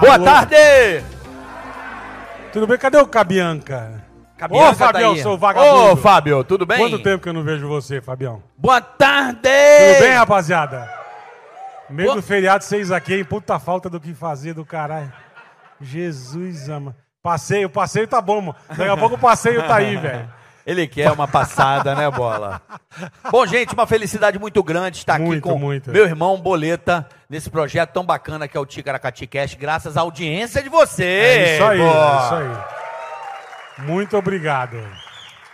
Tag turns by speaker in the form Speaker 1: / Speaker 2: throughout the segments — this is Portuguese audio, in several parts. Speaker 1: Boa
Speaker 2: Alô?
Speaker 1: tarde!
Speaker 2: Tudo bem? Cadê o Cabianca?
Speaker 1: Bianca tá
Speaker 2: Ô, Fabião,
Speaker 1: aí.
Speaker 2: seu vagabundo.
Speaker 1: Ô, Fábio, tudo bem?
Speaker 2: Quanto tempo que eu não vejo você, Fabião?
Speaker 1: Boa tarde!
Speaker 2: Tudo bem, rapaziada? Meio
Speaker 1: Ô.
Speaker 2: do feriado, vocês aqui, hein? Puta falta do que fazer do caralho. Jesus ama. Passeio, o passeio tá bom, mano. Daqui a pouco o passeio tá aí, velho.
Speaker 1: Ele quer uma passada, né, bola? Bom, gente, uma felicidade muito grande estar aqui
Speaker 2: Muito,
Speaker 1: com
Speaker 2: muito.
Speaker 1: meu irmão Boleta nesse projeto tão bacana que é o Ticaracati Cast, graças à audiência de vocês.
Speaker 2: É isso aí,
Speaker 1: pô.
Speaker 2: é isso aí. Muito obrigado.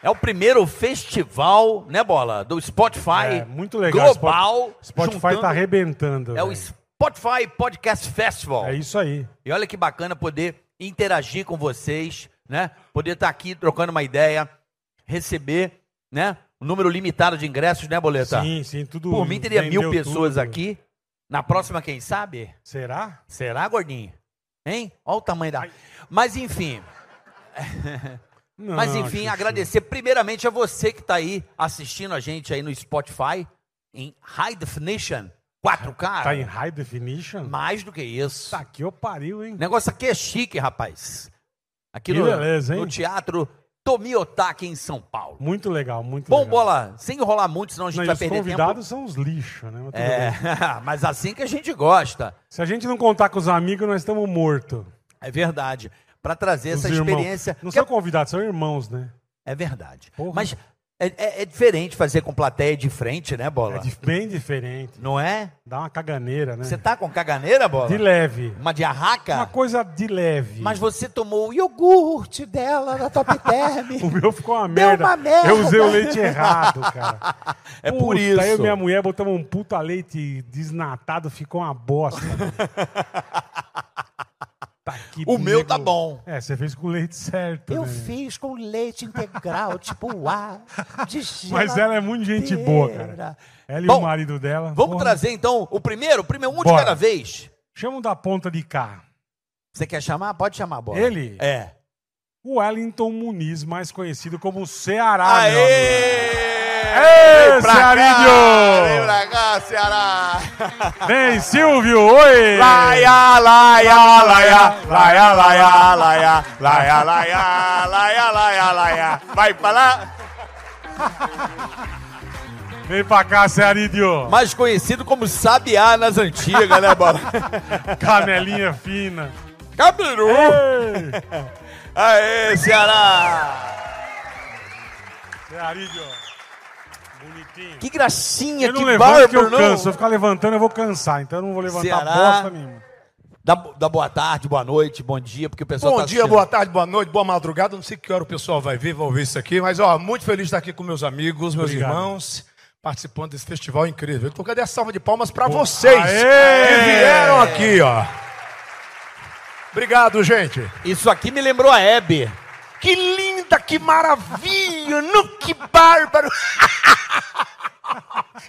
Speaker 1: É o primeiro festival, né, bola? Do Spotify.
Speaker 2: É, muito legal.
Speaker 1: Global.
Speaker 2: Spot- Spotify tá
Speaker 1: juntando-
Speaker 2: arrebentando.
Speaker 1: É o
Speaker 2: velho.
Speaker 1: Spotify Podcast Festival.
Speaker 2: É isso aí.
Speaker 1: E olha que bacana poder interagir com vocês, né? Poder estar aqui trocando uma ideia, receber, né? Um número limitado de ingressos, né, Boleta?
Speaker 2: Sim, sim, tudo.
Speaker 1: Por mim teria mil
Speaker 2: vendeu
Speaker 1: pessoas
Speaker 2: tudo.
Speaker 1: aqui. Na próxima, quem sabe?
Speaker 2: Será?
Speaker 1: Será, gordinho? Hein? Olha o tamanho da. Mas enfim,
Speaker 2: Não,
Speaker 1: mas enfim,
Speaker 2: Chuchu.
Speaker 1: agradecer primeiramente a você que está aí assistindo a gente aí no Spotify em High Definition 4K.
Speaker 2: Tá em high definition?
Speaker 1: Mais do que isso.
Speaker 2: Tá que eu pariu, hein?
Speaker 1: O negócio aqui é chique, rapaz. Aqui
Speaker 2: Que
Speaker 1: no,
Speaker 2: beleza, hein?
Speaker 1: no teatro Tomiotaki, em São Paulo.
Speaker 2: Muito legal, muito
Speaker 1: Bom,
Speaker 2: legal.
Speaker 1: bola, sem enrolar muito, senão a gente
Speaker 2: Não, e
Speaker 1: vai
Speaker 2: os
Speaker 1: perder tempo.
Speaker 2: convidados são os lixos, né? Mas tudo
Speaker 1: É,
Speaker 2: bem.
Speaker 1: mas assim que a gente gosta.
Speaker 2: Se a gente não contar com os amigos, nós estamos mortos.
Speaker 1: É verdade. Pra trazer
Speaker 2: Os
Speaker 1: essa
Speaker 2: irmãos.
Speaker 1: experiência.
Speaker 2: Não
Speaker 1: que
Speaker 2: são convidados, são irmãos, né?
Speaker 1: é, é verdade.
Speaker 2: Porra.
Speaker 1: Mas é, é- é diferente fazer com plateia de frente, né, bola?
Speaker 2: É di- bem diferente.
Speaker 1: Não é?
Speaker 2: Dá uma caganeira, né?
Speaker 1: Você tá com caganeira, bola?
Speaker 2: De leve.
Speaker 1: Uma
Speaker 2: Uma
Speaker 1: diarraca?
Speaker 2: coisa de leve.
Speaker 1: Mas você tomou o iogurte dela na Top Term.
Speaker 2: O meu ficou uma
Speaker 1: Deu
Speaker 2: merda.
Speaker 1: uma merda.
Speaker 2: Eu usei o leite errado, cara.
Speaker 1: É por
Speaker 2: Puta, Aí eu
Speaker 1: isso.
Speaker 2: e minha mulher botamos um puta leite desnatado, ficou uma bosta. Tá aqui,
Speaker 1: O meu tá bom.
Speaker 2: É, você fez com o leite certo.
Speaker 3: Eu
Speaker 2: né?
Speaker 3: fiz com leite integral,
Speaker 1: um
Speaker 3: tipo A, de
Speaker 2: Mas ela é muito gente boa, cara.
Speaker 3: geladeira.
Speaker 2: Ela e
Speaker 1: Bom,
Speaker 2: o marido dela.
Speaker 1: Vamos
Speaker 2: porra.
Speaker 1: trazer então o primeiro, o primeiro, um de
Speaker 2: Bora.
Speaker 1: cada vez.
Speaker 2: Chama um da ponta de cá.
Speaker 1: Você quer chamar? Pode chamar, bora.
Speaker 2: Ele?
Speaker 1: É.
Speaker 2: O Wellington Muniz, mais conhecido como Ceará,
Speaker 1: Ah,
Speaker 2: meu amigo.
Speaker 1: Aê!
Speaker 2: Ei,
Speaker 1: Vem pra
Speaker 2: Cearinho!
Speaker 1: cá, Vem pra cá, Ceará!
Speaker 2: Vem, Silvio, oi!
Speaker 1: Laia, laia, laia, laia, laia, laia, laia, laia, laia, laia, laia. Vai pra lá!
Speaker 2: Vem pra cá, Cearídio.
Speaker 1: Mais conhecido como Sabiá nas antigas, né, Bola?
Speaker 2: Canelinha fina.
Speaker 1: Cabiru!
Speaker 2: Ei!
Speaker 1: Aê, Ceará!
Speaker 2: Cearídio. Bonitinho.
Speaker 1: Que gracinha,
Speaker 2: Eu
Speaker 1: que
Speaker 2: não levanto que eu
Speaker 1: bárbaro, não?
Speaker 2: canso. Se eu ficar levantando, eu vou cansar. Então eu não vou levantar
Speaker 1: Ceará.
Speaker 2: bosta nenhuma.
Speaker 1: Dá, dá boa tarde, boa noite, bom dia, porque o pessoal
Speaker 4: Bom
Speaker 1: tá
Speaker 4: dia,
Speaker 1: assistindo.
Speaker 4: boa tarde, boa noite, boa madrugada. Não sei que hora o pessoal vai ver, vão ver isso aqui, mas ó, muito feliz de estar aqui com meus amigos, meus
Speaker 2: Obrigado.
Speaker 4: irmãos, participando desse festival incrível. Então, cadê a salva de palmas para vocês
Speaker 2: Aê!
Speaker 4: que vieram aqui, ó. Obrigado, gente.
Speaker 1: Isso aqui me lembrou a Hebe.
Speaker 4: Que linda, que maravilha, não que bárbaro.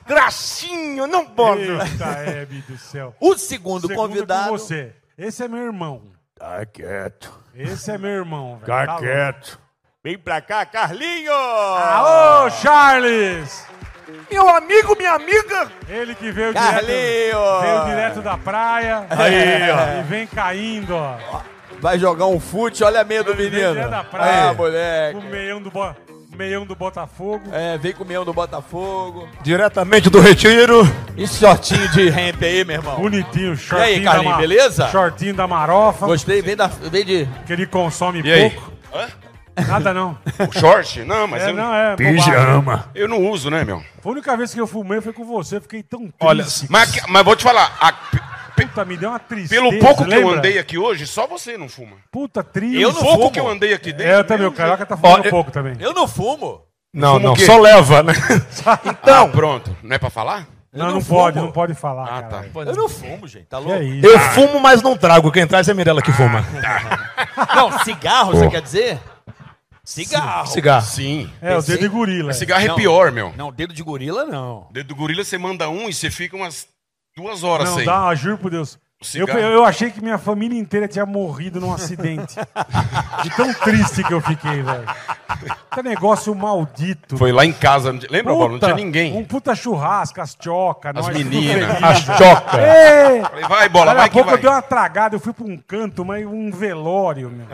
Speaker 4: Gracinho, não bono.
Speaker 2: Eita, Hebe do céu.
Speaker 1: O segundo,
Speaker 2: Segunda
Speaker 1: convidado.
Speaker 2: com você. Esse é meu irmão.
Speaker 4: Tá quieto,
Speaker 2: Esse é meu irmão, velho.
Speaker 4: tá,
Speaker 2: Tá louco.
Speaker 4: quieto.
Speaker 1: Vem pra cá, Carlinho!
Speaker 2: Alô, Charles!
Speaker 4: Meu amigo, minha amiga,
Speaker 2: Ele que veio direto,
Speaker 1: Carlinho!
Speaker 2: veio direto da praia. É,
Speaker 1: Aí, ó.
Speaker 2: E vem caindo, ó.
Speaker 1: Vai jogar um fute, olha a meia do
Speaker 2: Veio
Speaker 1: menino.
Speaker 2: direto da praia.
Speaker 1: Ah, moleque.
Speaker 2: O meião do, bo... meião do Botafogo.
Speaker 1: É, vem com o meão do Botafogo.
Speaker 4: diretamente do Retiro.
Speaker 1: Esse shortinho de ramp aí, meu irmão.
Speaker 2: Bonitinho, shortinho
Speaker 1: Carlinho,
Speaker 2: da ma-
Speaker 1: beleza?
Speaker 2: Shortinho da marofa,
Speaker 1: Gostei, vem, da, vem de...
Speaker 2: que ele consome
Speaker 5: E aí?
Speaker 2: pouco. Nada não.
Speaker 5: O short? Não, mas
Speaker 2: É,
Speaker 5: eu,
Speaker 2: não, é bobagem.
Speaker 4: Pijama.
Speaker 5: eu não uso, né, meu?
Speaker 2: A única vez que eu fumei foi com você, eu fiquei tão triste.
Speaker 4: Olha,
Speaker 5: Mas, que- mas vou te falar, a- pe- pe-
Speaker 2: Puta, me deu uma tristeza.
Speaker 5: pelo pouco que eu
Speaker 2: lembra?
Speaker 5: andei aqui hoje, só você não fuma.
Speaker 2: Puta, triste.
Speaker 1: Eu
Speaker 5: Pelo
Speaker 1: não
Speaker 5: pouco
Speaker 1: fumo.
Speaker 5: que eu andei aqui dentro.
Speaker 2: É, eu também, o
Speaker 5: meu
Speaker 2: Carioca tá fumando
Speaker 4: Ó, eu-
Speaker 2: pouco também.
Speaker 1: Eu não fumo.
Speaker 4: Não,
Speaker 5: Como
Speaker 4: não,
Speaker 5: o quê?
Speaker 4: só leva, né?
Speaker 5: Então. pronto, não é pra falar?
Speaker 2: não,
Speaker 1: não
Speaker 2: não pode,
Speaker 1: fumo.
Speaker 2: não pode falar,
Speaker 5: Ah,
Speaker 2: cara.
Speaker 5: tá.
Speaker 1: Eu não fumo, gente, tá
Speaker 2: E é
Speaker 1: louco?
Speaker 2: aí?
Speaker 4: Eu fumo, mas não trago. Quem traz é a Mirella que fuma.
Speaker 1: Não, cigarro, você quer dizer? Cigarro.
Speaker 4: Cigarro.
Speaker 5: Sim.
Speaker 2: É, o
Speaker 1: pensei-
Speaker 2: dedo de gorila.
Speaker 5: Cigarro
Speaker 1: Não.
Speaker 5: é pior, meu.
Speaker 1: Não, dedo de gorila, não.
Speaker 5: Dedo do gorila, você manda um e você fica umas duas horas
Speaker 2: Não,
Speaker 5: sem.
Speaker 2: dá, juro por Deus. Eu,
Speaker 5: cigarro.
Speaker 2: eu achei que minha família inteira tinha morrido num acidente. De tão triste que eu fiquei, velho. Que negócio maldito.
Speaker 5: Foi lá em casa. não tinha- Lembra, Paulo? Não
Speaker 2: Puta,
Speaker 5: tinha ninguém.
Speaker 2: Um puta churrasco, as tchocas,
Speaker 5: As
Speaker 2: nós tudo
Speaker 5: meninas. É.
Speaker 2: feliz.
Speaker 4: As chocas.
Speaker 2: Ei!
Speaker 5: Falei, vai, bola,
Speaker 2: Daqui
Speaker 5: vai
Speaker 2: a
Speaker 5: que
Speaker 2: pouco
Speaker 5: vai.
Speaker 2: eu dei uma tragada, eu fui pra um canto, mas um velório, meu.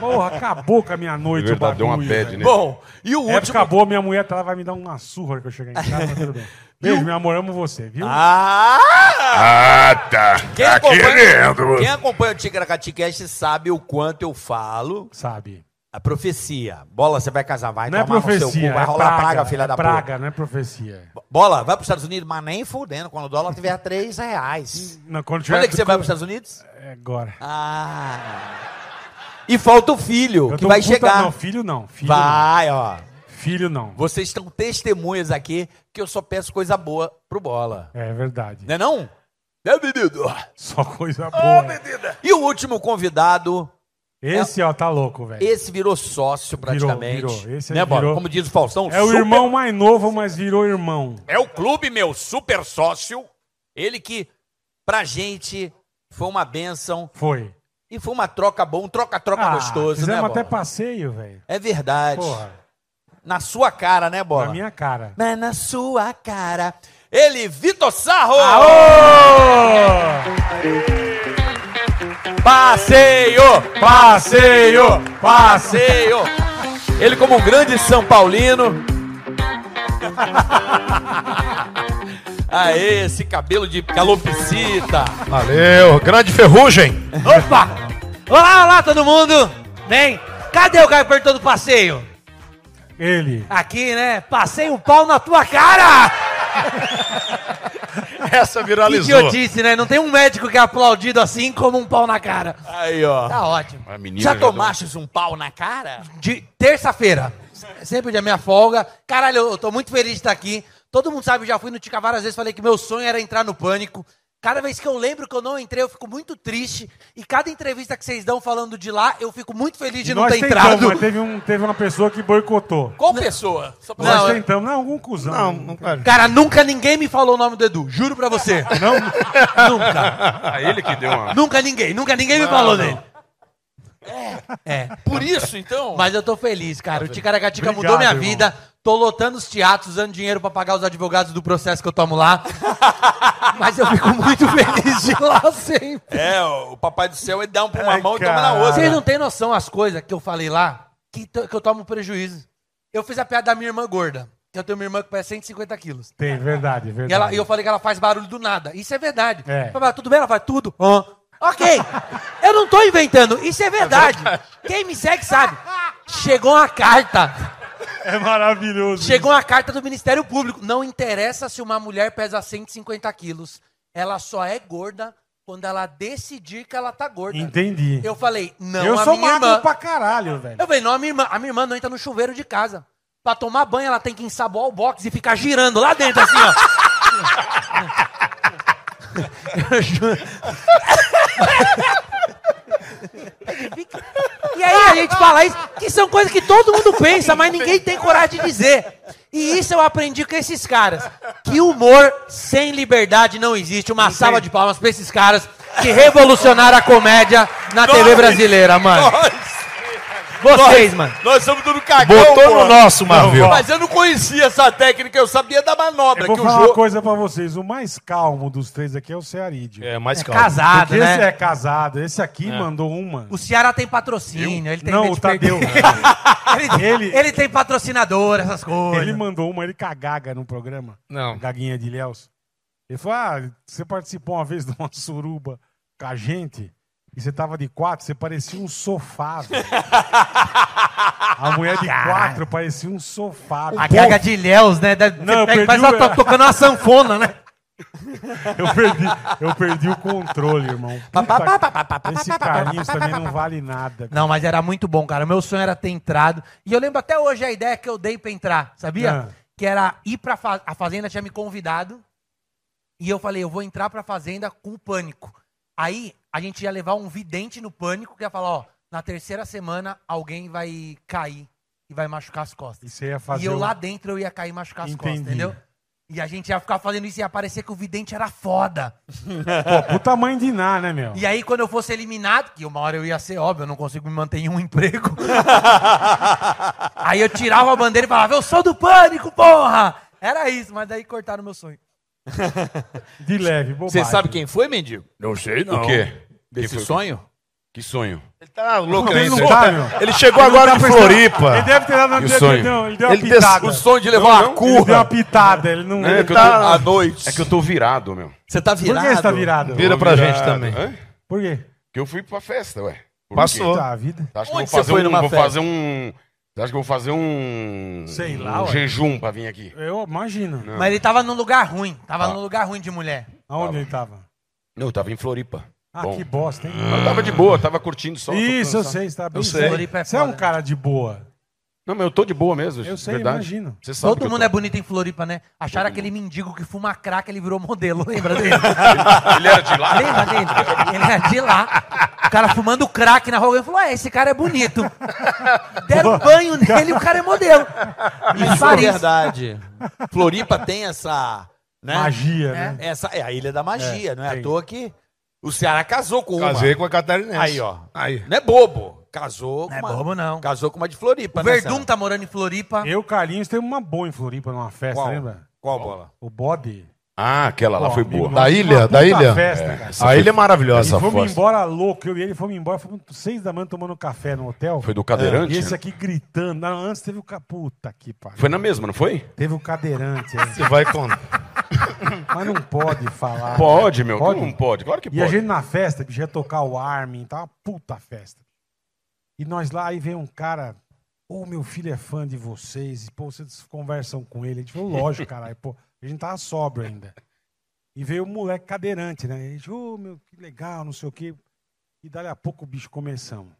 Speaker 2: Porra, acabou com a minha noite
Speaker 5: É verdade,
Speaker 2: o
Speaker 5: deu uma
Speaker 2: bagulho.
Speaker 5: bad,
Speaker 2: velho.
Speaker 5: né?
Speaker 6: Bom, e o
Speaker 2: É,
Speaker 6: último.
Speaker 2: acabou, minha mulher tá lá, vai me dar uma surra que eu chegar em casa, mas tudo bem. Beijo, meu amor, amo você, viu?
Speaker 1: Ah!
Speaker 5: Ah, tá.
Speaker 1: Quem
Speaker 5: tá
Speaker 1: acompanha,
Speaker 5: querendo.
Speaker 1: quem acompanha o Ticaracatecast sabe o quanto eu falo.
Speaker 2: Sabe?
Speaker 1: A profecia. Bola, você vai casar, vai
Speaker 2: Não é
Speaker 1: tomar no seu
Speaker 2: profecia,
Speaker 1: cu, vai
Speaker 2: é
Speaker 1: rolar praga,
Speaker 2: praga,
Speaker 1: filha
Speaker 2: é
Speaker 1: da
Speaker 2: praga, não é profecia.
Speaker 1: puta. Bola, vai pros Estados Unidos, mas
Speaker 3: Mas nem fudendo, quando o dólar tiver 3 reais.
Speaker 2: Não, quando Hum. tiver...
Speaker 1: quando é que você vai pros Estados Unidos?
Speaker 2: É agora.
Speaker 1: Ah! E falta o filho,
Speaker 2: Eu
Speaker 1: que
Speaker 2: tô
Speaker 1: vai
Speaker 2: puta-
Speaker 1: chegar.
Speaker 2: Não, filho não, filho
Speaker 1: Vai, ó.
Speaker 2: não. Filho não.
Speaker 1: Vocês estão testemunhas aqui que eu só peço coisa boa pro Bola.
Speaker 2: É verdade.
Speaker 1: Não é não? Né, menino?
Speaker 2: Só coisa boa.
Speaker 1: E o último convidado,
Speaker 2: Esse, ó, tá louco, velho.
Speaker 1: esse virou sócio praticamente.
Speaker 2: Virou, virou. Esse aí
Speaker 1: né, Bola?
Speaker 2: virou.
Speaker 1: Como diz o Faustão,
Speaker 2: É o
Speaker 1: super-
Speaker 2: irmão mais novo, mas virou irmão.
Speaker 1: É o clube, meu, super sócio. Ele que, pra gente, foi uma benção.
Speaker 2: Foi.
Speaker 1: E foi uma troca boa, um troca-troca
Speaker 2: Ah,
Speaker 1: gostoso, né,
Speaker 2: fizemos
Speaker 1: Bola?
Speaker 2: até passeio, velho.
Speaker 1: É verdade.
Speaker 2: Porra,
Speaker 1: Na sua cara, né, Bola?
Speaker 2: na minha cara.
Speaker 1: Mas na sua cara. Ele, Vitor Sarro!
Speaker 2: Aô!
Speaker 1: Passeio!
Speaker 2: Passeio! Passeio!
Speaker 1: Passeio! Ele como um grande São Paulino. Aê, esse cabelo de calopsita.
Speaker 4: Valeu, grande ferrugem.
Speaker 7: Opa! Olá, olá todo mundo! Bem, cadê o cara que perguntou do passeio?
Speaker 2: Ele.
Speaker 7: Aqui, né? Passei um pau na tua cara!
Speaker 4: Essa
Speaker 7: Que
Speaker 4: viralizou.
Speaker 7: idiotice, né? Não tem um médico que é aplaudido assim como um pau na cara.
Speaker 1: Aí, ó.
Speaker 7: Tá ótimo.
Speaker 5: A menina
Speaker 1: Já
Speaker 5: deu-
Speaker 1: tomastes um pau na cara?
Speaker 7: De terça-feira, sempre dia minha folga. Caralho, eu tô muito feliz de estar aqui. Todo mundo sabe, eu já fui no Tica várias vezes, falei que meu sonho era entrar no pânico. Cada vez que eu lembro que eu não entrei, eu fico muito triste. E cada entrevista que vocês dão falando de lá, eu fico muito feliz de não
Speaker 2: Nós
Speaker 7: ter
Speaker 2: tentamos,
Speaker 7: entrado.
Speaker 2: mas teve, um, teve uma pessoa que boicotou.
Speaker 1: Qual pessoa? Só pra-
Speaker 7: Não, é-
Speaker 2: Nós
Speaker 7: eu-
Speaker 2: tentamos. Não, algum cuzão.
Speaker 4: Não, não, cara.
Speaker 7: Cara, nunca ninguém me falou o nome do Edu, juro pra você. Nunca.
Speaker 5: Ah, ele que deu uma.
Speaker 7: Nunca ninguém, nunca ninguém me falou dele. É,
Speaker 1: Por isso, então?
Speaker 7: Mas eu tô feliz, cara. O Ticaracatica
Speaker 2: Obrigado,
Speaker 7: mudou minha
Speaker 2: irmão.
Speaker 7: vida. Tô lotando os teatros, usando dinheiro pra pagar os advogados do processo que eu tomo lá. Mas eu fico muito feliz de ir lá sempre.
Speaker 1: É, o papai do céu, ele dá um pra uma
Speaker 2: Ai,
Speaker 1: mão e toma na
Speaker 2: cara.
Speaker 1: outra.
Speaker 7: Vocês não têm noção as coisas que eu falei lá, que, to- que eu tomo prejuízo. Eu fiz a piada da minha irmã gorda. Que eu tenho uma irmã que pesa 150 quilos.
Speaker 2: Tem, verdade,
Speaker 7: E,
Speaker 2: verdade.
Speaker 7: ela, e eu falei que ela faz barulho do nada. Isso é verdade.
Speaker 2: É.
Speaker 7: Eu falei, tudo bem? Ela faz tudo. Hã? Ok. Eu não tô inventando. Isso é verdade. Quem me segue sabe. Chegou uma carta.
Speaker 2: É maravilhoso.
Speaker 7: Chegou uma carta do Ministério Público. Não interessa se uma mulher pesa 150 quilos. Ela só é gorda quando ela decidir que ela tá gorda.
Speaker 2: Entendi.
Speaker 7: Eu falei, não
Speaker 2: Eu
Speaker 7: a
Speaker 2: sou
Speaker 7: minha
Speaker 2: magro
Speaker 7: irmã.
Speaker 2: pra caralho, velho.
Speaker 7: Eu falei, não, a minha irmã, a minha irmã não entra no chuveiro de casa. Pra tomar banho, ela tem que ensaboar o box e ficar girando lá dentro, assim, ó. Eu juro. e aí a gente fala isso, que são coisas que todo mundo pensa, mas ninguém tem coragem de dizer. E isso eu aprendi com esses caras. Que humor sem liberdade não existe. Uma salva de palmas pra esses caras que revolucionaram a comédia na TV brasileira, mano.
Speaker 1: Nós,
Speaker 7: Vocês, mano.
Speaker 1: nós somos tudo cagão,
Speaker 4: Botou
Speaker 1: pô.
Speaker 4: no nosso, Marvel.
Speaker 1: Mas eu não conhecia essa técnica, eu sabia da manobra.
Speaker 2: Eu vou
Speaker 1: que o
Speaker 2: falar
Speaker 1: jogo...
Speaker 2: uma coisa pra vocês. O mais calmo dos três aqui é o Cearídeo.
Speaker 4: É, mais calma.
Speaker 7: Casado,
Speaker 2: Porque esse
Speaker 7: né? É.
Speaker 2: é casado. Esse aqui mandou uma.
Speaker 7: O Ceará tem patrocínio, ele tem
Speaker 2: Não,
Speaker 7: medo
Speaker 2: o
Speaker 7: de
Speaker 2: Tadeu.
Speaker 7: perder. ele,
Speaker 2: Ele-
Speaker 7: ele tem patrocinador, essas coisas.
Speaker 2: Ele mandou uma, ele cagaga no programa.
Speaker 4: Não.
Speaker 2: Gaguinha de Léus. Ele falou: Ah, você participou uma vez de uma suruba com a gente e você tava de quatro, você parecia um sofá. velho." a mulher de quatro parecia um sofá.
Speaker 7: A gaga de Léus, né? Deve,
Speaker 2: Não, eu
Speaker 7: pega-
Speaker 2: perdi
Speaker 7: mas
Speaker 2: o-
Speaker 7: ela tá tocando uma sanfona, né?
Speaker 2: Eu perdi, eu perdi o controle, irmão. Puta, esse carinho também não vale nada.
Speaker 7: Não, mas era muito bom, cara. Meu sonho era ter entrado. E eu lembro até hoje a ideia que eu dei pra entrar,
Speaker 2: Ah.
Speaker 7: sabia? Que era ir pra fa a Fazenda, tinha me convidado. E eu falei, eu vou entrar pra Fazenda com o Pânico. Aí a gente ia levar um vidente no Pânico que ia falar, ó, na terceira semana alguém vai cair e vai machucar as costas.
Speaker 2: E você ia fazer
Speaker 7: E eu
Speaker 2: um-
Speaker 7: lá dentro eu ia cair e machucar as costas,
Speaker 2: Entendi.
Speaker 7: entendeu? E a gente ia ficar fazendo isso e ia parecer que o vidente era foda.
Speaker 2: Tá. Pô, puta mãe de Iná, né, meu?
Speaker 7: E aí, quando eu fosse eliminado, que uma hora eu ia ser óbvio, eu não consigo me manter em um emprego. aí eu tirava a bandeira e falava, eu sou do pânico, porra! Era isso, mas daí cortaram meu sonho.
Speaker 2: De leve, bobagem.
Speaker 1: Você sabe quem foi, mendigo?
Speaker 5: Não sei, não.
Speaker 1: O quê? Desse
Speaker 5: foi?
Speaker 1: sonho?
Speaker 5: Que sonho?
Speaker 4: Ele tá louco
Speaker 2: Ele
Speaker 4: ainda.
Speaker 2: não tá, meu.
Speaker 4: Ele chegou
Speaker 2: Ele não
Speaker 4: agora
Speaker 2: tá
Speaker 4: de
Speaker 2: prestando- Ele
Speaker 4: Floripa.
Speaker 2: deve ter dado
Speaker 5: E o
Speaker 2: ele
Speaker 5: sonho?
Speaker 2: deu- ele deu uma
Speaker 4: Ele tem
Speaker 2: pitada.
Speaker 4: o sonho de levar uma
Speaker 2: Ele deu uma
Speaker 4: curva.
Speaker 2: pitada, ele não.
Speaker 5: É que eu tô-
Speaker 4: tá-
Speaker 5: à noite. É que eu tô virado, meu.
Speaker 1: Você tá
Speaker 2: Por
Speaker 1: virado?
Speaker 2: que você tá virado?
Speaker 4: Vira pra gente também.
Speaker 5: Hã?
Speaker 2: Por quê?
Speaker 5: Que eu fui pra festa, ué. Por
Speaker 4: Passou.
Speaker 5: quê?
Speaker 2: Tá, a vida.
Speaker 5: Acho que eu
Speaker 1: Onde
Speaker 5: vou
Speaker 1: você
Speaker 5: fazer
Speaker 1: foi
Speaker 5: um.
Speaker 1: numa
Speaker 5: Vou
Speaker 1: festa?
Speaker 5: fazer um. Acho que eu vou fazer um.
Speaker 2: Sei lá,
Speaker 5: um
Speaker 2: ué.
Speaker 5: jejum pra vir aqui.
Speaker 2: Eu imagino.
Speaker 7: Mas ele tava num lugar ruim, tava
Speaker 2: Tá.
Speaker 7: num lugar ruim de mulher.
Speaker 2: Aonde ele tava?
Speaker 5: Não, eu tava em Floripa.
Speaker 2: Ah,
Speaker 5: Bom.
Speaker 2: que bosta, hein?
Speaker 5: Eu tava de boa, tava curtindo só.
Speaker 2: Isso, eu
Speaker 5: tocando só.
Speaker 2: sei, você tá bem.
Speaker 5: sei.
Speaker 7: Floripa é
Speaker 2: Você é um
Speaker 7: foda.
Speaker 2: cara de boa.
Speaker 5: Não, mas eu tô de boa mesmo. é
Speaker 2: Eu sei,
Speaker 5: verdade.
Speaker 2: imagino.
Speaker 5: Você sabe
Speaker 7: Todo mundo é bonito em Floripa, né? Acharam aquele mendigo que fuma crack, ele virou modelo, lembra dele?
Speaker 5: é. Ele era de lá.
Speaker 7: lembra dele? Ele era de lá. O cara fumando crack na rua, ele falou, é, esse cara é bonito. Deram um banho nele, o cara é modelo. Em
Speaker 1: Isso é
Speaker 7: Paris.
Speaker 1: verdade. Floripa tem essa. Né?
Speaker 2: Magia,
Speaker 7: É.
Speaker 2: né?
Speaker 1: Essa, é a ilha da magia, não é
Speaker 2: tem.
Speaker 1: à toa que o Ceará casou com uma.
Speaker 4: Casei com a Catarinense.
Speaker 1: Aí, ó.
Speaker 4: Aí.
Speaker 1: Não é bobo. Casou
Speaker 7: Não
Speaker 1: com
Speaker 7: é
Speaker 1: uma.
Speaker 7: bobo, não.
Speaker 1: Casou com uma de Floripa,
Speaker 7: O
Speaker 1: né,
Speaker 7: Verdun
Speaker 1: Ceará?
Speaker 7: tá morando em Floripa.
Speaker 2: Eu, Carlinhos, teve uma boa em Floripa numa festa,
Speaker 1: Qual?
Speaker 2: lembra?
Speaker 1: Qual bola?
Speaker 2: O bode.
Speaker 5: Ah, aquela lá
Speaker 2: Pô,
Speaker 5: foi
Speaker 2: amigo,
Speaker 5: boa.
Speaker 2: nós
Speaker 4: Da
Speaker 2: tivemos uma
Speaker 4: ilha, da
Speaker 2: puta
Speaker 4: ilha.
Speaker 2: Festa, cara.
Speaker 5: Essa
Speaker 4: A
Speaker 5: foi-
Speaker 4: ilha é maravilhosa.
Speaker 2: E fomos
Speaker 4: Foz.
Speaker 2: embora louco, eu e ele fomos embora, fomos seis da manhã tomando café no hotel. É,
Speaker 5: Foi do cadeirante? né?
Speaker 2: E esse aqui gritando. Não, antes teve o ca- puta que pariu.
Speaker 5: Foi na mesma, não foi?
Speaker 2: Teve o cadeirante, é.
Speaker 4: Você vai contar.
Speaker 2: mas não pode falar.
Speaker 5: Ah, Pode, meu.
Speaker 2: Pode?
Speaker 5: Pode? Não pode. Claro que
Speaker 2: E a
Speaker 5: pode.
Speaker 2: gente na festa, bicho, ia tocar o Armin, tá uma puta festa. E nós lá, aí vem um cara, ô meu filho é fã de vocês, e, pô, vocês conversam com ele. A gente falou, lógico, caralho, pô, a gente tava sóbrio ainda. E veio o moleque cadeirante, né? E a gente, ô meu, que legal, não sei o quê. E dali a pouco o bicho começamos.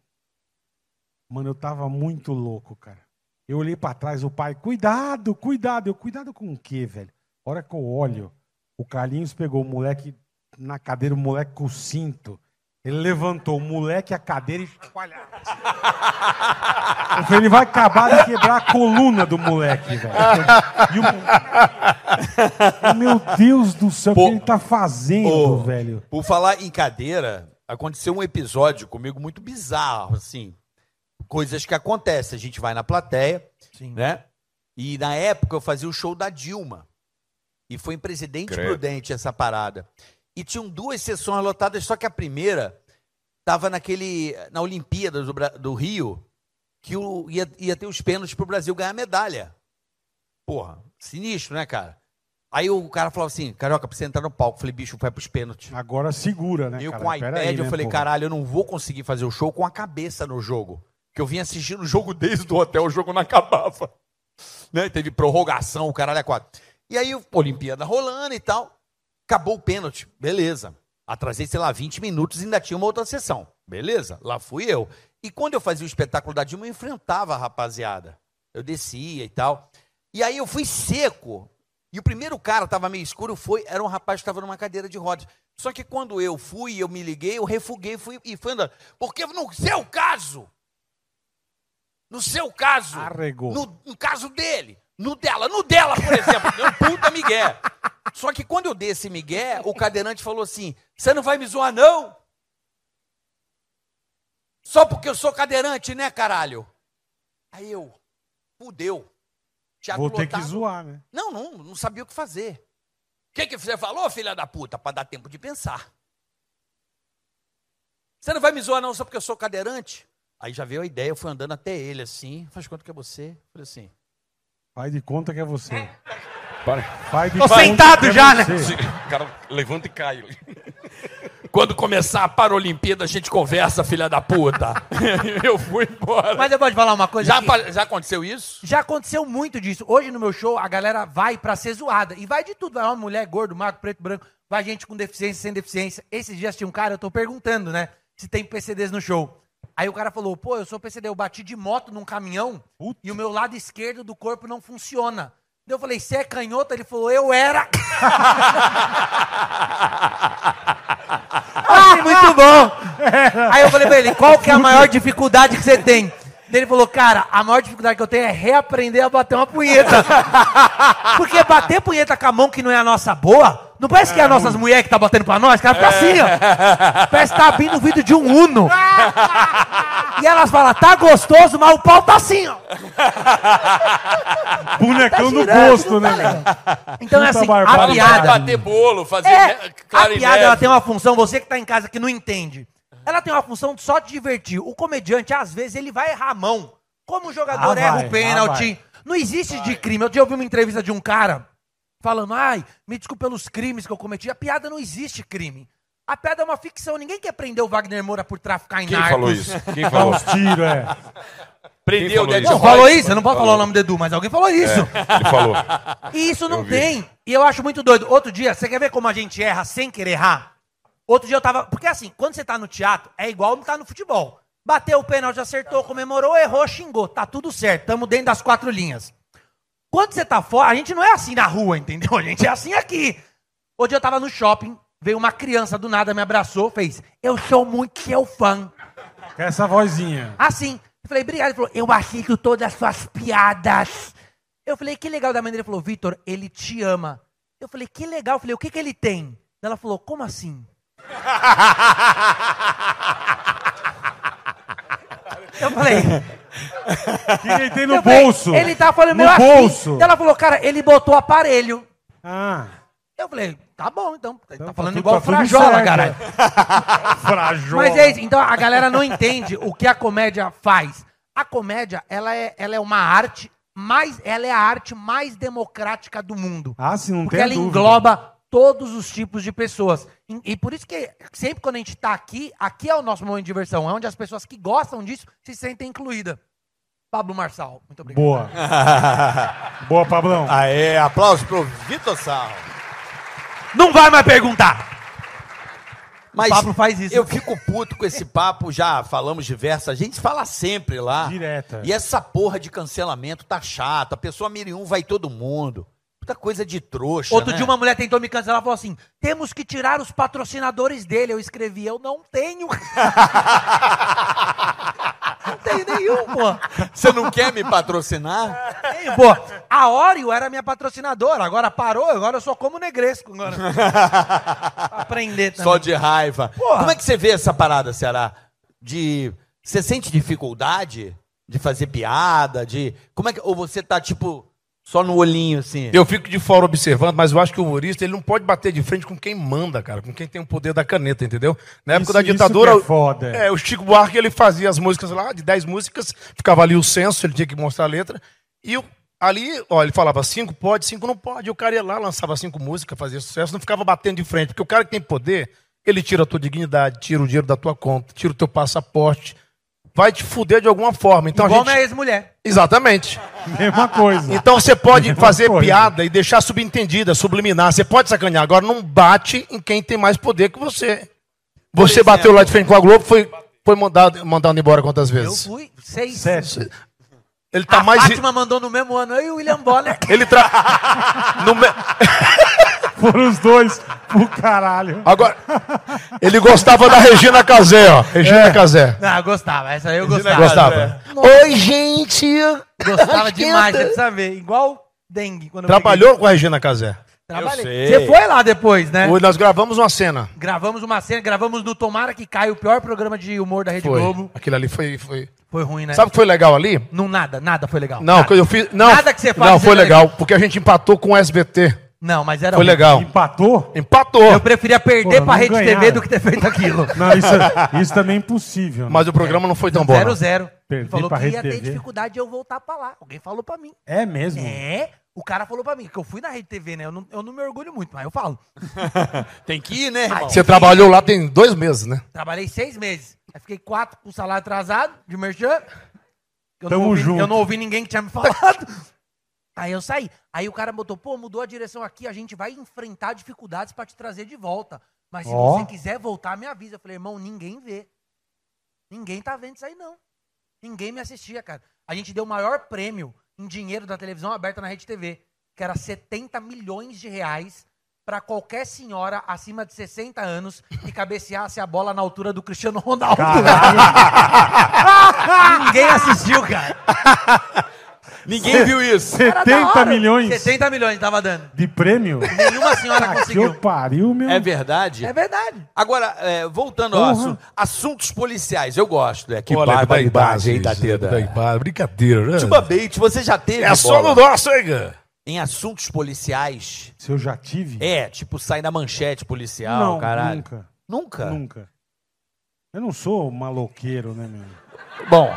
Speaker 2: Mano, eu tava muito louco, cara. Eu olhei pra trás, o pai, cuidado, cuidado. Eu, cuidado com o quê, velho? A hora que eu olho, o Carlinhos pegou o moleque na cadeira, o moleque com o cinto. Ele levantou o moleque, a cadeira e chacoalhava. Eu falei, ele vai acabar de quebrar a coluna do moleque, velho. E o- Meu Deus do céu, o
Speaker 1: Pô.
Speaker 2: que ele tá fazendo,
Speaker 1: Ô,
Speaker 2: velho?
Speaker 1: Por falar em cadeira, aconteceu um episódio comigo muito bizarro, assim. Coisas que acontecem. A gente vai na plateia,
Speaker 7: Sim.
Speaker 1: né? E na época eu fazia o show da Dilma. E foi em Presidente
Speaker 5: Credo.
Speaker 1: Prudente essa parada. E tinham duas sessões lotadas, só que a primeira tava naquele. na Olimpíada do, Bra- do Rio, que o- ia, ia ter os pênaltis pro Brasil ganhar medalha. Porra, sinistro, né, cara? Aí o cara falava assim, Carioca, pra você entrar no palco. Eu falei, bicho, vai pros pênaltis.
Speaker 2: Agora segura, né?
Speaker 1: eu
Speaker 2: cara?
Speaker 1: com o iPad,
Speaker 2: Pera aí,
Speaker 1: eu
Speaker 2: né,
Speaker 1: falei,
Speaker 2: pô?
Speaker 1: caralho, eu não vou conseguir fazer o show com a cabeça no jogo. Porque eu vim assistindo o jogo desde o hotel, o jogo não acabava. Né? E Teve prorrogação, o caralho é quatro. E aí, o- Olimpíada rolando e tal. Acabou o pênalti, beleza. Atrasei, sei lá, 20 minutos e ainda tinha uma outra sessão. Beleza, lá fui eu. E quando eu fazia o espetáculo da Dilma, eu enfrentava a rapaziada. Eu descia e tal. E aí eu fui seco. E o primeiro cara tava meio escuro, foi, era um rapaz que estava numa cadeira de rodas. Só que quando eu fui, eu me liguei, eu refuguei fui, e fui andando. Porque no seu caso, no seu caso,
Speaker 2: Arregou.
Speaker 1: no, no caso dele, no dela, no dela, por exemplo, deu um puta migué. Só que quando eu dei esse migué, o cadeirante falou assim, você não vai me zoar não? Só porque eu sou cadeirante, né, caralho? Aí eu, fudeu. Thiago
Speaker 2: Vou ter que
Speaker 1: Lotato-
Speaker 2: zoar, né?
Speaker 1: não, não, não sabia o que fazer. O que, que você falou, filha da puta? Pra dar tempo de pensar. Você não vai me zoar, não, só porque eu sou cadeirante? Aí já veio a ideia, eu fui andando até ele assim. Faz quanto que é você? Falei assim.
Speaker 2: Faz de conta que é você.
Speaker 5: Para.
Speaker 2: Faz de
Speaker 7: Tô
Speaker 2: conta
Speaker 7: sentado
Speaker 2: que é
Speaker 7: já, né?
Speaker 2: você.
Speaker 5: O cara levanta e cai.
Speaker 1: Quando começar a Paralimpíada, a gente conversa, filha da puta. eu fui embora.
Speaker 7: Mas eu posso falar uma coisa
Speaker 1: já,
Speaker 7: aqui?
Speaker 1: pa- já aconteceu isso?
Speaker 7: Já aconteceu muito disso. Hoje no meu show, a galera vai pra ser zoada. E vai de tudo. Vai uma mulher, gordo, magro, preto, branco. Vai gente com deficiência, sem deficiência. Esses dias tinha um cara, eu tô perguntando, né? Se tem PCDs no show. Aí o cara falou, pô, eu sou PCD, eu bati de moto num caminhão
Speaker 2: Puta.
Speaker 7: e o meu lado esquerdo do corpo não funciona. Daí Eu falei, você é canhoto? Ele falou, eu era. Achei muito bom. Aí eu falei pra ele, qual que é a maior dificuldade que você tem? Ele falou, cara, a maior dificuldade que eu tenho é reaprender a bater uma punheta. Porque bater punheta com a mão que não é a nossa boa, não parece que é as nossas mulheres que tá batendo pra nós, cara, fica assim, ó. Parece que tá abrindo o vidro de um Uno. E elas falam, tá gostoso, mas o pau tá assim, ó. Tá
Speaker 2: Bonecão do
Speaker 7: girando,
Speaker 2: gosto, né?
Speaker 7: não tá
Speaker 2: velho?
Speaker 7: Então é
Speaker 2: Puta
Speaker 7: assim, a
Speaker 2: barbaridade.
Speaker 7: piada...
Speaker 5: Bater bolo, fazer
Speaker 7: É, a
Speaker 5: clarinete.
Speaker 7: piada ela tem uma função, você que tá em casa que não entende. Ela tem uma função de só te divertir. O comediante, às vezes, ele vai errar a mão. Como o jogador
Speaker 2: Ah,
Speaker 7: erra
Speaker 2: vai,
Speaker 7: o
Speaker 2: ah,
Speaker 7: pênalti. não existe de crime. Eu já ouvi uma entrevista de um cara falando: ai, me desculpe pelos crimes que eu cometi. A piada não existe crime. A piada é uma ficção. Ninguém quer prender o Wagner Moura por traficar em
Speaker 5: Quem
Speaker 7: narcos.
Speaker 5: falou isso? Quem
Speaker 2: Dá
Speaker 5: falou?
Speaker 2: uns tiros, é.
Speaker 5: Quem
Speaker 1: Prendeu o
Speaker 5: falou
Speaker 1: Dead
Speaker 7: Não,
Speaker 5: isso? Você
Speaker 1: Boy.
Speaker 7: falou isso? Eu não posso falar o nome do Edu, mas alguém falou isso.
Speaker 5: Ele falou.
Speaker 7: E isso não
Speaker 5: vi.
Speaker 7: tem. E eu acho muito doido. Outro dia, você quer ver como a gente erra sem querer errar? Outro dia eu tava. Porque assim, quando você tá no teatro, é igual não tá no futebol. Bateu o pênalti, acertou, comemorou, errou, xingou. Tá tudo certo. Tamo dentro das quatro linhas. Quando você tá fora, a gente não é assim na rua, entendeu? A gente é assim aqui. Outro dia eu tava no shopping, veio uma criança do nada, me abraçou, fez: Eu sou muito seu fã.
Speaker 2: Com essa vozinha.
Speaker 7: Assim. Eu falei, obrigado. Ele falou, eu assisto todas as suas piadas. Eu falei, que legal da mãe dele. Ele falou, Vitor, ele te ama. Eu falei, que legal. Eu falei, o que, que ele tem? Ela falou, como assim? Eu falei,
Speaker 2: Que ele tem no
Speaker 7: eu falei,
Speaker 2: bolso.
Speaker 7: ele tá falando
Speaker 2: no
Speaker 7: meu assim.
Speaker 2: bolso.
Speaker 7: Ela falou, cara, ele botou aparelho.
Speaker 2: Ah,
Speaker 7: Eu falei, tá bom, então. Ele tá
Speaker 2: tá
Speaker 7: falando
Speaker 2: tudo-
Speaker 7: igual
Speaker 2: tá tudo
Speaker 7: frajola,
Speaker 2: certo.
Speaker 7: caralho.
Speaker 2: frajola.
Speaker 7: Mas é isso, então a galera não entende o que a comédia faz. A comédia, ela é, ela é uma arte, mais, ela é a arte mais democrática do mundo.
Speaker 2: Ah, sim, não
Speaker 7: porque
Speaker 2: tem
Speaker 7: ela
Speaker 2: dúvida.
Speaker 7: engloba todos os tipos de pessoas. E, e por isso que sempre quando a gente tá aqui, aqui é o nosso momento de diversão, é onde as pessoas que gostam disso se sentem incluídas. Pablo Marçal, muito obrigado.
Speaker 2: Boa. Boa, Pablão.
Speaker 1: Aê, aplauso pro Vitor Sarro.
Speaker 7: Não vai mais perguntar!
Speaker 1: Mas
Speaker 7: O Pablo faz isso.
Speaker 1: Eu fico puto com esse papo, já falamos diversas, a gente fala sempre lá.
Speaker 2: Direta.
Speaker 1: E essa porra de cancelamento tá chata, a pessoa miriam vai todo mundo. Puta coisa de trouxa,
Speaker 7: Outro
Speaker 1: né?
Speaker 7: dia uma mulher tentou me cancelar e falou assim: temos que tirar os patrocinadores dele. Eu escrevi, eu não tenho. não tenho nenhum, pô.
Speaker 1: Você não quer me patrocinar?
Speaker 7: Tenho, pô. A Oreo era minha patrocinadora, agora parou, agora eu só como negresco. Agora. Aprender também.
Speaker 1: Só de raiva.
Speaker 7: Porra.
Speaker 1: Como é que você vê essa parada, Ceará? De você sente dificuldade de fazer piada, de como é que ou você tá tipo só no olhinho assim?
Speaker 4: Eu fico de fora observando, mas eu acho que o humorista ele não pode bater de frente com quem manda, cara, com quem tem o poder da caneta, entendeu? Na época
Speaker 2: Isso-
Speaker 4: da
Speaker 2: isso
Speaker 4: ditadura,
Speaker 2: que é foda.
Speaker 4: é, o Chico Buarque ele fazia as músicas lá, de 10 músicas, ficava ali o censo, ele tinha que mostrar a letra, e o- ali, ó, ele falava cinco pode, cinco não pode, e o cara ia lá, lançava cinco músicas, fazia sucesso, não ficava batendo de frente, porque o cara que tem poder, ele tira a tua dignidade, tira o dinheiro da tua conta, tira o teu passaporte, vai te fuder de alguma forma. Então
Speaker 7: Igual
Speaker 4: a gente...
Speaker 7: minha ex-mulher.
Speaker 4: Exatamente.
Speaker 2: Mesma coisa.
Speaker 4: Então você pode
Speaker 2: Mesma
Speaker 4: fazer
Speaker 2: coisa.
Speaker 4: piada e deixar subentendida, subliminar. Você pode sacanear. Agora não bate em quem tem mais poder que você.
Speaker 7: é.
Speaker 4: Você bateu lá de frente com a Globo, foi, foi mandado, mandado embora quantas
Speaker 7: Eu
Speaker 4: vezes?
Speaker 7: fui seis.
Speaker 2: Sete.
Speaker 4: Ele tá
Speaker 7: A
Speaker 4: mais.
Speaker 7: Fátima mandou no mesmo ano, eu e o William Bonner.
Speaker 4: Ele tra... no me-
Speaker 2: Foram os dois pro caralho.
Speaker 4: Agora. Ele gostava da Regina Casé, ó. Regina Casé.
Speaker 7: Não, eu Ah, gostava, essa aí eu gostava.
Speaker 4: Gostava.
Speaker 7: É.
Speaker 4: Oi, gente!
Speaker 7: Gostava demais, você precisa ver. Igual dengue. Quando eu
Speaker 4: Trabalhou com a Regina Casé.
Speaker 7: peguei. Trabalhei.
Speaker 1: sei.
Speaker 7: Você foi lá depois, né?
Speaker 4: Hoje Nós gravamos uma cena.
Speaker 7: Gravamos uma cena, gravamos no Tomara que Cai, o pior programa de humor da Rede
Speaker 4: Foi.
Speaker 7: Globo.
Speaker 4: Aquilo ali foi. foi...
Speaker 7: Foi ruim, né?
Speaker 4: Sabe o que foi legal ali?
Speaker 7: Não, nada, nada foi legal.
Speaker 4: Não,
Speaker 7: Nada.
Speaker 4: que eu fiz. Não,
Speaker 7: Nada que você fale
Speaker 4: Não,
Speaker 7: seja
Speaker 4: foi legal, porque a gente empatou com o SBT.
Speaker 7: Não, mas era
Speaker 4: Foi
Speaker 7: ruim.
Speaker 4: legal.
Speaker 2: Empatou?
Speaker 4: Empatou.
Speaker 7: Eu preferia perder
Speaker 2: Pô,
Speaker 7: pra
Speaker 2: não
Speaker 7: Rede TV
Speaker 2: ganharam.
Speaker 7: do que ter feito aquilo.
Speaker 2: Não, isso, isso também é impossível. né?
Speaker 4: Mas o programa não foi tão bom.
Speaker 7: Zero,
Speaker 4: não.
Speaker 7: zero.
Speaker 2: Perdi
Speaker 7: falou
Speaker 2: pra
Speaker 7: que
Speaker 2: Rede
Speaker 7: ia ter
Speaker 2: TV.
Speaker 7: dificuldade de eu voltar pra lá. Alguém falou pra mim.
Speaker 2: É mesmo?
Speaker 7: É, o cara falou pra mim, que eu fui na Rede TV, né? Eu não, eu não me orgulho muito, mas eu falo.
Speaker 1: Tem que ir, né, irmão?
Speaker 4: Você trabalhou lá tem dois meses, né?
Speaker 7: Trabalhei seis meses. Aí fiquei quatro com salário atrasado de merchan. Eu
Speaker 2: Tamo
Speaker 7: não ouvi,
Speaker 2: junto.
Speaker 7: Eu não ouvi ninguém que tinha me falado. Aí eu saí. Aí o cara botou, pô, mudou a direção aqui, a gente vai enfrentar dificuldades pra te trazer de volta. Mas se
Speaker 2: Ó.
Speaker 7: você quiser voltar, me avisa. Eu falei, irmão, ninguém vê. Ninguém tá vendo isso aí, não. Ninguém me assistia, cara. A gente deu o maior prêmio em dinheiro da televisão aberta na Rede TV, que era 70 milhões de reais pra pra qualquer senhora acima de 60 anos que cabeceasse a bola na altura do Cristiano Ronaldo. Ninguém assistiu, cara.
Speaker 5: Ninguém viu isso.
Speaker 7: Era da
Speaker 2: 70
Speaker 7: hora.
Speaker 2: milhões
Speaker 7: 70 milhões tava dando.
Speaker 2: de prêmio?
Speaker 7: Nenhuma senhora
Speaker 2: Ah, que eu
Speaker 7: conseguiu.
Speaker 2: pariu, meu.
Speaker 1: É verdade?
Speaker 7: É verdade.
Speaker 1: Agora, é, voltando ao
Speaker 2: Porra.
Speaker 1: assunto, assuntos policiais, eu gosto, né? Que
Speaker 4: Olha,
Speaker 1: barbaridade,
Speaker 4: barbaridade,
Speaker 1: hein, Tipo
Speaker 4: da
Speaker 1: Tateda?
Speaker 4: Ibá, Brincadeira, né?
Speaker 1: Tuba Bait, você já teve
Speaker 4: É só no
Speaker 1: bola?
Speaker 4: nosso, hein, cara?
Speaker 1: em assuntos policiais?
Speaker 2: Se eu já tive?
Speaker 1: É, tipo, sai na manchete policial,
Speaker 2: não,
Speaker 1: caralho.
Speaker 2: nunca.
Speaker 1: Nunca?
Speaker 2: Nunca. Eu não sou maloqueiro, né, meu?
Speaker 1: Bom,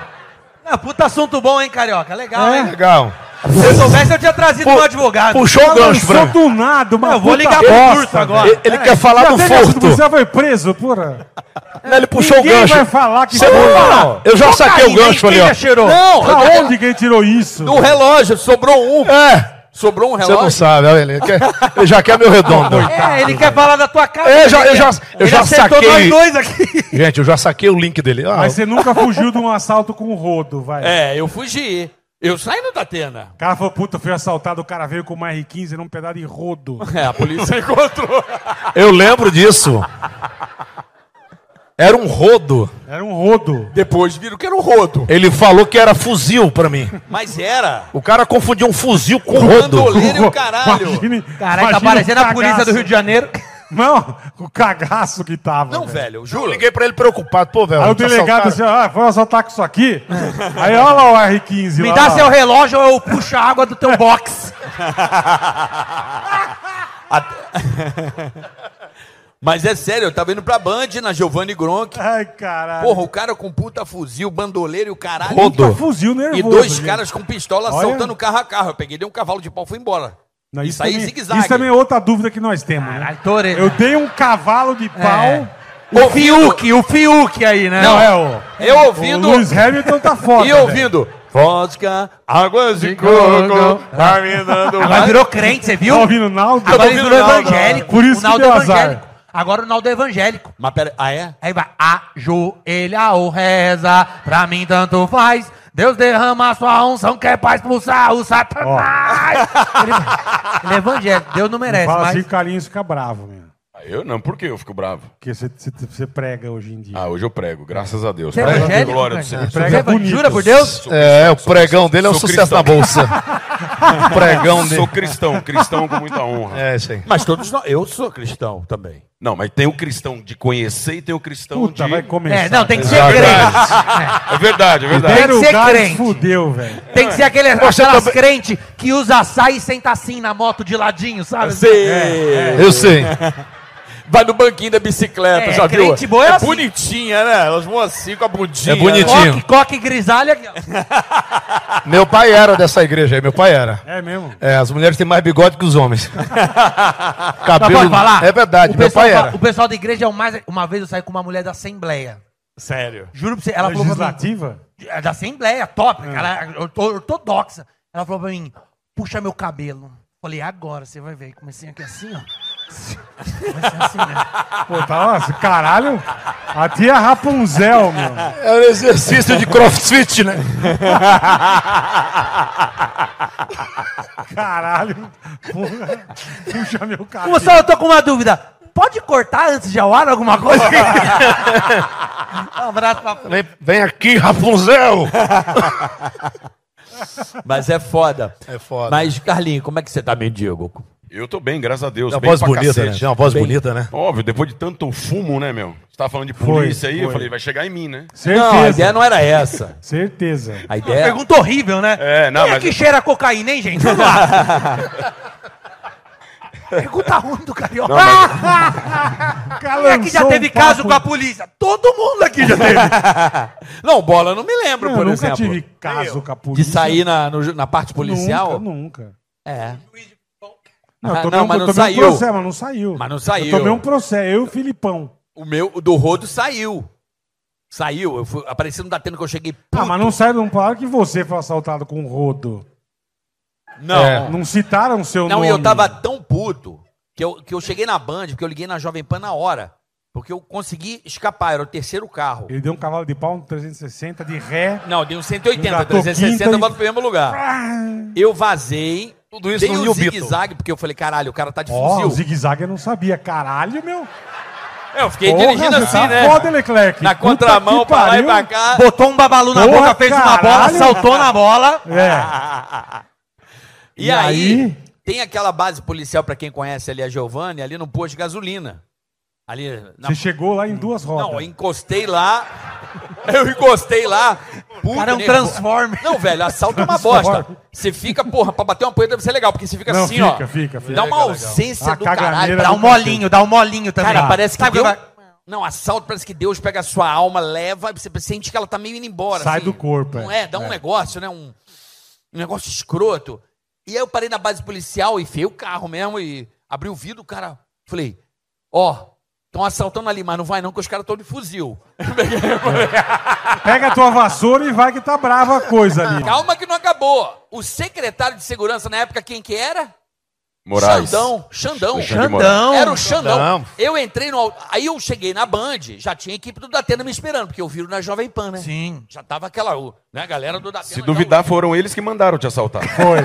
Speaker 7: Ah, puta assunto bom, hein, Carioca? Legal, hein?
Speaker 4: Legal.
Speaker 7: Se eu soubesse, eu tinha trazido
Speaker 4: É. Pu-
Speaker 7: meu advogado.
Speaker 4: Puxou o gancho,
Speaker 2: sou
Speaker 4: Branco.
Speaker 2: do nada, uma
Speaker 7: Eu
Speaker 2: puta
Speaker 7: vou ligar pro
Speaker 2: bosta,
Speaker 7: Turco
Speaker 2: velho.
Speaker 7: agora.
Speaker 4: Ele, ele quer falar
Speaker 2: Cadê
Speaker 4: do
Speaker 2: que esse
Speaker 4: furto.
Speaker 2: policial foi preso, porra.
Speaker 4: Não, ele puxou o
Speaker 2: Ninguém
Speaker 4: gancho.
Speaker 2: vai falar que
Speaker 4: Você
Speaker 2: foi,
Speaker 4: não,
Speaker 2: não.
Speaker 4: eu já saquei o
Speaker 7: Cocaína,
Speaker 4: gancho
Speaker 7: hein?
Speaker 4: ali,
Speaker 7: Quem
Speaker 4: ó.
Speaker 7: já cheirou?
Speaker 1: não,
Speaker 2: Da onde que ele tirou isso?
Speaker 1: do relógio, sobrou um.
Speaker 4: É,
Speaker 1: Sobrou um
Speaker 4: você não
Speaker 1: relógio.
Speaker 4: sabe, olha, ele, quer, ele já quer meu redondo.
Speaker 7: É, ele quer falar da tua né, cara.
Speaker 4: É, Ah, eu já- eu já- eu
Speaker 7: Ele
Speaker 4: já
Speaker 7: acertou
Speaker 4: saquei.
Speaker 7: nós dois aqui.
Speaker 4: Gente, eu já saquei o link dele. Ah,
Speaker 2: Mas você nunca fugiu de um assalto com o rodo, vai.
Speaker 1: É, eu fugi. Eu saí no Datena.
Speaker 2: O cara falou, puta, fui assaltado, o cara veio com uma R15 num pedaço de rodo.
Speaker 1: É, a polícia encontrou.
Speaker 4: eu lembro disso. Era um rodo.
Speaker 2: Era um rodo.
Speaker 1: Depois viram que era um rodo.
Speaker 4: Ele falou que era fuzil pra mim.
Speaker 1: Mas era.
Speaker 4: O cara confundiu um fuzil com um
Speaker 1: Bandoleiro.
Speaker 4: rodo.
Speaker 1: Ele é o caralho.
Speaker 2: Imagine-
Speaker 7: Caralho,
Speaker 2: imagine
Speaker 7: tá
Speaker 2: o
Speaker 7: parecendo a
Speaker 2: cagaço.
Speaker 7: polícia do Rio de Janeiro.
Speaker 2: Não, o cagaço que tava.
Speaker 1: Não, velho, eu
Speaker 4: Eu
Speaker 1: juro.
Speaker 4: liguei pra ele preocupado. Pô, velho. tá
Speaker 2: Aí o
Speaker 7: Tá
Speaker 4: te
Speaker 2: delegado assim,
Speaker 4: assaltaram.
Speaker 2: ah, foi assaltar com isso aqui? Aí olha lá o R15 lá.
Speaker 7: Me
Speaker 2: É.
Speaker 7: dá
Speaker 2: ó.
Speaker 7: seu relógio ou eu puxo a água do teu box.
Speaker 1: Mas é sério, eu tava indo pra Band na Giovanni Gronk.
Speaker 2: Ai, caralho.
Speaker 1: Porra, o cara com puta fuzil, bandoleiro e o caralho.
Speaker 4: Rodo.
Speaker 2: Puta fuzil nervoso.
Speaker 1: E dois
Speaker 2: gente.
Speaker 1: caras com pistola
Speaker 2: Olha.
Speaker 1: assaltando carro a carro. Eu peguei, dei um cavalo de pau e fui embora.
Speaker 2: Não,
Speaker 1: e
Speaker 2: isso
Speaker 1: saí
Speaker 2: também-
Speaker 1: zigue-zague.
Speaker 2: Isso também é outra dúvida que nós temos, né?
Speaker 7: Caralho, tô orelha.
Speaker 2: Eu dei um cavalo de pau.
Speaker 7: É. O Fiuk, o Fiuk aí, né?
Speaker 2: Não, é o...
Speaker 1: Eu ouvindo.
Speaker 2: O Lewis Hamilton tá foda.
Speaker 1: E ouvindo. Vodka, águas de coco, caminhando.
Speaker 7: Agora virou crente, você viu?
Speaker 2: Tá ouvindo o Naldo?
Speaker 7: Agora
Speaker 1: ouvindo
Speaker 7: virou
Speaker 1: o Naldo,
Speaker 7: evangélico.
Speaker 2: Por isso
Speaker 7: o
Speaker 2: que
Speaker 7: Naldo
Speaker 2: deu azar.
Speaker 7: evangélico. Agora o Naldo é evangélico.
Speaker 1: Mas pera, ah é?
Speaker 7: Aí vai, ajoelha ou reza, pra mim tanto faz. Deus derrama a sua unção, que é pra expulsar o satanás. Ele, ele é evangélico, Deus não merece,
Speaker 2: Fala
Speaker 7: mas...
Speaker 2: assim, o Carlinhos fica bravo, meu.
Speaker 5: Ah, Eu não, por que eu fico bravo?
Speaker 2: Porque você- você você prega hoje em dia.
Speaker 5: Ah, hoje eu prego, graças a Deus.
Speaker 7: Você é
Speaker 5: Prego,
Speaker 7: evangélico,
Speaker 5: glória do
Speaker 7: cara?
Speaker 5: Senhor.
Speaker 2: Você prega
Speaker 7: Você é-
Speaker 2: bonito.
Speaker 7: Jura por Deus?
Speaker 4: É, o pregão dele é um
Speaker 5: Sou
Speaker 4: sucesso na bolsa. O pregão dele.
Speaker 5: Sou cristão, cristão com muita honra.
Speaker 4: É, isso aí.
Speaker 1: Mas todos nós. Eu sou cristão também.
Speaker 5: Não, mas tem o cristão de conhecer e tem o cristão
Speaker 1: um
Speaker 2: Puta,
Speaker 5: de...
Speaker 2: vai começar.
Speaker 7: É, não, tem que ser
Speaker 4: Exato.
Speaker 7: crente.
Speaker 5: É verdade, é verdade.
Speaker 7: Tem que
Speaker 2: Primeiro
Speaker 7: ser
Speaker 2: lugar,
Speaker 7: crente.
Speaker 2: fudeu, velho.
Speaker 7: Tem que ser aquele,
Speaker 4: Você
Speaker 7: aquelas
Speaker 4: também-
Speaker 7: crente que usa açaí e senta assim na moto de ladinho, sabe?
Speaker 1: Você
Speaker 4: Eu sei.
Speaker 1: É, vai no banquinho da bicicleta,
Speaker 7: É,
Speaker 1: já viu?
Speaker 7: crente boa é assim.
Speaker 1: bonitinha, né? Elas vão assim com a bundinha.
Speaker 4: É bonitinha.
Speaker 7: Coque, coque grisalha. aqui, ó.
Speaker 4: Tá Meu pai era dessa igreja aí, meu pai era.
Speaker 2: É mesmo?
Speaker 1: Tá
Speaker 4: É, as mulheres têm mais bigode que os homens.
Speaker 7: Mas
Speaker 4: Cabelo.
Speaker 7: pode falar?
Speaker 4: É verdade,
Speaker 7: O
Speaker 4: meu
Speaker 7: pessoal
Speaker 4: pai
Speaker 7: fala-
Speaker 4: era.
Speaker 7: O pessoal da igreja é o mais... Uma vez eu saí com uma mulher da Assembleia.
Speaker 1: Sério.
Speaker 7: Juro pra você, ela falou pra mim,
Speaker 2: Legislativa?
Speaker 7: É da Assembleia, top, cara, orto- ortodoxa. Ela falou pra mim, puxa meu cabelo. Falei, agora, você vai ver. Comecei aqui assim, ó. Comecei assim, né?
Speaker 2: Pô, tá, ó, caralho. A tia Rapunzel, meu.
Speaker 4: É um exercício de crossfit, né?
Speaker 2: Caralho. Porra. Puxa meu cabelo.
Speaker 7: Ô, Só eu tô com uma dúvida. Pode cortar antes de ao ar alguma coisa? um abraço pra...
Speaker 4: Vem, vem aqui, Rapunzel!
Speaker 1: Mas é foda.
Speaker 4: É foda.
Speaker 1: Mas, Carlinhos, como é que você tá, mendigo?
Speaker 5: Eu tô bem, graças a Deus.
Speaker 4: Tem uma
Speaker 5: bem
Speaker 4: voz
Speaker 5: pra
Speaker 4: bonita, né?
Speaker 5: cacete.
Speaker 4: Tem uma voz bonita, né?
Speaker 5: Óbvio, depois de tanto fumo, né, meu? Você tava falando de polícia aí, eu
Speaker 2: foi.
Speaker 5: falei, vai chegar em mim, né?
Speaker 2: Certeza.
Speaker 1: Não, a ideia não é- era essa.
Speaker 2: Certeza.
Speaker 1: A
Speaker 7: Uma
Speaker 1: ideia.
Speaker 7: Pergunta horrível, né?
Speaker 5: É, não,
Speaker 7: Quem é
Speaker 5: mas-
Speaker 7: que cheira cocaína, hein, gente? Vamos lá. Pergunta ruim do carioca. Quem é que já
Speaker 2: um
Speaker 7: teve caso com a polícia? Todo mundo aqui já teve.
Speaker 1: Não, bola, eu não me lembro,
Speaker 2: Eu
Speaker 1: por
Speaker 2: nunca
Speaker 1: exemplo.
Speaker 2: tive caso com a
Speaker 1: De
Speaker 2: polícia.
Speaker 1: sair na, no ju- na parte policial?
Speaker 2: Nunca, nunca.
Speaker 1: É.
Speaker 2: Não, eu
Speaker 1: Ah,
Speaker 2: tomei
Speaker 1: não,
Speaker 2: um,
Speaker 1: mas
Speaker 2: tomei
Speaker 1: não
Speaker 2: um
Speaker 1: saiu.
Speaker 2: processo, mas não saiu.
Speaker 1: Mas não saiu.
Speaker 2: Eu tomei um processo, eu e o Filipão. Ah,
Speaker 1: O meu, o do Rodo saiu. Saiu. Eu fui aparecendo da tenda que eu cheguei.
Speaker 2: Ah,
Speaker 1: puto.
Speaker 2: mas não saiu, não falaram que você foi assaltado com um rodo.
Speaker 1: Não.
Speaker 4: É.
Speaker 2: Não citaram o seu
Speaker 1: Não,
Speaker 2: nome.
Speaker 1: e eu tava tão puto que eu, que eu cheguei na Band, porque eu liguei na Jovem Pan na hora. Porque eu consegui escapar, era o terceiro carro.
Speaker 2: Ele deu um cavalo de pau, um 360 de ré.
Speaker 1: Não, deu um 180,
Speaker 2: Engatou
Speaker 1: 360,
Speaker 2: quinta
Speaker 1: eu
Speaker 2: e-
Speaker 1: Ah, boto pro mesmo lugar. Eu vazei,
Speaker 4: Tudo isso
Speaker 1: Dei
Speaker 4: no
Speaker 1: um
Speaker 4: New Beetle.
Speaker 1: zigue-zague, porque eu falei, caralho, o cara tá de
Speaker 2: Ó, o
Speaker 1: fuzil.
Speaker 2: zigue-zague eu não sabia. Caralho, meu.
Speaker 1: É, eu fiquei
Speaker 2: Porra,
Speaker 1: dirigindo
Speaker 2: você
Speaker 1: assim,
Speaker 2: tá
Speaker 1: né?
Speaker 2: foda, Leclerc.
Speaker 1: Na
Speaker 2: Puta
Speaker 1: contramão,
Speaker 2: que
Speaker 1: pra lá e
Speaker 2: pariu.
Speaker 1: pra cá.
Speaker 7: Botou um babalu na
Speaker 2: Porra,
Speaker 7: boca, fez uma bola,
Speaker 2: caralho.
Speaker 7: saltou na bola.
Speaker 2: É.
Speaker 1: E,
Speaker 2: E
Speaker 1: aí,
Speaker 2: aí?
Speaker 1: tem aquela base policial, pra quem conhece ali a Giovanni, ali no posto de gasolina. Ali na
Speaker 2: Você chegou lá em duas rodas.
Speaker 1: Não, eu encostei lá. Eu encostei lá.
Speaker 7: O
Speaker 1: Puta,
Speaker 7: cara é um
Speaker 1: nervoso.
Speaker 7: transforme.
Speaker 1: Não, velho, assalto é uma
Speaker 2: Transforme.
Speaker 1: bosta. Você fica, porra, pra bater uma punheta deve ser legal, porque você fica
Speaker 2: Não,
Speaker 1: assim,
Speaker 2: fica,
Speaker 1: ó.
Speaker 2: fica, fica.
Speaker 1: Dá uma
Speaker 4: Legal, legal.
Speaker 1: ausência
Speaker 2: A
Speaker 1: do caralho.
Speaker 2: caganeira
Speaker 1: Dá
Speaker 7: Dá um
Speaker 1: um-
Speaker 7: molinho, dá um molinho também.
Speaker 1: Cara, parece que
Speaker 7: Sabe
Speaker 1: deu... um
Speaker 7: quando vai-
Speaker 1: Não, assalto parece que Deus pega a sua alma, leva, e você sente que ela tá meio indo embora.
Speaker 2: Sai
Speaker 1: assim.
Speaker 2: do corpo,
Speaker 1: Não
Speaker 2: é.
Speaker 1: é? Dá um negócio, né? Um, um negócio escroto. E aí eu parei na base policial e fei o carro mesmo e abri o vidro, o cara. Falei, ó, estão assaltando ali, mas não vai não, que os caras estão de fuzil.
Speaker 2: Pega a tua vassoura e vai que tá brava a coisa ali.
Speaker 1: Calma que não acabou. O secretário de segurança na época, quem que era?
Speaker 5: Moraes.
Speaker 1: Xandão. Xandão.
Speaker 5: Alexandre
Speaker 7: Xandão.
Speaker 1: Era o Xandão.
Speaker 4: Xandão.
Speaker 1: Eu entrei no. au- Aí eu cheguei na Band, já tinha a equipe do Datena me esperando, porque eu viro na Jovem Pan, né?
Speaker 7: Sim.
Speaker 1: Já tava aquela. o- Né, a galera do Datena.
Speaker 5: Se duvidar, foram eles que mandaram te assaltar.
Speaker 2: Foi.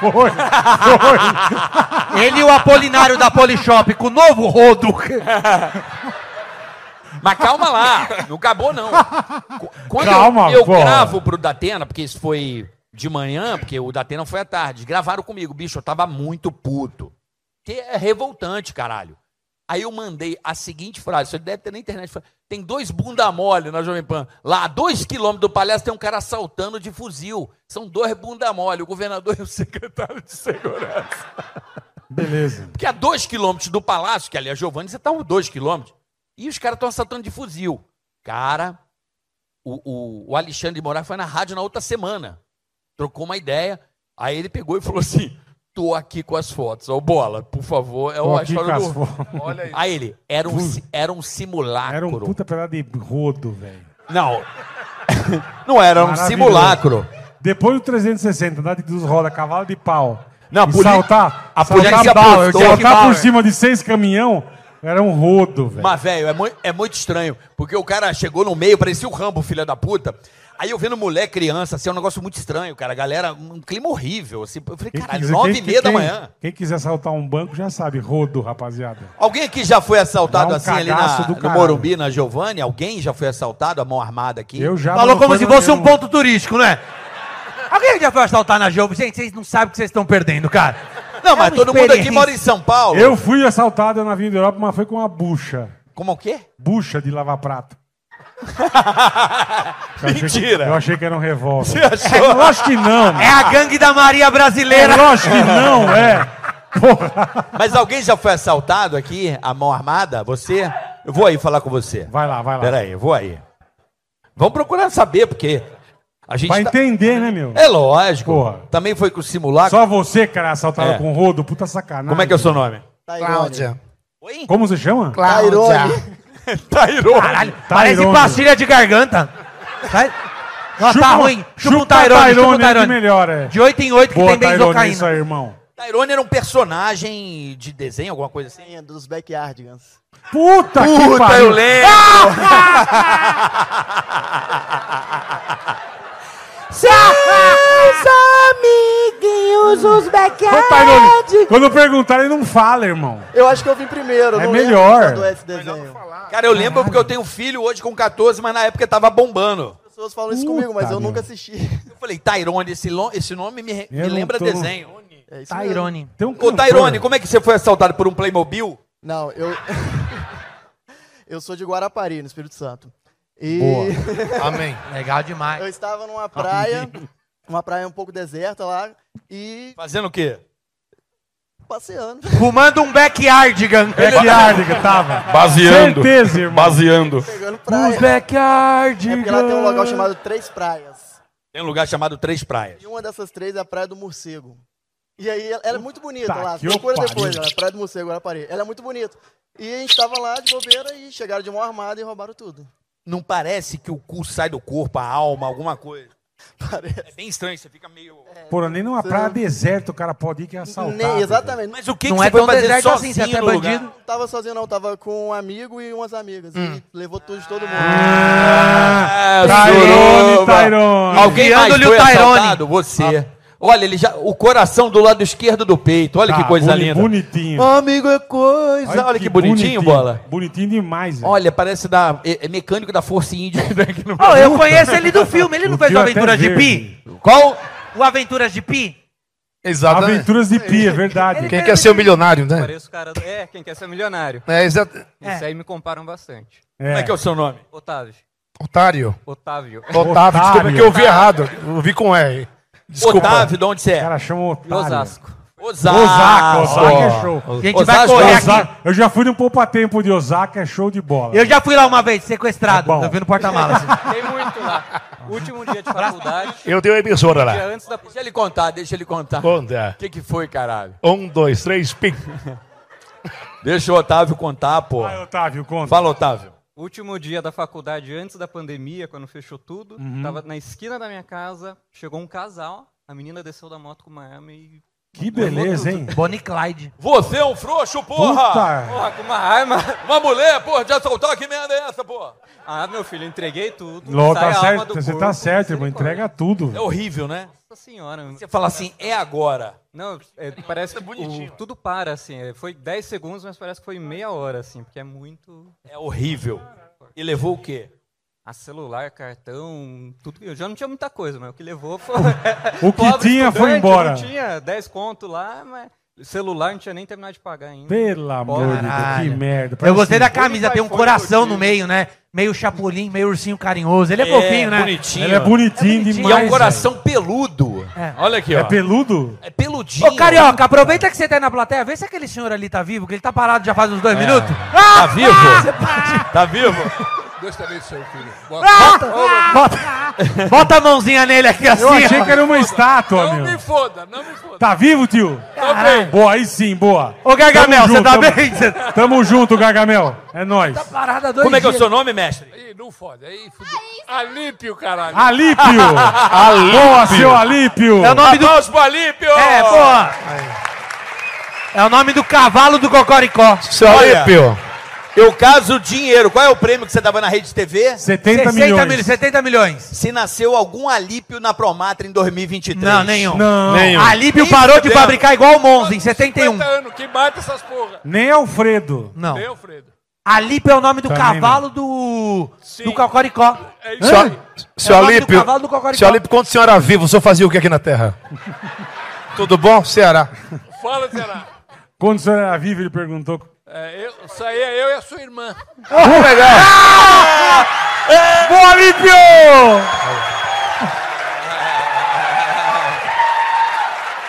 Speaker 2: Foi. Foi.
Speaker 7: Ele e o Apolinário da Polishop com o novo rodo.
Speaker 1: Mas calma lá, não acabou não. Qu- Quando
Speaker 2: Calma,
Speaker 1: eu, eu
Speaker 2: pô.
Speaker 1: gravo pro Datena, porque isso foi de manhã, porque o Datena foi à tarde, gravaram comigo, bicho, eu tava muito puto. Que é revoltante, caralho. Aí eu mandei a seguinte frase, você deve ter na internet, foi, tem dois bunda mole na Jovem Pan, lá a dois quilômetros do palestra tem um cara assaltando de fuzil, são dois bunda mole, o governador e o secretário de segurança.
Speaker 2: Beleza.
Speaker 1: Porque a dois quilômetros do palácio, que ali é Giovanni, você tá uns dois quilômetros. E os caras estão assaltando de fuzil. Cara, o, o, o Alexandre de Moraes foi na rádio na outra semana. Trocou uma ideia. Aí ele pegou e falou assim: tô aqui com as fotos. Ô, bola, por favor. É
Speaker 2: Tô
Speaker 1: a
Speaker 2: aqui
Speaker 1: história
Speaker 2: com
Speaker 1: do.
Speaker 2: as fotos. Hum.
Speaker 4: Olha aí.
Speaker 1: Aí ele, era um, si- era um simulacro.
Speaker 2: Era um puta pedaço de rodo, velho.
Speaker 1: Não. Não era um
Speaker 2: Maravilhoso.
Speaker 1: simulacro.
Speaker 2: Depois do 360, andar de duas rodas, cavalo de pau.
Speaker 1: Não, a
Speaker 2: e
Speaker 1: poli-
Speaker 2: saltar,
Speaker 1: a
Speaker 2: saltar,
Speaker 1: polícia
Speaker 2: pau,
Speaker 1: apostou.
Speaker 2: saltar por
Speaker 1: Bauer.
Speaker 2: cima de seis caminhão era um rodo, velho.
Speaker 1: Mas, velho, é, mui- é muito estranho. Porque o cara chegou no meio, parecia o Rambo, filha da puta. Aí eu vendo mulher, criança, assim, é um negócio muito estranho, cara. A Galera, um clima horrível. Assim. Eu falei, caralho,
Speaker 2: quiser-
Speaker 1: nove e
Speaker 2: quem-
Speaker 1: meia da
Speaker 2: quem-
Speaker 1: manhã.
Speaker 2: Quem quiser saltar um banco já sabe, rodo, rapaziada.
Speaker 1: Alguém aqui já foi assaltado
Speaker 2: Dá um
Speaker 1: assim ali
Speaker 2: cagaço
Speaker 1: na,
Speaker 2: do
Speaker 1: no
Speaker 2: caralho.
Speaker 1: Morumbi, na Giovanni? Alguém já foi assaltado, a mão armada aqui?
Speaker 2: Eu já
Speaker 7: Falou
Speaker 2: mas não
Speaker 7: como
Speaker 2: foi
Speaker 7: se
Speaker 2: no
Speaker 7: fosse um
Speaker 2: meu-
Speaker 7: ponto turístico, não é? Alguém já foi assaltar na Jovem? Gente, vocês não sabem o que vocês estão perdendo, cara.
Speaker 1: Não, mas
Speaker 7: É uma
Speaker 1: todo mundo aqui
Speaker 7: experiência.
Speaker 1: mora em São Paulo.
Speaker 2: Eu fui assaltado na Avenida Europa, mas foi com uma bucha.
Speaker 1: Como o quê?
Speaker 2: Bucha de lavar prato. Eu achei-
Speaker 1: Mentira.
Speaker 2: eu achei que era um revólver. É, lógico que não,
Speaker 7: É
Speaker 2: mano.
Speaker 7: a gangue da Maria
Speaker 2: É
Speaker 7: brasileira.
Speaker 2: lógico que não, é. Porra.
Speaker 1: Mas alguém já foi assaltado aqui, a mão armada? Você? Eu vou aí falar com você.
Speaker 2: Vai lá, vai lá.
Speaker 1: Peraí, eu vou aí. Vamos procurar saber, porque a gente
Speaker 2: Vai
Speaker 1: tá-
Speaker 2: entender, né, meu?
Speaker 1: É lógico.
Speaker 2: Porra.
Speaker 1: Também foi com o simulacro.
Speaker 2: Só você, cara, assaltado
Speaker 1: É.
Speaker 2: com rodo, puta sacanagem.
Speaker 1: Como é que é o seu nome?
Speaker 3: Tá
Speaker 4: Cláudia.
Speaker 2: Como você chama?
Speaker 4: Cláudia.
Speaker 2: Tá
Speaker 1: Tairone.
Speaker 7: Caralho,
Speaker 2: Tyrone.
Speaker 7: parece pastilha de garganta. Sai. Não,
Speaker 2: Chupa
Speaker 7: tá
Speaker 2: um-
Speaker 7: ruim. Chupa um
Speaker 2: chupa
Speaker 7: Tyrone, chupa
Speaker 2: Tyrone,
Speaker 7: um
Speaker 2: é que
Speaker 7: Tyrone.
Speaker 2: melhor, é.
Speaker 7: De 8 em 8 que
Speaker 2: Boa,
Speaker 7: tem
Speaker 2: Tyrone, isso
Speaker 7: benzocaína.
Speaker 2: aí, irmão.
Speaker 1: Tairone era um personagem de desenho, alguma coisa assim.
Speaker 3: Senha dos Backyardigans.
Speaker 2: Puta, que
Speaker 1: Puta, eu
Speaker 2: pariu. Ah!
Speaker 1: lembro.
Speaker 3: Amiguinhos, os
Speaker 2: Ô, Tyrone,
Speaker 3: Backyardigans.
Speaker 2: Quando perguntar, ele não fala, irmão.
Speaker 3: Eu acho que eu vim primeiro. eu
Speaker 2: É
Speaker 3: não lembro
Speaker 2: melhor.
Speaker 3: tanto esse desenho.
Speaker 1: Cara, eu lembro porque eu tenho filho hoje com 14, mas na época tava bombando.
Speaker 3: As pessoas falam isso
Speaker 2: Puta,
Speaker 3: comigo, mas eu
Speaker 2: meu.
Speaker 3: nunca assisti.
Speaker 1: Eu falei, Tairone, esse, lo- esse nome me, re- me
Speaker 2: Eu não
Speaker 1: lembra
Speaker 2: tô-
Speaker 1: desenho.
Speaker 3: É isso mesmo.
Speaker 7: Tyrone.
Speaker 2: Tem um
Speaker 1: Ô,
Speaker 2: cantor.
Speaker 1: Tairone, como é que você foi assaltado por um Playmobil?
Speaker 3: Não, eu. eu sou de Guarapari, no Espírito Santo. E
Speaker 2: Boa.
Speaker 4: Amém.
Speaker 7: Legal demais.
Speaker 3: eu estava numa praia, uma praia um pouco deserta lá, e
Speaker 1: Fazendo o quê?
Speaker 3: passeando.
Speaker 7: Fumando um backyardigan.
Speaker 2: Backyard que tava.
Speaker 5: Baseando.
Speaker 2: Certeza, irmão.
Speaker 5: Baseando.
Speaker 3: Pegando
Speaker 7: Os
Speaker 3: praia. É porque lá tem um local chamado Três Praias.
Speaker 1: Tem um lugar chamado Três Praias.
Speaker 3: E uma dessas três é a Praia do Morcego. E aí, ela, ela é muito bonita
Speaker 2: Puta
Speaker 3: lá.
Speaker 2: que
Speaker 3: Procura
Speaker 2: pariu.
Speaker 3: depois, ela é Praia do Morcego, Guarapari. Ela é muito bonita. E a gente tava lá de bobeira e chegaram de mão armada e roubaram tudo.
Speaker 1: Não parece que o cu sai do corpo, a alma, alguma coisa.
Speaker 3: Parece.
Speaker 1: É bem estranho, você fica meio...
Speaker 7: É.
Speaker 2: Porra, nem numa praia deserta o cara pode ir que é assaltado.
Speaker 3: Nem, exatamente.
Speaker 1: Mas o que,
Speaker 7: Não
Speaker 1: que
Speaker 7: é
Speaker 1: você foi
Speaker 7: tão
Speaker 1: fazer
Speaker 7: deserto assim,
Speaker 1: sozinho
Speaker 7: você é até
Speaker 1: no lugar?
Speaker 7: bandido.
Speaker 3: Não tava sozinho, não. Tava com um amigo e umas amigas. E levou tudo de todo mundo.
Speaker 2: Hum. Ah,
Speaker 1: Ah,
Speaker 2: Tyrone,
Speaker 1: suruba.
Speaker 2: Tyrone.
Speaker 1: Alguém mais
Speaker 7: Enfiando-lhe
Speaker 1: foi
Speaker 7: o Tyrone.
Speaker 1: assaltado? Você. Ah. Olha, ele já, o coração do lado esquerdo do peito. Olha
Speaker 2: Tá,
Speaker 1: que coisa
Speaker 2: boni-
Speaker 1: linda.
Speaker 2: Bonitinho.
Speaker 1: Amigo é coisa. Olha, que, bonitinho, bola.
Speaker 2: Bonitinho demais. velho.
Speaker 1: Olha, parece da, é, é mecânico da Força Índia. Ah, aqui no-
Speaker 7: Ó, eu conheço ele do filme. Ele não
Speaker 2: O
Speaker 7: fez o
Speaker 2: tio até
Speaker 7: Aventuras de Pi?
Speaker 2: verde.
Speaker 1: Qual?
Speaker 7: O Aventuras de Pi?
Speaker 1: tá
Speaker 4: Exatamente.
Speaker 2: Aventuras de Pia, é verdade.
Speaker 4: Quem quer ser o milionário, né?
Speaker 6: Pareço o cara do... É, quem quer ser milionário.
Speaker 4: É, exato.
Speaker 6: Isso aí me comparam bastante.
Speaker 1: Como é que é o seu nome?
Speaker 6: Otávio.
Speaker 4: Otário.
Speaker 6: Otávio.
Speaker 4: Otávio,
Speaker 2: Otário.
Speaker 4: desculpa, é que eu vi errado. Eu vi com R. Desculpa.
Speaker 1: Otávio, de onde você
Speaker 2: O
Speaker 1: é?
Speaker 2: cara chama um Otário.
Speaker 6: Osasco.
Speaker 1: Osasco.
Speaker 2: Osaka, Osaka é show.
Speaker 7: A gente vai
Speaker 1: Osasco,
Speaker 7: correr
Speaker 1: Osasco.
Speaker 7: aqui.
Speaker 2: Osaka- Eu já fui num poupa-tempo de Osaka, é show de bola.
Speaker 7: Eu já fui lá uma vez, sequestrado.
Speaker 2: É bom.
Speaker 7: Tá vendo porta-malas.
Speaker 6: Tem muito lá. Último dia de faculdade.
Speaker 4: Eu tenho a emissora
Speaker 6: dia
Speaker 4: lá.
Speaker 6: antes da...
Speaker 1: Deixa ele contar, deixa ele contar. O
Speaker 4: Onda.
Speaker 1: que, que foi, caralho?
Speaker 4: Um, dois, três, pim.
Speaker 1: Deixa o Otávio contar, pô.
Speaker 2: Vai, Otávio, conta.
Speaker 1: Fala, Otávio.
Speaker 6: Último dia da faculdade antes da pandemia, quando fechou tudo.
Speaker 2: Uhum.
Speaker 6: Tava na esquina da minha casa, chegou um casal, a menina desceu da moto com uma arma e.
Speaker 2: Que beleza, hein?
Speaker 7: Bonnie Clyde.
Speaker 1: Você é um frouxo, porra!
Speaker 2: Puta.
Speaker 6: Porra, com uma arma!
Speaker 1: Uma mulher, porra, de assaltar, que merda é essa, porra?
Speaker 6: Ah, meu filho, entreguei tudo. sai
Speaker 2: Lô, tá
Speaker 6: a alma
Speaker 2: certo.
Speaker 6: do
Speaker 2: Você
Speaker 6: corpo,
Speaker 2: tá certo, irmão.
Speaker 6: misericórdia.
Speaker 2: Entrega tudo.
Speaker 1: É horrível, né?
Speaker 6: Nossa senhora.
Speaker 1: Você fala assim, é agora.
Speaker 6: Não, é, parece que o, tudo para, assim. é, Foi 10 segundos, mas parece que foi meia hora, assim, porque é muito.
Speaker 1: É horrível. E levou o quê?
Speaker 6: A celular, cartão, tudo. Eu já não tinha muita coisa, mas o que levou foi.
Speaker 2: O que
Speaker 6: Pobre
Speaker 2: tinha foi
Speaker 6: estudante,
Speaker 2: embora.
Speaker 6: Não tinha 10 conto lá, mas celular não tinha nem terminado de pagar ainda.
Speaker 2: Pelo amor de Deus, que
Speaker 7: Caralho.
Speaker 2: merda.
Speaker 7: Eu
Speaker 2: Parece
Speaker 7: gostei
Speaker 2: que-
Speaker 7: da camisa, tem um coração no meio, né? Meio chapulim, meio ursinho carinhoso. Ele é, fofinho, né?
Speaker 1: Bonitinho.
Speaker 2: Ela é bonitinha
Speaker 7: É bonitinho.
Speaker 1: E é
Speaker 2: demais.
Speaker 1: um coração peludo.
Speaker 7: É.
Speaker 1: Olha aqui,
Speaker 2: velho. É
Speaker 1: ó.
Speaker 2: peludo?
Speaker 1: É peludinho.
Speaker 7: Ô, Carioca, aproveita que você tá aí na plateia, vê se aquele senhor ali tá vivo, que ele tá parado já faz uns
Speaker 2: É.
Speaker 7: dois minutos.
Speaker 1: Tá vivo? Tá vivo?
Speaker 7: Bota a mãozinha nele aqui assim.
Speaker 2: Eu achei
Speaker 7: ó.
Speaker 2: que era uma estátua, meu.
Speaker 5: foda, não me foda.
Speaker 2: Tá vivo, tio? Ah,
Speaker 7: Caralho.
Speaker 2: Boa, aí sim, boa.
Speaker 7: Ô, Gargamel,
Speaker 2: Tamo
Speaker 7: você tá
Speaker 2: junto,
Speaker 7: bem? Você
Speaker 2: Tamo, tamo junto, Gargamel. É nóis.
Speaker 7: parada dois
Speaker 1: Como é que é o
Speaker 7: dias.
Speaker 1: seu nome, mestre?
Speaker 5: Ih, não foda, aí fudeu. Alípio, caralho.
Speaker 2: Alípio. Boa, seu Alípio.
Speaker 7: É o nome do...
Speaker 1: Aplausos pro Alípio!
Speaker 7: É, boa. É o nome do cavalo do Cocoricó.
Speaker 4: Seu
Speaker 1: Olha.
Speaker 4: Alípio.
Speaker 1: Eu caso dinheiro. Qual é o prêmio que você dava na rede TV?
Speaker 2: 70
Speaker 7: mil-
Speaker 2: milhões.
Speaker 7: 70 milhões.
Speaker 1: Se nasceu algum Alípio na Promatra em 2023.
Speaker 7: Não, nenhum.
Speaker 2: Não,
Speaker 4: Nenhum.
Speaker 7: Alípio
Speaker 1: Nem
Speaker 7: parou de
Speaker 1: fudendo.
Speaker 7: fabricar igual o Monza em 71.
Speaker 5: 50 anos, que mata essas porra.
Speaker 2: nem Alfredo.
Speaker 7: Não.
Speaker 5: Né, Alfredo?
Speaker 7: Alípio é o nome do
Speaker 2: Também
Speaker 7: cavalo do. do Cocoricó.
Speaker 5: É isso
Speaker 4: Seu,
Speaker 5: aí.
Speaker 4: seu
Speaker 7: É o nome do
Speaker 4: Alípio.
Speaker 7: cavalo do Cocoricó.
Speaker 4: Seu Alípio, quando o senhor era vivo, o senhor fazia o que aqui na Terra? Tudo bom? Ceará.
Speaker 5: Fala, será?
Speaker 2: Quando o senhor era vivo, ele perguntou.
Speaker 5: É, eu, isso aí é eu e a sua irmã.
Speaker 7: Ah!
Speaker 4: legal.
Speaker 7: Boa, Alípio!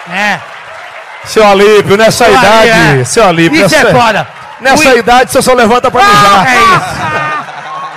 Speaker 7: É.
Speaker 4: Seu Alípio, nessa
Speaker 7: Olha,
Speaker 4: idade.
Speaker 7: é.
Speaker 4: Seu Alípio,
Speaker 7: Isso é
Speaker 4: nessa,
Speaker 7: foda.
Speaker 4: nessa
Speaker 7: O I-
Speaker 4: idade, você só levanta pra mijar.
Speaker 7: É isso.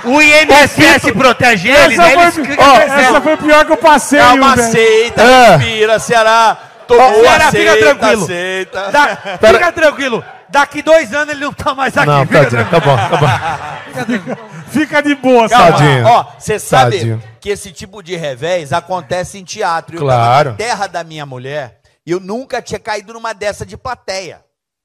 Speaker 7: O INSS protege eles,
Speaker 2: Essa,
Speaker 7: né? eles
Speaker 2: foi,
Speaker 7: ficam
Speaker 2: ó,
Speaker 7: crescendo.
Speaker 2: essa foi pior que eu passei,
Speaker 1: Calma,
Speaker 2: velho.
Speaker 1: aceita,
Speaker 4: É.
Speaker 1: respira, Ceará. Tomou,
Speaker 7: Ceará, fica
Speaker 1: aceita,
Speaker 7: tranquilo.
Speaker 1: aceita.
Speaker 7: Da- Fica tranquilo. Daqui dois anos ele não tá mais aqui.
Speaker 4: Não,
Speaker 7: fica
Speaker 4: tadinho. Tá bom, tá bom.
Speaker 2: Fica de boa,
Speaker 1: Calma,
Speaker 2: sabe?
Speaker 4: Tadinho.
Speaker 1: Ó, você sabe
Speaker 4: Tadinho.
Speaker 1: que esse tipo de revés acontece em teatro. Eu
Speaker 4: Claro.
Speaker 1: tava na terra da minha mulher e eu nunca tinha caído numa dessa de plateia.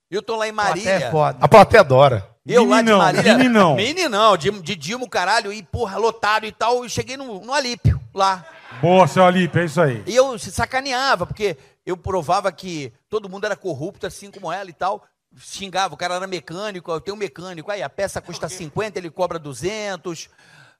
Speaker 1: Eu tô lá em Marília.
Speaker 7: Até é foda.
Speaker 4: A plateia adora.
Speaker 1: Eu lá de
Speaker 2: Meninão,
Speaker 1: Marília.
Speaker 2: meninão.
Speaker 1: Meninão, de, de Dilma, caralho, e porra, lotado e tal. E cheguei no, no Alípio, lá.
Speaker 2: Boa, seu Alípio, é isso aí.
Speaker 1: E eu se sacaneava, porque eu provava que todo mundo era corrupto, assim como ela e tal. Xingava, o cara era mecânico, eu tenho um mecânico. Aí a peça custa 50, ele cobra 200.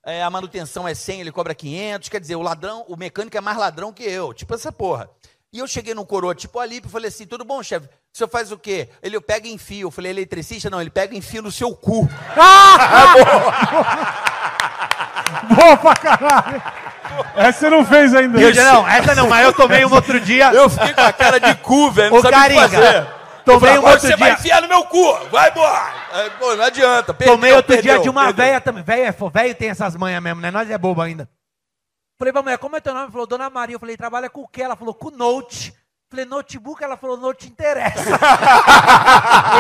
Speaker 1: é, a manutenção é 100, ele cobra 500. Quer dizer, o ladrão, o mecânico é mais ladrão que eu. Tipo essa porra. E eu cheguei num coroa, tipo ali, e falei assim, tudo bom, chefe? O senhor faz o quê? Ele, eu pego e enfio. Eu falei, eletricista? Não, ele pega e enfia no seu cu.
Speaker 2: Boa pra caralho. Essa você não fez ainda.
Speaker 7: Eu já- não, essa não, mas eu tomei uma outro dia.
Speaker 1: Eu fiquei com a cara de cu, velho. Não
Speaker 7: Ô,
Speaker 1: sabia o que
Speaker 7: Caringa,
Speaker 1: fazer.
Speaker 7: tomei um
Speaker 1: Agora
Speaker 7: outro
Speaker 1: você vai
Speaker 7: dia.
Speaker 1: enfiar no meu cu. Vai embora. É, pô, não adianta. Perdeu,
Speaker 7: Tomei outro dia
Speaker 1: perdeu,
Speaker 7: de uma
Speaker 1: perdeu.
Speaker 7: véia também. Véia é fo- véio tem essas manhas mesmo, né? Nós é bobo ainda. Falei pra mulher, como é teu nome? Falou, Dona Maria. Eu falei, trabalha com o quê? Ela falou, com note. Falei, notebook? Ela falou, não te interessa.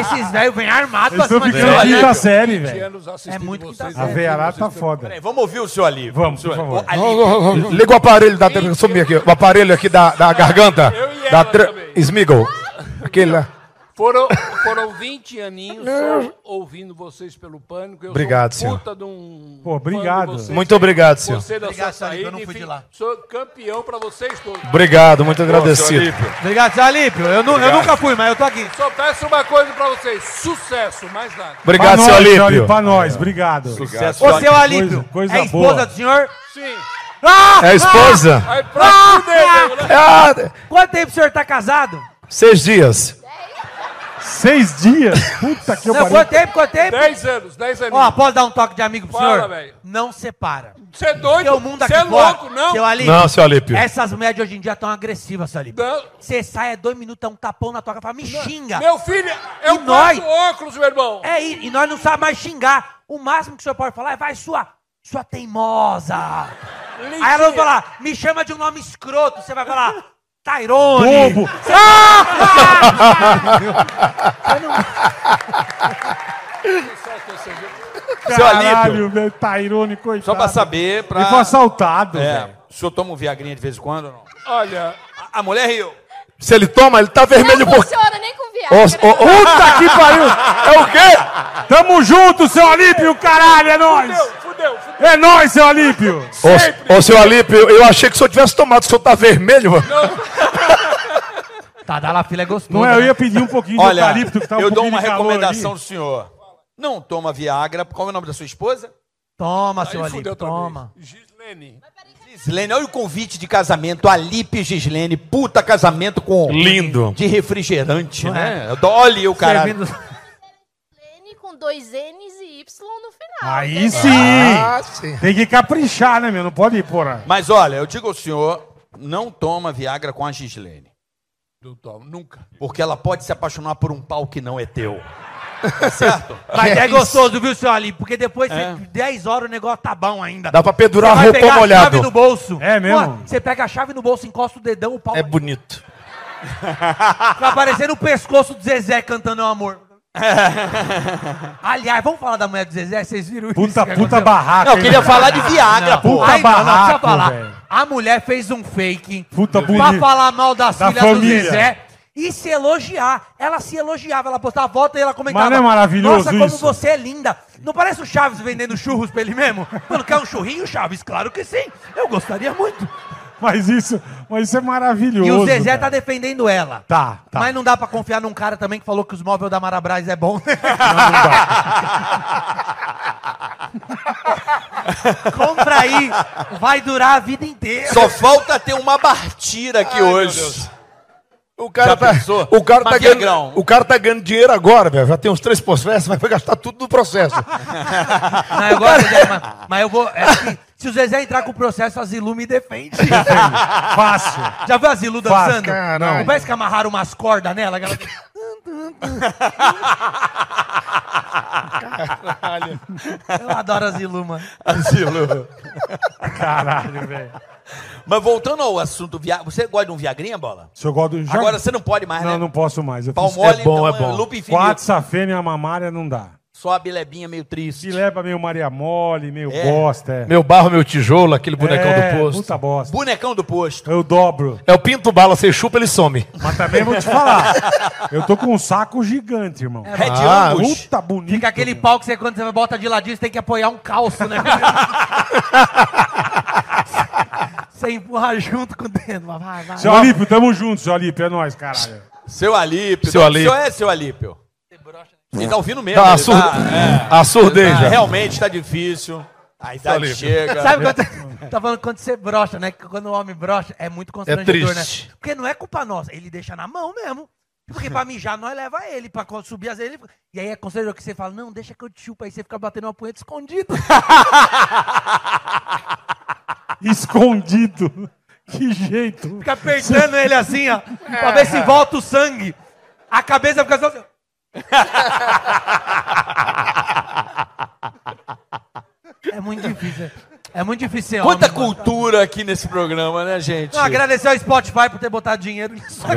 Speaker 7: Esses velhos vêm armados
Speaker 2: Eles estão
Speaker 7: pra cima de
Speaker 2: ficando
Speaker 7: nós, né?
Speaker 2: quinta série, velho.
Speaker 5: Anos
Speaker 7: É muito que dá
Speaker 2: A
Speaker 7: certo.
Speaker 2: veia lá tá foda.
Speaker 1: Peraí, vamos ouvir o seu ali.
Speaker 2: Vamos, por
Speaker 1: Senhor-
Speaker 2: favor.
Speaker 1: Ali-
Speaker 4: Liga o aparelho da sumir aqui. O aparelho aqui da, da garganta.
Speaker 5: Eu
Speaker 4: da
Speaker 5: e ela
Speaker 4: tra-
Speaker 5: também.
Speaker 4: Smiggle. Aquele lá.
Speaker 8: Foram, foram 20 aninhos só ouvindo vocês pelo Pânico. Eu
Speaker 4: Obrigado,
Speaker 8: sou um
Speaker 4: senhor.
Speaker 8: puta de um...
Speaker 2: Pô, obrigado.
Speaker 8: fã de vocês.
Speaker 4: Muito obrigado, senhor.
Speaker 8: Você da
Speaker 7: Obrigado,
Speaker 8: sua
Speaker 7: Saliba, eu não
Speaker 8: saída,
Speaker 7: fui de
Speaker 8: enfim,
Speaker 7: lá.
Speaker 8: Sou campeão pra vocês todos.
Speaker 4: Obrigado, muito
Speaker 5: Seu
Speaker 4: agradecido.
Speaker 5: Olímpio,
Speaker 7: Obrigado, Zalípio. Eu, nu- eu nunca fui, mas eu tô aqui.
Speaker 8: Só peço uma coisa pra vocês. Sucesso, mais nada.
Speaker 2: Pra
Speaker 4: Obrigado,
Speaker 2: nós, seu
Speaker 4: seu
Speaker 2: Alípio,
Speaker 4: Olímpio.
Speaker 2: Pra nós, obrigado.
Speaker 5: Sucesso.
Speaker 7: Ô, seu Alípio,
Speaker 2: Coisa- coisa
Speaker 7: é esposa
Speaker 2: boa.
Speaker 7: do senhor?
Speaker 8: Sim.
Speaker 7: Ah!
Speaker 4: É a esposa?
Speaker 8: Aí pra fuder, nego, né?
Speaker 4: Ah,
Speaker 7: Quanto tempo o senhor tá casado?
Speaker 4: seis dias.
Speaker 2: Seis dias? Puta que eu
Speaker 7: Não,
Speaker 2: pariu.
Speaker 7: quanto tempo, quanto tempo?
Speaker 8: 10 anos, 10 anos.
Speaker 7: Ó, posso dar um toque de amigo pro
Speaker 8: Fala,
Speaker 7: senhor?
Speaker 8: velho.
Speaker 7: Não separa.
Speaker 8: Você é doido?
Speaker 7: Porque o um mundo aqui
Speaker 8: Você é
Speaker 7: fora-
Speaker 8: louco, não?
Speaker 7: Seu Alípio,
Speaker 4: Não, seu Alípio.
Speaker 7: essas mulheres de hoje em dia tão agressivas, seu Alípio.
Speaker 8: Não.
Speaker 7: Você sai, é dois minutos, é um tapão na tua cara, fala, me xinga.
Speaker 8: Meu filho, eu
Speaker 7: E nós?
Speaker 8: boto óculos, meu irmão.
Speaker 7: É, e, e nós não sabemos mais xingar. O máximo que o senhor pode falar é, vai, sua, sua teimosa. Aí ela vai falar, me chama de um nome escroto. Você vai falar, Tairone.
Speaker 2: Bobo.
Speaker 8: Ah!
Speaker 2: Caralho, meu Tairone, coitado.
Speaker 1: é Só pra saber, pra.
Speaker 2: Ele foi assaltado,
Speaker 1: É,
Speaker 2: velho.
Speaker 1: o senhor toma um Viagrinha de vez em quando ou não?
Speaker 8: Olha,
Speaker 1: A, a mulher riu.
Speaker 4: Se ele toma, ele tá vermelho
Speaker 9: Não
Speaker 4: por.
Speaker 9: funciona nem com viagem.
Speaker 4: Ô, ô, puta que pariu! É o quê?
Speaker 2: Tamo junto, seu Alípio, caralho, é nóis.
Speaker 8: fudeu, fudeu, fudeu.
Speaker 2: É nóis, seu Alípio.
Speaker 4: Ô, ô, seu Alípio, eu achei que o senhor tivesse tomado, o senhor tá vermelho, mano.
Speaker 7: Tá, dá lá, filha, é gostoso.
Speaker 2: Não é, eu
Speaker 7: né?
Speaker 2: ia pedir um pouquinho de
Speaker 1: Olha,
Speaker 2: eucalipto, que tá um
Speaker 1: eu dou
Speaker 2: pouquinho
Speaker 1: uma
Speaker 2: de calor
Speaker 1: recomendação
Speaker 2: ali.
Speaker 1: do senhor. Não toma Viagra. Qual é o nome da sua esposa?
Speaker 7: Toma,
Speaker 8: Aí
Speaker 7: seu Alípio,
Speaker 8: fudeu outra vez.
Speaker 7: toma.
Speaker 8: Gislene.
Speaker 1: Gislene, olha o convite de casamento. Alipe e Gislene, puta casamento com.
Speaker 4: Lindo.
Speaker 1: De refrigerante, né? Olha o cara.
Speaker 7: é? Servindo-
Speaker 9: Lene né? com dois N's e Y no final.
Speaker 2: Aí
Speaker 9: entendeu?
Speaker 2: sim.
Speaker 4: Ah, sim.
Speaker 2: Tem que caprichar, né, meu? Não pode ir, porra.
Speaker 1: Mas olha, eu digo ao senhor, não toma Viagra com a Gislene.
Speaker 8: Não tomo, nunca.
Speaker 1: Porque ela pode se apaixonar por um pau que não é teu. Tá certo?
Speaker 7: Mas
Speaker 4: É
Speaker 7: é,
Speaker 4: isso. É.
Speaker 7: gostoso, viu, seu Alípio? Porque depois de 10 horas o negócio tá bom ainda.
Speaker 4: Dá pra pendurar
Speaker 7: Vai
Speaker 4: roupão
Speaker 7: pegar a chave no
Speaker 4: molhado.
Speaker 7: bolso.
Speaker 2: É mesmo?
Speaker 7: Pô, Você pega a chave no bolso, encosta o dedão, o pau
Speaker 4: É bonito.
Speaker 7: Tá parecendo o pescoço do Zezé cantando meu amor. Aliás, vamos falar da mulher do Zezé? Vocês viram isso? é
Speaker 2: Puta,
Speaker 7: que
Speaker 2: puta
Speaker 7: aconteceu?
Speaker 2: barraca.
Speaker 1: Não, eu
Speaker 2: hein,
Speaker 1: queria
Speaker 2: meu?
Speaker 1: falar de Viagra,
Speaker 7: Não,
Speaker 1: pô.
Speaker 2: puta
Speaker 7: Ai, não, não, deixa eu
Speaker 2: barraco,
Speaker 7: falar.
Speaker 2: velho.
Speaker 7: A mulher fez um fake
Speaker 2: Puta
Speaker 7: pra
Speaker 2: bonita.
Speaker 7: falar mal das
Speaker 2: Da
Speaker 7: filhas
Speaker 2: família.
Speaker 7: do Zezé e se elogiar. Ela se elogiava, ela postava a volta e ela comentava.
Speaker 2: Mas não é maravilhoso
Speaker 7: Nossa, como
Speaker 2: isso?"
Speaker 7: você é linda. Não parece o Chaves vendendo churros pra ele mesmo? Mano, quer um churrinho, Chaves? Claro que sim. Eu gostaria muito.
Speaker 2: Mas isso, mas isso é maravilhoso.
Speaker 7: E o Zezé tá
Speaker 2: cara.
Speaker 7: defendendo ela.
Speaker 2: Tá, tá.
Speaker 7: Mas não dá pra confiar num cara também que falou que os móveis da Marabras é bom. Compra aí, vai durar a vida inteira.
Speaker 1: Só falta ter uma bartira aqui hoje.
Speaker 4: O cara,
Speaker 1: Já
Speaker 4: tá,
Speaker 1: pensou?
Speaker 4: o, cara tá
Speaker 1: Mas
Speaker 4: ganhando,
Speaker 1: Viagrão.
Speaker 4: o cara tá ganhando dinheiro agora, velho. Já tem uns três processos, mas vai gastar tudo no processo.
Speaker 7: Não, eu gosto dele, mas, mas eu vou. é que se o Zezé entrar com o processo, a Zilu me defende.
Speaker 2: Fácil.
Speaker 7: Já viu a Zilu
Speaker 2: Faz,
Speaker 7: dançando?
Speaker 4: caralho.
Speaker 7: Não parece que amarraram umas cordas nela? Aquela... Eu adoro a Zilu, mano.
Speaker 2: Caralho, velho.
Speaker 1: Mas voltando ao assunto Viagra, você gosta de um Viagrinha, Bola?
Speaker 2: Se eu gosto do jogo.
Speaker 1: Agora você não pode mais,
Speaker 2: Não,
Speaker 1: né?
Speaker 2: não posso mais. Eu
Speaker 1: Pau
Speaker 2: fiz
Speaker 1: mole,
Speaker 4: é bom,
Speaker 1: então,
Speaker 4: é bom.
Speaker 1: loop infinito.
Speaker 2: quatro safena e a mamária não dá.
Speaker 1: Só a bilebinha meio triste.
Speaker 2: Se leva meio Maria Mole, meio
Speaker 1: É.
Speaker 2: bosta, é.
Speaker 4: Meu barro, meu tijolo, aquele bonecão
Speaker 2: É,
Speaker 4: do posto.
Speaker 2: Puta bosta.
Speaker 1: Bonecão do posto.
Speaker 2: Eu dobro.
Speaker 4: É o pinto bala, você chupa, ele some.
Speaker 1: É
Speaker 2: Mas também vou te falar. eu tô com um saco gigante, irmão.
Speaker 1: É de
Speaker 4: Ah,
Speaker 1: ambos.
Speaker 2: Puta bonito.
Speaker 7: Fica aquele
Speaker 2: meu.
Speaker 7: pau que você, quando você bota de ladinho, você tem que apoiar um calço, né? você empurra junto com o dedo. Vai, vai, vai.
Speaker 2: Seu Alípio, tamo junto, seu Alípio. É nóis, caralho.
Speaker 1: Seu Alípio.
Speaker 4: Seu
Speaker 1: Não,
Speaker 4: Alípio.
Speaker 1: O senhor é seu Alípio. Ele tá ouvindo mesmo.
Speaker 4: Tá, a,
Speaker 1: ele
Speaker 4: sur...
Speaker 1: tá- é.
Speaker 4: a surdez
Speaker 1: Tá,
Speaker 4: já.
Speaker 1: realmente tá difícil. A idade
Speaker 4: Alípio.
Speaker 1: chega.
Speaker 7: Sabe quando, tá falando quando você brocha, né? Que Quando o homem brocha, é muito constrangedor, né?
Speaker 4: triste.
Speaker 7: Porque não é culpa nossa, ele deixa na mão mesmo. Porque pra mijar, nós leva ele, pra co- subir as ele. E aí é constrangedor que você fala, não, deixa que eu te chupo. Aí você fica batendo uma punheta escondido.
Speaker 2: Escondido. Que jeito.
Speaker 7: Fica apertando ele assim, ó, pra ver se volta o sangue. A cabeça fica só assim. ó. É muito difícil. né? É É muito difícil ser
Speaker 1: Quanta
Speaker 7: homem, mano.
Speaker 1: cultura aqui nesse programa, né, gente?
Speaker 7: Não, agradecer ao Spotify por ter botado dinheiro nisso.
Speaker 2: É.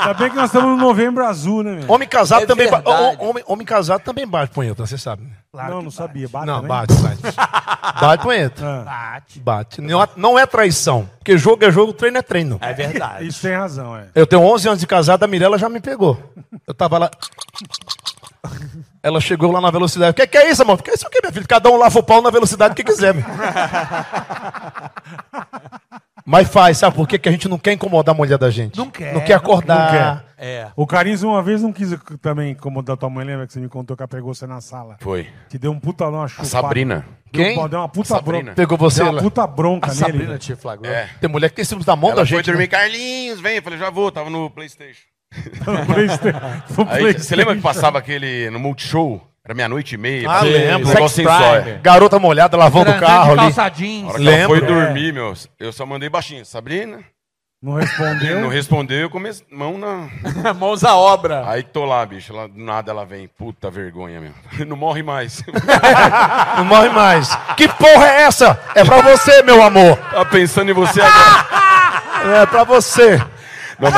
Speaker 2: Ainda bem que nós estamos no novembro azul, né, meu?
Speaker 4: Homem casado
Speaker 1: É
Speaker 4: também. ba-
Speaker 1: verdade.
Speaker 4: Ho- homem, homem casado também bate punheta, você sabe. né?
Speaker 2: não, não sabia. Bate né?
Speaker 4: não,
Speaker 2: também?
Speaker 4: bate, bate. bate punheta.
Speaker 2: Ah,
Speaker 4: Bate. Não, não é traição. Porque jogo é jogo, treino é treino.
Speaker 1: É verdade.
Speaker 2: isso tem razão, é.
Speaker 4: Eu tenho 11 anos de casado, a Mirella já me pegou. Eu tava lá. Ela chegou lá na velocidade. O que, que é isso, amor? Que é isso aqui, minha filha? Cada um lava o pau na velocidade que quiser, meu. Mas faz, sabe por quê? Que a gente não quer incomodar a mulher da gente.
Speaker 7: Não quer.
Speaker 4: Não quer acordar.
Speaker 2: Não
Speaker 1: É.
Speaker 2: O Carinhos uma vez não quis também incomodar tua mãe, lembra que você me contou que ela pegou você na sala?
Speaker 5: Foi.
Speaker 2: Te deu um puta uma chupada.
Speaker 5: Sabrina.
Speaker 2: Deu,
Speaker 4: Quem?
Speaker 2: um pau- deu uma puta
Speaker 5: Sabrina.
Speaker 2: bronca.
Speaker 4: Pegou você
Speaker 2: Deu
Speaker 4: lá. Tá
Speaker 2: uma puta bronca nele.
Speaker 1: Sabrina
Speaker 2: velho.
Speaker 1: te flagrou.
Speaker 5: É.
Speaker 4: Tem mulher que tem ciúmes da mão da
Speaker 5: Ela foi
Speaker 4: gente. né?
Speaker 5: dormir, Carlinhos, vem. Eu falei, já vou, tava no Playstation.
Speaker 2: No Playsta- no
Speaker 5: Aí,
Speaker 2: Playsta-
Speaker 5: você lembra que passava aquele no Multishow? Era meia-noite e meia.
Speaker 4: Ah,
Speaker 5: passava
Speaker 4: lembro.
Speaker 5: Um negocinho
Speaker 1: Sex
Speaker 5: só.
Speaker 1: Prime.
Speaker 5: é.
Speaker 4: Garota molhada lavando o carro ali.
Speaker 7: calça
Speaker 5: A
Speaker 7: jeans.
Speaker 5: hora que ela foi
Speaker 4: Lembro.
Speaker 5: dormir, meu, eu só mandei baixinho. Sabrina?
Speaker 2: Não respondeu.
Speaker 5: Não respondeu, eu comecei. Mão na.
Speaker 1: Mãos à obra.
Speaker 5: Aí que tô lá, bicho. Ela, do nada ela vem. Puta vergonha, meu. Não morre mais.
Speaker 4: Não morre mais. Que porra é essa? É pra você, meu amor.
Speaker 5: tá pensando em você agora.
Speaker 4: É pra você.
Speaker 5: Não,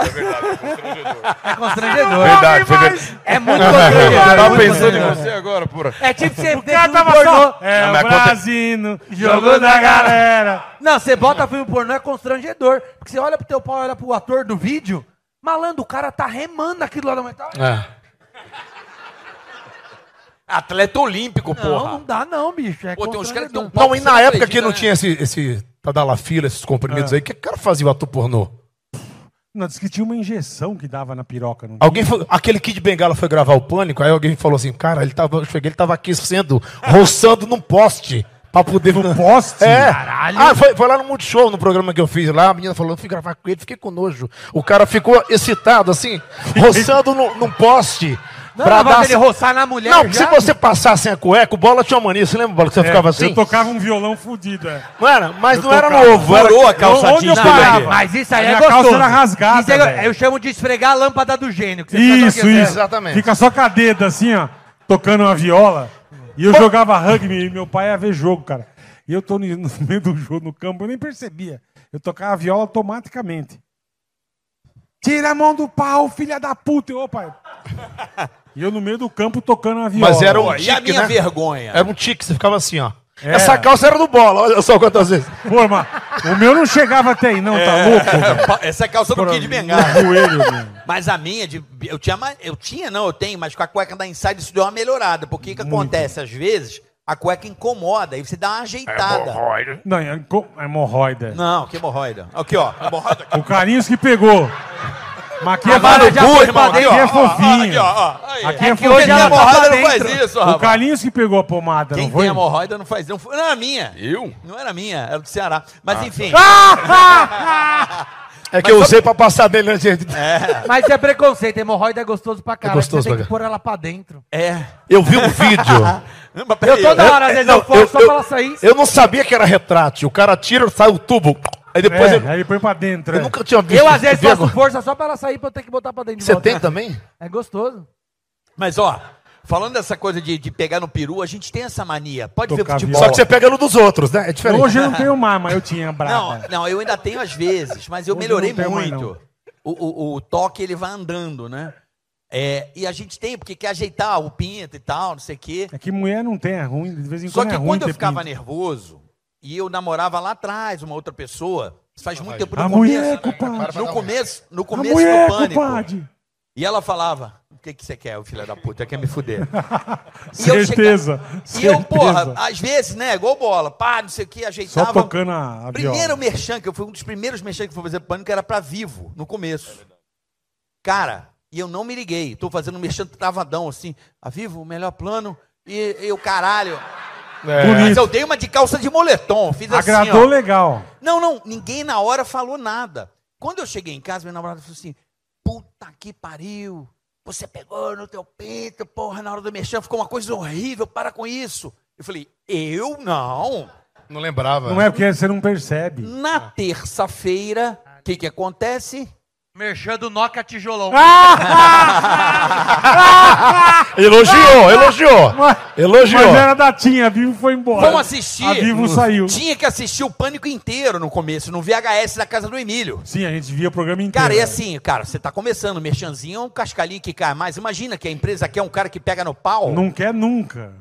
Speaker 5: mas é, mas é verdade, é constrangedor.
Speaker 7: É constrangedor.
Speaker 5: Verdade, foi verdade.
Speaker 7: É muito
Speaker 5: Eu
Speaker 7: constrangedor.
Speaker 5: tava
Speaker 7: muito
Speaker 5: tá pensando em
Speaker 7: constrangedor.
Speaker 5: você agora, porra.
Speaker 7: É tipo você
Speaker 2: O cara
Speaker 7: deixa um
Speaker 2: tava
Speaker 7: pornô.
Speaker 2: só. É,
Speaker 5: Não,
Speaker 2: o
Speaker 5: mas conta-
Speaker 2: Brasino. Jogou na galera.
Speaker 7: Não, você bota filme pornô, é constrangedor. Porque você olha pro teu pau, olha pro ator do vídeo, malandro, o cara tá remando aquilo lá Tá, no metal.
Speaker 1: Atleta olímpico,
Speaker 7: Não,
Speaker 1: porra.
Speaker 7: não dá não, bicho. É
Speaker 1: Pô, tem uns caras que tem
Speaker 7: constrangedor.
Speaker 1: um pau
Speaker 4: Não, e
Speaker 1: você
Speaker 4: na época
Speaker 1: acredita,
Speaker 4: que não
Speaker 1: né?
Speaker 4: tinha esse, esse tadalafila, esses comprimidos aí, o que o cara fazia o ator pornô?
Speaker 2: Não, disse que tinha uma injeção que dava na piroca. Não
Speaker 4: Alguém foi- aquele Kid Bengala foi gravar o Pânico, aí alguém falou assim, cara, ele tava, eu cheguei, ele tava aquecendo, roçando num poste. Pra poder...
Speaker 2: No poste?
Speaker 4: É. Ah, foi, foi lá no Multishow, no programa que eu fiz lá, a menina falou, eu fui gravar com ele, fiquei com nojo. O cara ficou excitado, assim, roçando no- num poste.
Speaker 7: Não,
Speaker 4: pra
Speaker 7: pra
Speaker 4: dar...
Speaker 7: ele roçar na mulher
Speaker 4: Não, se
Speaker 7: já.
Speaker 4: você passasse sem a cueca, o bola tinha uma mania, você lembra, bola, que você ficava assim?
Speaker 2: Eu tocava um violão fudido, é.
Speaker 4: Não era, mas
Speaker 2: Eu
Speaker 4: não era
Speaker 2: tocava.
Speaker 4: novo, era
Speaker 1: Furou a calça
Speaker 2: Onde eu
Speaker 1: jeans dele
Speaker 2: parava?
Speaker 1: ali.
Speaker 7: Mas isso aí
Speaker 2: A minha
Speaker 7: é gostoso.
Speaker 2: calça era rasgada,
Speaker 7: Isso aí eu-
Speaker 2: velho.
Speaker 7: eu chamo de esfregar a lâmpada do gênio. que você fica
Speaker 2: Isso,
Speaker 7: jogando-
Speaker 2: isso.
Speaker 4: Exatamente.
Speaker 2: Fica só com a dedo assim, ó, tocando uma viola. E eu jogava rugby e meu pai ia ver jogo, cara. E eu tô no no meio do jogo, no campo, eu nem percebia. Eu tocava a viola automaticamente. Tira a mão do pau, filha da puta! E, ô, pai. E eu no meio do campo tocando a viola.
Speaker 4: Mas era um
Speaker 1: Pô,
Speaker 4: tique,
Speaker 1: e a minha
Speaker 4: né?
Speaker 1: vergonha?
Speaker 4: Era um tique, você ficava assim, ó.
Speaker 2: É.
Speaker 4: Essa calça era do bola, olha só quantas vezes.
Speaker 2: Pô, mas o meu não chegava até aí, não, tá louco? velho?
Speaker 1: Essa é a calça do Kid Bengala.
Speaker 2: No joelho, meu.
Speaker 1: Mas a minha, de- eu tinha, mais- eu tinha, não, eu tenho, mas com a cueca da Inside isso deu uma melhorada. Porque o que acontece? Às vezes, a cueca incomoda, aí você dá uma ajeitada.
Speaker 2: Não, é co- é hemorroida.
Speaker 1: Não, que hemorroida. Aqui, ó. É Hemorroida.
Speaker 2: O Carinhos que pegou. Mas aqui é,
Speaker 1: Agora
Speaker 2: aqui
Speaker 1: já foi pra
Speaker 2: é
Speaker 1: dentro. ó, ó, ó,
Speaker 2: fofinho.
Speaker 1: Aqui, ó, ó. Aí,
Speaker 2: Aqui
Speaker 1: é.
Speaker 2: é
Speaker 7: que hoje
Speaker 2: fofinho.
Speaker 7: ela
Speaker 1: Quem tem
Speaker 7: tá
Speaker 1: hemorroida
Speaker 7: pra
Speaker 1: não faz
Speaker 7: dentro.
Speaker 1: isso,
Speaker 2: O
Speaker 1: rapaz.
Speaker 2: Carlinhos que pegou a pomada,
Speaker 1: Quem
Speaker 2: não foi?
Speaker 1: tem hemorroida não faz. Não, foi- não, a minha.
Speaker 5: Eu?
Speaker 1: Não era minha, era do Ceará. Mas
Speaker 2: Ah,
Speaker 1: enfim.
Speaker 2: tá.
Speaker 4: É que eu usei pra passar brilhante.
Speaker 7: Mas isso é preconceito. Hemorroida é gostoso pra caralho.
Speaker 4: gostoso
Speaker 7: você tem
Speaker 4: pra
Speaker 7: que pôr ela pra dentro.
Speaker 1: É.
Speaker 4: Eu vi um vídeo.
Speaker 1: Não, mas
Speaker 7: Eu
Speaker 1: peraí,
Speaker 7: toda
Speaker 1: eu-
Speaker 7: hora, às vezes, eu
Speaker 4: eu-
Speaker 7: falo só
Speaker 4: eu-
Speaker 7: pra ela sair.
Speaker 4: Eu não sabia que era retrátil. O cara tira, sai o tubo. Aí depois
Speaker 2: É,
Speaker 4: ele.
Speaker 2: aí ele põe pra dentro.
Speaker 4: Eu
Speaker 2: é.
Speaker 4: nunca tinha visto.
Speaker 7: Eu, às vezes,
Speaker 4: vi
Speaker 7: faço
Speaker 4: agora.
Speaker 7: força só pra ela sair, pra eu ter que botar pra dentro de
Speaker 4: Você
Speaker 7: volta.
Speaker 4: tem também?
Speaker 7: É gostoso.
Speaker 1: Mas ó, falando dessa coisa de, de pegar no peru, a gente tem essa mania. Pode ver
Speaker 2: Tocar
Speaker 1: futebol.
Speaker 2: viola.
Speaker 4: Só que você pega no dos outros, né? É diferente.
Speaker 2: Hoje eu não tenho mais, mas eu tinha
Speaker 1: Não,
Speaker 2: brava.
Speaker 1: não, eu ainda tenho às vezes, mas eu
Speaker 2: né? Hoje
Speaker 1: melhorei
Speaker 2: não tenho mais,
Speaker 1: muito. O, o- o toque, ele vai andando, né? É, e a gente tem, porque quer ajeitar o pinto e tal, não sei o quê.
Speaker 2: É que mulher não tem, é ruim. De vez em
Speaker 1: Só
Speaker 2: quando
Speaker 1: que
Speaker 2: é ruim
Speaker 1: quando eu
Speaker 2: ter
Speaker 1: ficava
Speaker 2: pinto.
Speaker 1: nervoso, e eu namorava lá atrás uma outra pessoa, isso faz muito tempo
Speaker 2: A
Speaker 1: no
Speaker 2: mulher,
Speaker 1: começo. né?
Speaker 2: compadre.
Speaker 1: No começo, no
Speaker 2: A
Speaker 1: começo
Speaker 2: mulher, é
Speaker 1: do pânico.
Speaker 2: compadre.
Speaker 1: E ela falava: O que, que você quer, ô filha da puta? Quer me fuder? E eu
Speaker 2: Certeza.
Speaker 1: E eu,
Speaker 2: certeza.
Speaker 1: porra, às vezes, né, igual bola, pá, não sei o que, ajeitava.
Speaker 2: Só tocando a, a
Speaker 1: Primeiro
Speaker 2: viola.
Speaker 1: merchan, que eu fui um dos primeiros merchan que eu fui fazer pânico, era pra vivo, no começo. Cara, e eu não me liguei. Tô fazendo um merchan travadão, assim, a vivo, o melhor plano, e eu, caralho. Mas
Speaker 2: Bonito.
Speaker 1: eu dei uma de calça de moletom, fiz assim,
Speaker 2: Agradou
Speaker 1: ó.
Speaker 2: legal.
Speaker 1: Não, não, ninguém na hora falou nada. Quando eu cheguei em casa, minha namorada falou assim, puta que pariu, você pegou no teu peito, porra, na hora do merchan, ficou uma coisa horrível, para com isso. Eu falei, eu não.
Speaker 4: Não lembrava.
Speaker 2: Não é porque você não percebe.
Speaker 1: Na terça-feira, o que, que acontece?
Speaker 7: Merchan do Noca Tijolão.
Speaker 2: Ah!
Speaker 1: Ah!
Speaker 4: Elogiou, elogiou.
Speaker 2: Mas-
Speaker 4: Elogiou.
Speaker 2: Mas era da Tinha, a Vivo foi embora.
Speaker 1: Vamos assistir.
Speaker 2: A Vivo saiu.
Speaker 1: Tinha que assistir o Pânico inteiro no começo, no VHS da casa do Emílio.
Speaker 2: Sim, a gente via o programa inteiro.
Speaker 1: Cara, e assim, cara, você tá começando, o merchanzinho é um cascalinho que cai mais. Imagina que a empresa aqui é um cara que pega no pau. Não,
Speaker 2: Não quer nunca.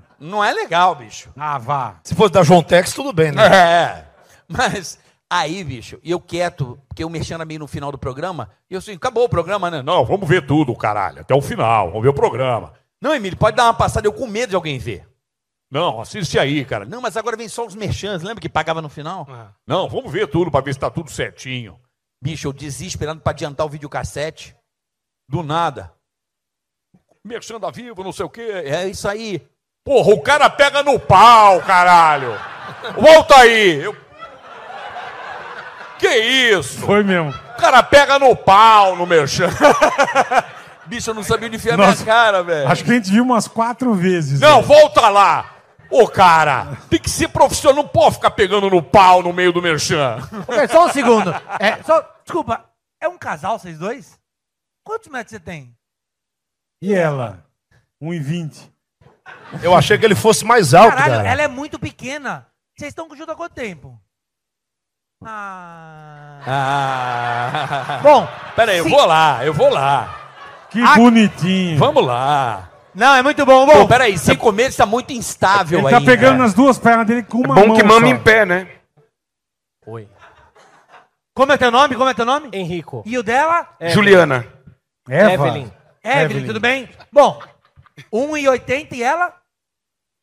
Speaker 1: é legal, bicho.
Speaker 2: Ah, vá.
Speaker 4: Se fosse da João Tex, tudo bem, né?
Speaker 1: É. Mas aí, bicho, e eu quieto, porque o merchan era meio no final do programa, e eu assim, acabou o programa, né? Não, vamos ver tudo, caralho, até o final, vamos ver o programa. Não, Emílio, pode dar uma passada, eu com medo de alguém ver. Não, assiste aí, cara. Não, mas agora vem só os merchans, lembra que pagava no final? Não, vamos ver tudo pra ver se tá tudo certinho. Bicho, eu desesperando pra adiantar o videocassete. Do nada. Merchan da Vivo, não sei o quê. É isso aí. Porra, o cara pega no pau, caralho. Volta aí. Eu- Que isso?
Speaker 2: Foi mesmo.
Speaker 1: O cara pega no pau no Merchan. Bicho, eu não sabia onde enfiar
Speaker 2: Nossa.
Speaker 1: minha cara,
Speaker 4: É.
Speaker 1: velho.
Speaker 2: Acho que a gente viu umas quatro vezes.
Speaker 1: Não,
Speaker 2: né?
Speaker 1: volta lá! Ô, cara, tem que ser profissional, não pode ficar pegando no pau no meio do merchan.
Speaker 7: É, só um segundo. É, só, desculpa, é um casal vocês dois? Quantos metros você tem?
Speaker 2: E ela? 1,20.
Speaker 4: Eu achei que ele fosse mais alto,
Speaker 7: Caralho,
Speaker 4: cara.
Speaker 7: ela é muito pequena. Vocês estão junto há quanto tempo? Ah.
Speaker 1: Ah.
Speaker 7: Bom,
Speaker 1: Pera aí, eu
Speaker 7: se-
Speaker 1: vou lá, eu vou lá.
Speaker 2: Que bonitinho.
Speaker 1: Vamos lá.
Speaker 7: Não, é muito bom. Bom,
Speaker 1: Pô, pera aí, cinco meses tá muito instável
Speaker 2: Ele
Speaker 1: aí.
Speaker 2: tá pegando nas duas pernas dele com uma
Speaker 5: É Bom
Speaker 2: mão
Speaker 5: que mama
Speaker 2: só.
Speaker 5: em pé, né?
Speaker 7: como é teu nome? Como é teu nome?
Speaker 10: Henrico.
Speaker 7: E o dela? É.
Speaker 5: Juliana.
Speaker 2: Eva.
Speaker 10: Evelyn.
Speaker 7: Evelyn,
Speaker 2: Evelyn.
Speaker 7: tudo bem? Bom, 1,80 e ela?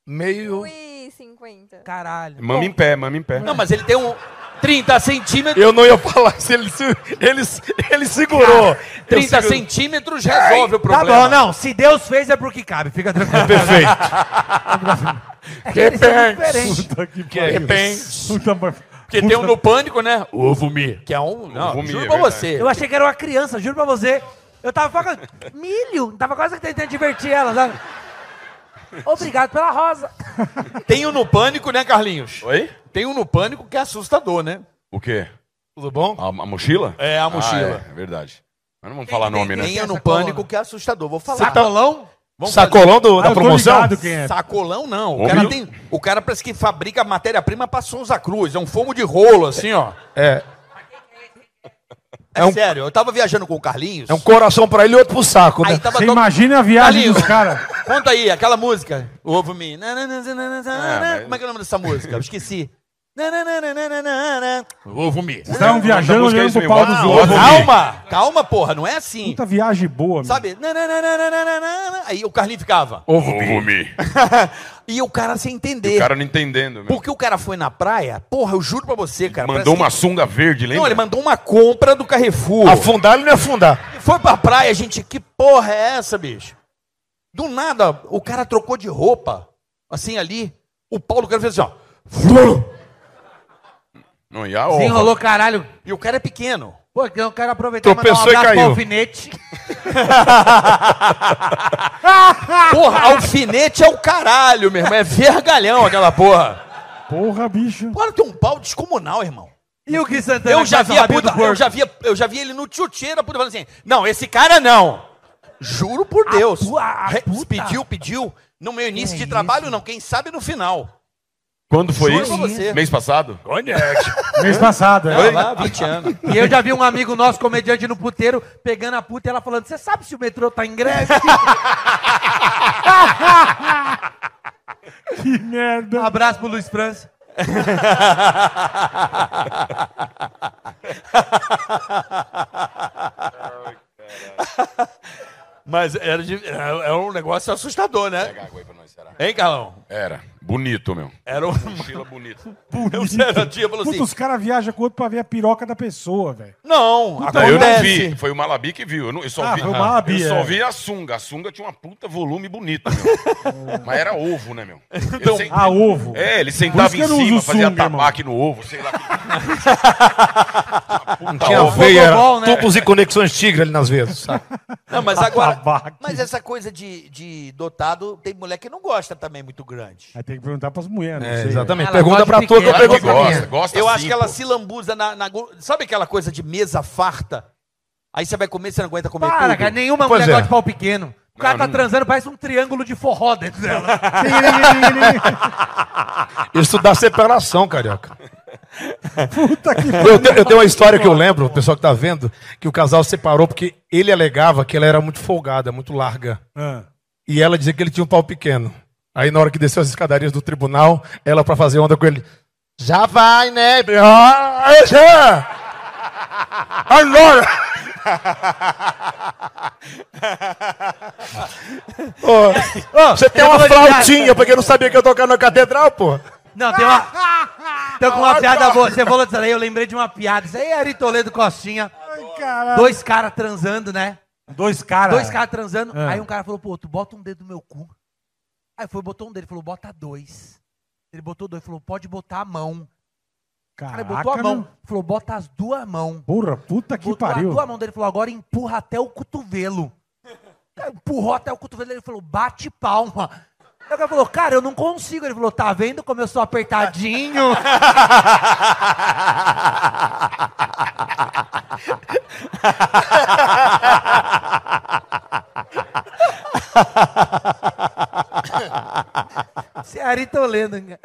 Speaker 4: Meio.
Speaker 9: Ui, 50.
Speaker 7: Caralho.
Speaker 5: Mama em pé, mama em pé.
Speaker 1: Não, mas ele tem um 30 centímetros,
Speaker 4: Eu não ia falar se ele, se- ele, ele segurou.
Speaker 1: 30 centímetros resolve o
Speaker 7: Tá
Speaker 1: problema.
Speaker 7: bom, não. Se Deus fez é porque cabe. Fica tranquilo.
Speaker 4: Perfeito.
Speaker 7: É que eles são diferentes.
Speaker 2: Puta que
Speaker 5: é
Speaker 1: De
Speaker 2: pariu.
Speaker 1: repente.
Speaker 2: Puta, mas-
Speaker 1: Porque tem um no pânico, né? Ovo-me. Que é um... Não,
Speaker 5: Ovo-me,
Speaker 1: juro
Speaker 5: é
Speaker 1: pra
Speaker 5: verdade.
Speaker 1: você.
Speaker 7: Eu achei que era uma criança, juro pra você. Eu tava quase... Milho. Tava quase tentando divertir ela, sabe? Obrigado pela rosa.
Speaker 1: Tem um no pânico, né, Carlinhos?
Speaker 5: Oi?
Speaker 1: Tem um no pânico que é assustador, né?
Speaker 5: O quê?
Speaker 4: Tudo bom?
Speaker 5: A, a mochila?
Speaker 1: É, a mochila.
Speaker 5: Ah, é, é verdade. Mas não vamos falar nome, né?
Speaker 1: Tem um no
Speaker 7: sacolão. tá-
Speaker 1: pânico que é assustador, vou falar.
Speaker 7: Sacolão?
Speaker 1: Vamos fazer-
Speaker 4: Sacolão é do-
Speaker 2: Ah,
Speaker 4: da
Speaker 2: eu tô
Speaker 4: promoção?
Speaker 2: ligado quem é.
Speaker 1: Sacolão não. O
Speaker 5: Homem
Speaker 1: cara,
Speaker 5: do-
Speaker 1: tem, o cara parece que fabrica matéria-prima pra Souza Cruz. É um fomo de rolo, assim, ó.
Speaker 4: É.
Speaker 1: É, sério, eu tava viajando com o Carlinhos.
Speaker 4: É um coração pra ele e outro pro saco, né?
Speaker 1: Aí tava
Speaker 2: Você
Speaker 1: to-
Speaker 2: imagina a viagem
Speaker 1: Carlinhos.
Speaker 2: dos caras.
Speaker 1: Conta aí, aquela música. Ovo me.
Speaker 5: mas-
Speaker 1: Como é que é o nome dessa música? Eu esqueci. Ovo me.
Speaker 2: Estavam Tá viajando
Speaker 5: música é
Speaker 2: olhando
Speaker 5: isso
Speaker 2: pro
Speaker 5: mesmo.
Speaker 2: pau dos
Speaker 5: Ah,
Speaker 2: outros.
Speaker 1: Calma, calma, porra, não é assim.
Speaker 2: Puta viagem boa, meu.
Speaker 1: Sabe? Aí o Carlinhos ficava.
Speaker 5: Ovo-me.
Speaker 1: E o cara sem entender.
Speaker 5: O cara não entendendo. meu.
Speaker 1: Porque o cara foi na praia, porra, eu juro pra você, cara.
Speaker 5: Mandou uma
Speaker 1: parece
Speaker 5: sunga verde,
Speaker 1: que-
Speaker 5: lembra?
Speaker 1: Não, ele mandou uma compra do Carrefour.
Speaker 4: Afundar ele não ia afundar.
Speaker 1: Foi pra praia, gente, que porra é essa, bicho? Do nada, o cara trocou de roupa, assim ali. O Paulo cara fez assim, ó.
Speaker 5: Não, e a ova?
Speaker 7: Desenrolou caralho.
Speaker 1: E o cara é pequeno.
Speaker 7: Pô, eu quero aproveitar e mandar um
Speaker 4: Tropeçou e
Speaker 7: abraço pro
Speaker 4: caiu.
Speaker 7: alfinete.
Speaker 1: Porra, alfinete é o caralho, meu irmão. É vergalhão aquela porra.
Speaker 2: Porra, bicho.
Speaker 1: Porra, tem um pau descomunal, irmão.
Speaker 7: E o Gui Santana?
Speaker 1: Eu
Speaker 7: que
Speaker 1: já
Speaker 7: faz o
Speaker 1: vi a
Speaker 7: rabinho
Speaker 1: puta,
Speaker 7: do porco?
Speaker 1: eu já vi, eu já vi ele no tchutcheira, puta falando assim: "Não, esse cara não". Juro por Deus.
Speaker 7: pu- a- a
Speaker 1: Re-
Speaker 7: puta.
Speaker 1: Pediu, pediu no meu início
Speaker 7: Que
Speaker 1: de
Speaker 7: isso?
Speaker 1: trabalho não, quem sabe no final.
Speaker 5: Quando foi
Speaker 1: Juro
Speaker 5: isso?
Speaker 1: pra você.
Speaker 5: Mês passado?
Speaker 2: Mês passado, é.
Speaker 1: Tá lá, 20 anos.
Speaker 7: E eu já vi um amigo nosso, comediante no puteiro, pegando a puta e ela falando: Você sabe se o metrô tá em greve?
Speaker 2: Que merda.
Speaker 7: um abraço pro Luiz França.
Speaker 1: Mas era de- é é um negócio assustador, né?
Speaker 5: Água aí pra nós, será?
Speaker 1: Hein, Carlão?
Speaker 5: Era. Bonito, meu.
Speaker 7: É,
Speaker 1: Era um
Speaker 5: Mochila bonita.
Speaker 1: Eu sério, a tia falou
Speaker 2: Puta,
Speaker 1: assim:
Speaker 2: os caras viajam com o outro pra ver a piroca da pessoa, velho. é
Speaker 1: "Não,
Speaker 4: assim.
Speaker 5: Não,
Speaker 1: acontece".
Speaker 5: eu não vi. Foi o Malabi que viu. Eu, não, eu só
Speaker 2: Ah,
Speaker 5: vi.
Speaker 2: foi o Malabi,
Speaker 5: eu só
Speaker 2: é.
Speaker 5: vi a sunga. A sunga tinha uma puta volume bonito, meu. Mas era ovo, né, meu? Ele sen-
Speaker 2: Ah, ovo.
Speaker 5: É, ele
Speaker 2: Por isso
Speaker 5: sentava
Speaker 2: que
Speaker 5: em
Speaker 2: eu não
Speaker 5: cima,
Speaker 2: uso
Speaker 5: fazia
Speaker 2: sunga, irmão.
Speaker 5: tabaque no ovo, sei lá.
Speaker 4: Não tinha
Speaker 7: ovo.
Speaker 4: veia, era
Speaker 7: Fogobol, né?
Speaker 4: tubos e conexões tigre ali nas vezes, sabe?
Speaker 1: Não, mas
Speaker 2: Tá
Speaker 1: agora,
Speaker 2: Babaca.
Speaker 1: mas essa coisa de, de dotado, tem mulher que não gosta também muito grande.
Speaker 2: Aí tem que perguntar pras mulheres, não
Speaker 4: É,
Speaker 2: sei.
Speaker 4: exatamente.
Speaker 7: Ela
Speaker 4: Pergunta
Speaker 7: gosta
Speaker 4: pra
Speaker 7: de
Speaker 4: tua que eu
Speaker 7: pequeno.
Speaker 5: Claro que
Speaker 4: pergunto pra
Speaker 5: gosta,
Speaker 4: minha.
Speaker 5: gosta
Speaker 1: Eu acho
Speaker 5: sim,
Speaker 1: que ela
Speaker 5: pô.
Speaker 1: se lambuza na, na go- Sabe aquela coisa de mesa farta? Aí você vai comer, você não aguenta comer
Speaker 7: Para,
Speaker 1: tudo.
Speaker 7: cara, nenhuma
Speaker 4: Pois
Speaker 7: mulher
Speaker 4: é.
Speaker 7: gosta de pau pequeno. O cara
Speaker 5: Não,
Speaker 7: tá
Speaker 5: não.
Speaker 7: transando, parece um triângulo de forró dentro dela.
Speaker 4: Isso dá separação, carioca. Eu, te- eu tenho uma história que eu lembro, o pessoal que tá vendo, que o casal separou porque ele alegava que ela era muito folgada, muito larga.
Speaker 2: Ah.
Speaker 4: E ela dizia que ele tinha um pau pequeno. Aí na hora que desceu as escadarias do tribunal, ela pra fazer onda com ele. Já vai, né? Ah, já! Agora! Ô, você tem uma flautinha, porque não sabia que eu tocava na catedral, pô.
Speaker 7: Não, tem uma. Tô com uma piada boa. Você falou disso aí, eu lembrei de uma piada. Isso aí é Ari Toledo Costinha.
Speaker 2: Caralho.
Speaker 7: Dois caras transando, né?
Speaker 2: Dois caras.
Speaker 7: Dois caras transando.
Speaker 4: É.
Speaker 2: Ah.
Speaker 7: Aí um cara falou, pô, tu bota um dedo no meu cu. Aí foi, botou um dedo, falou, bota dois. Ele botou dois, falou, pode botar a mão. Cara, ele botou a mão.
Speaker 2: meu.
Speaker 7: Falou, bota as duas mãos.
Speaker 2: Porra, puta que
Speaker 7: botou a
Speaker 2: pariu.
Speaker 7: duas mãos dele, falou, agora empurra até o cotovelo. Cara, empurrou até o cotovelo, ele falou, bate palma. Aí o cara falou, cara, eu não consigo. Ele falou, tá vendo como eu sou apertadinho? Você é Ari Toledo, cara.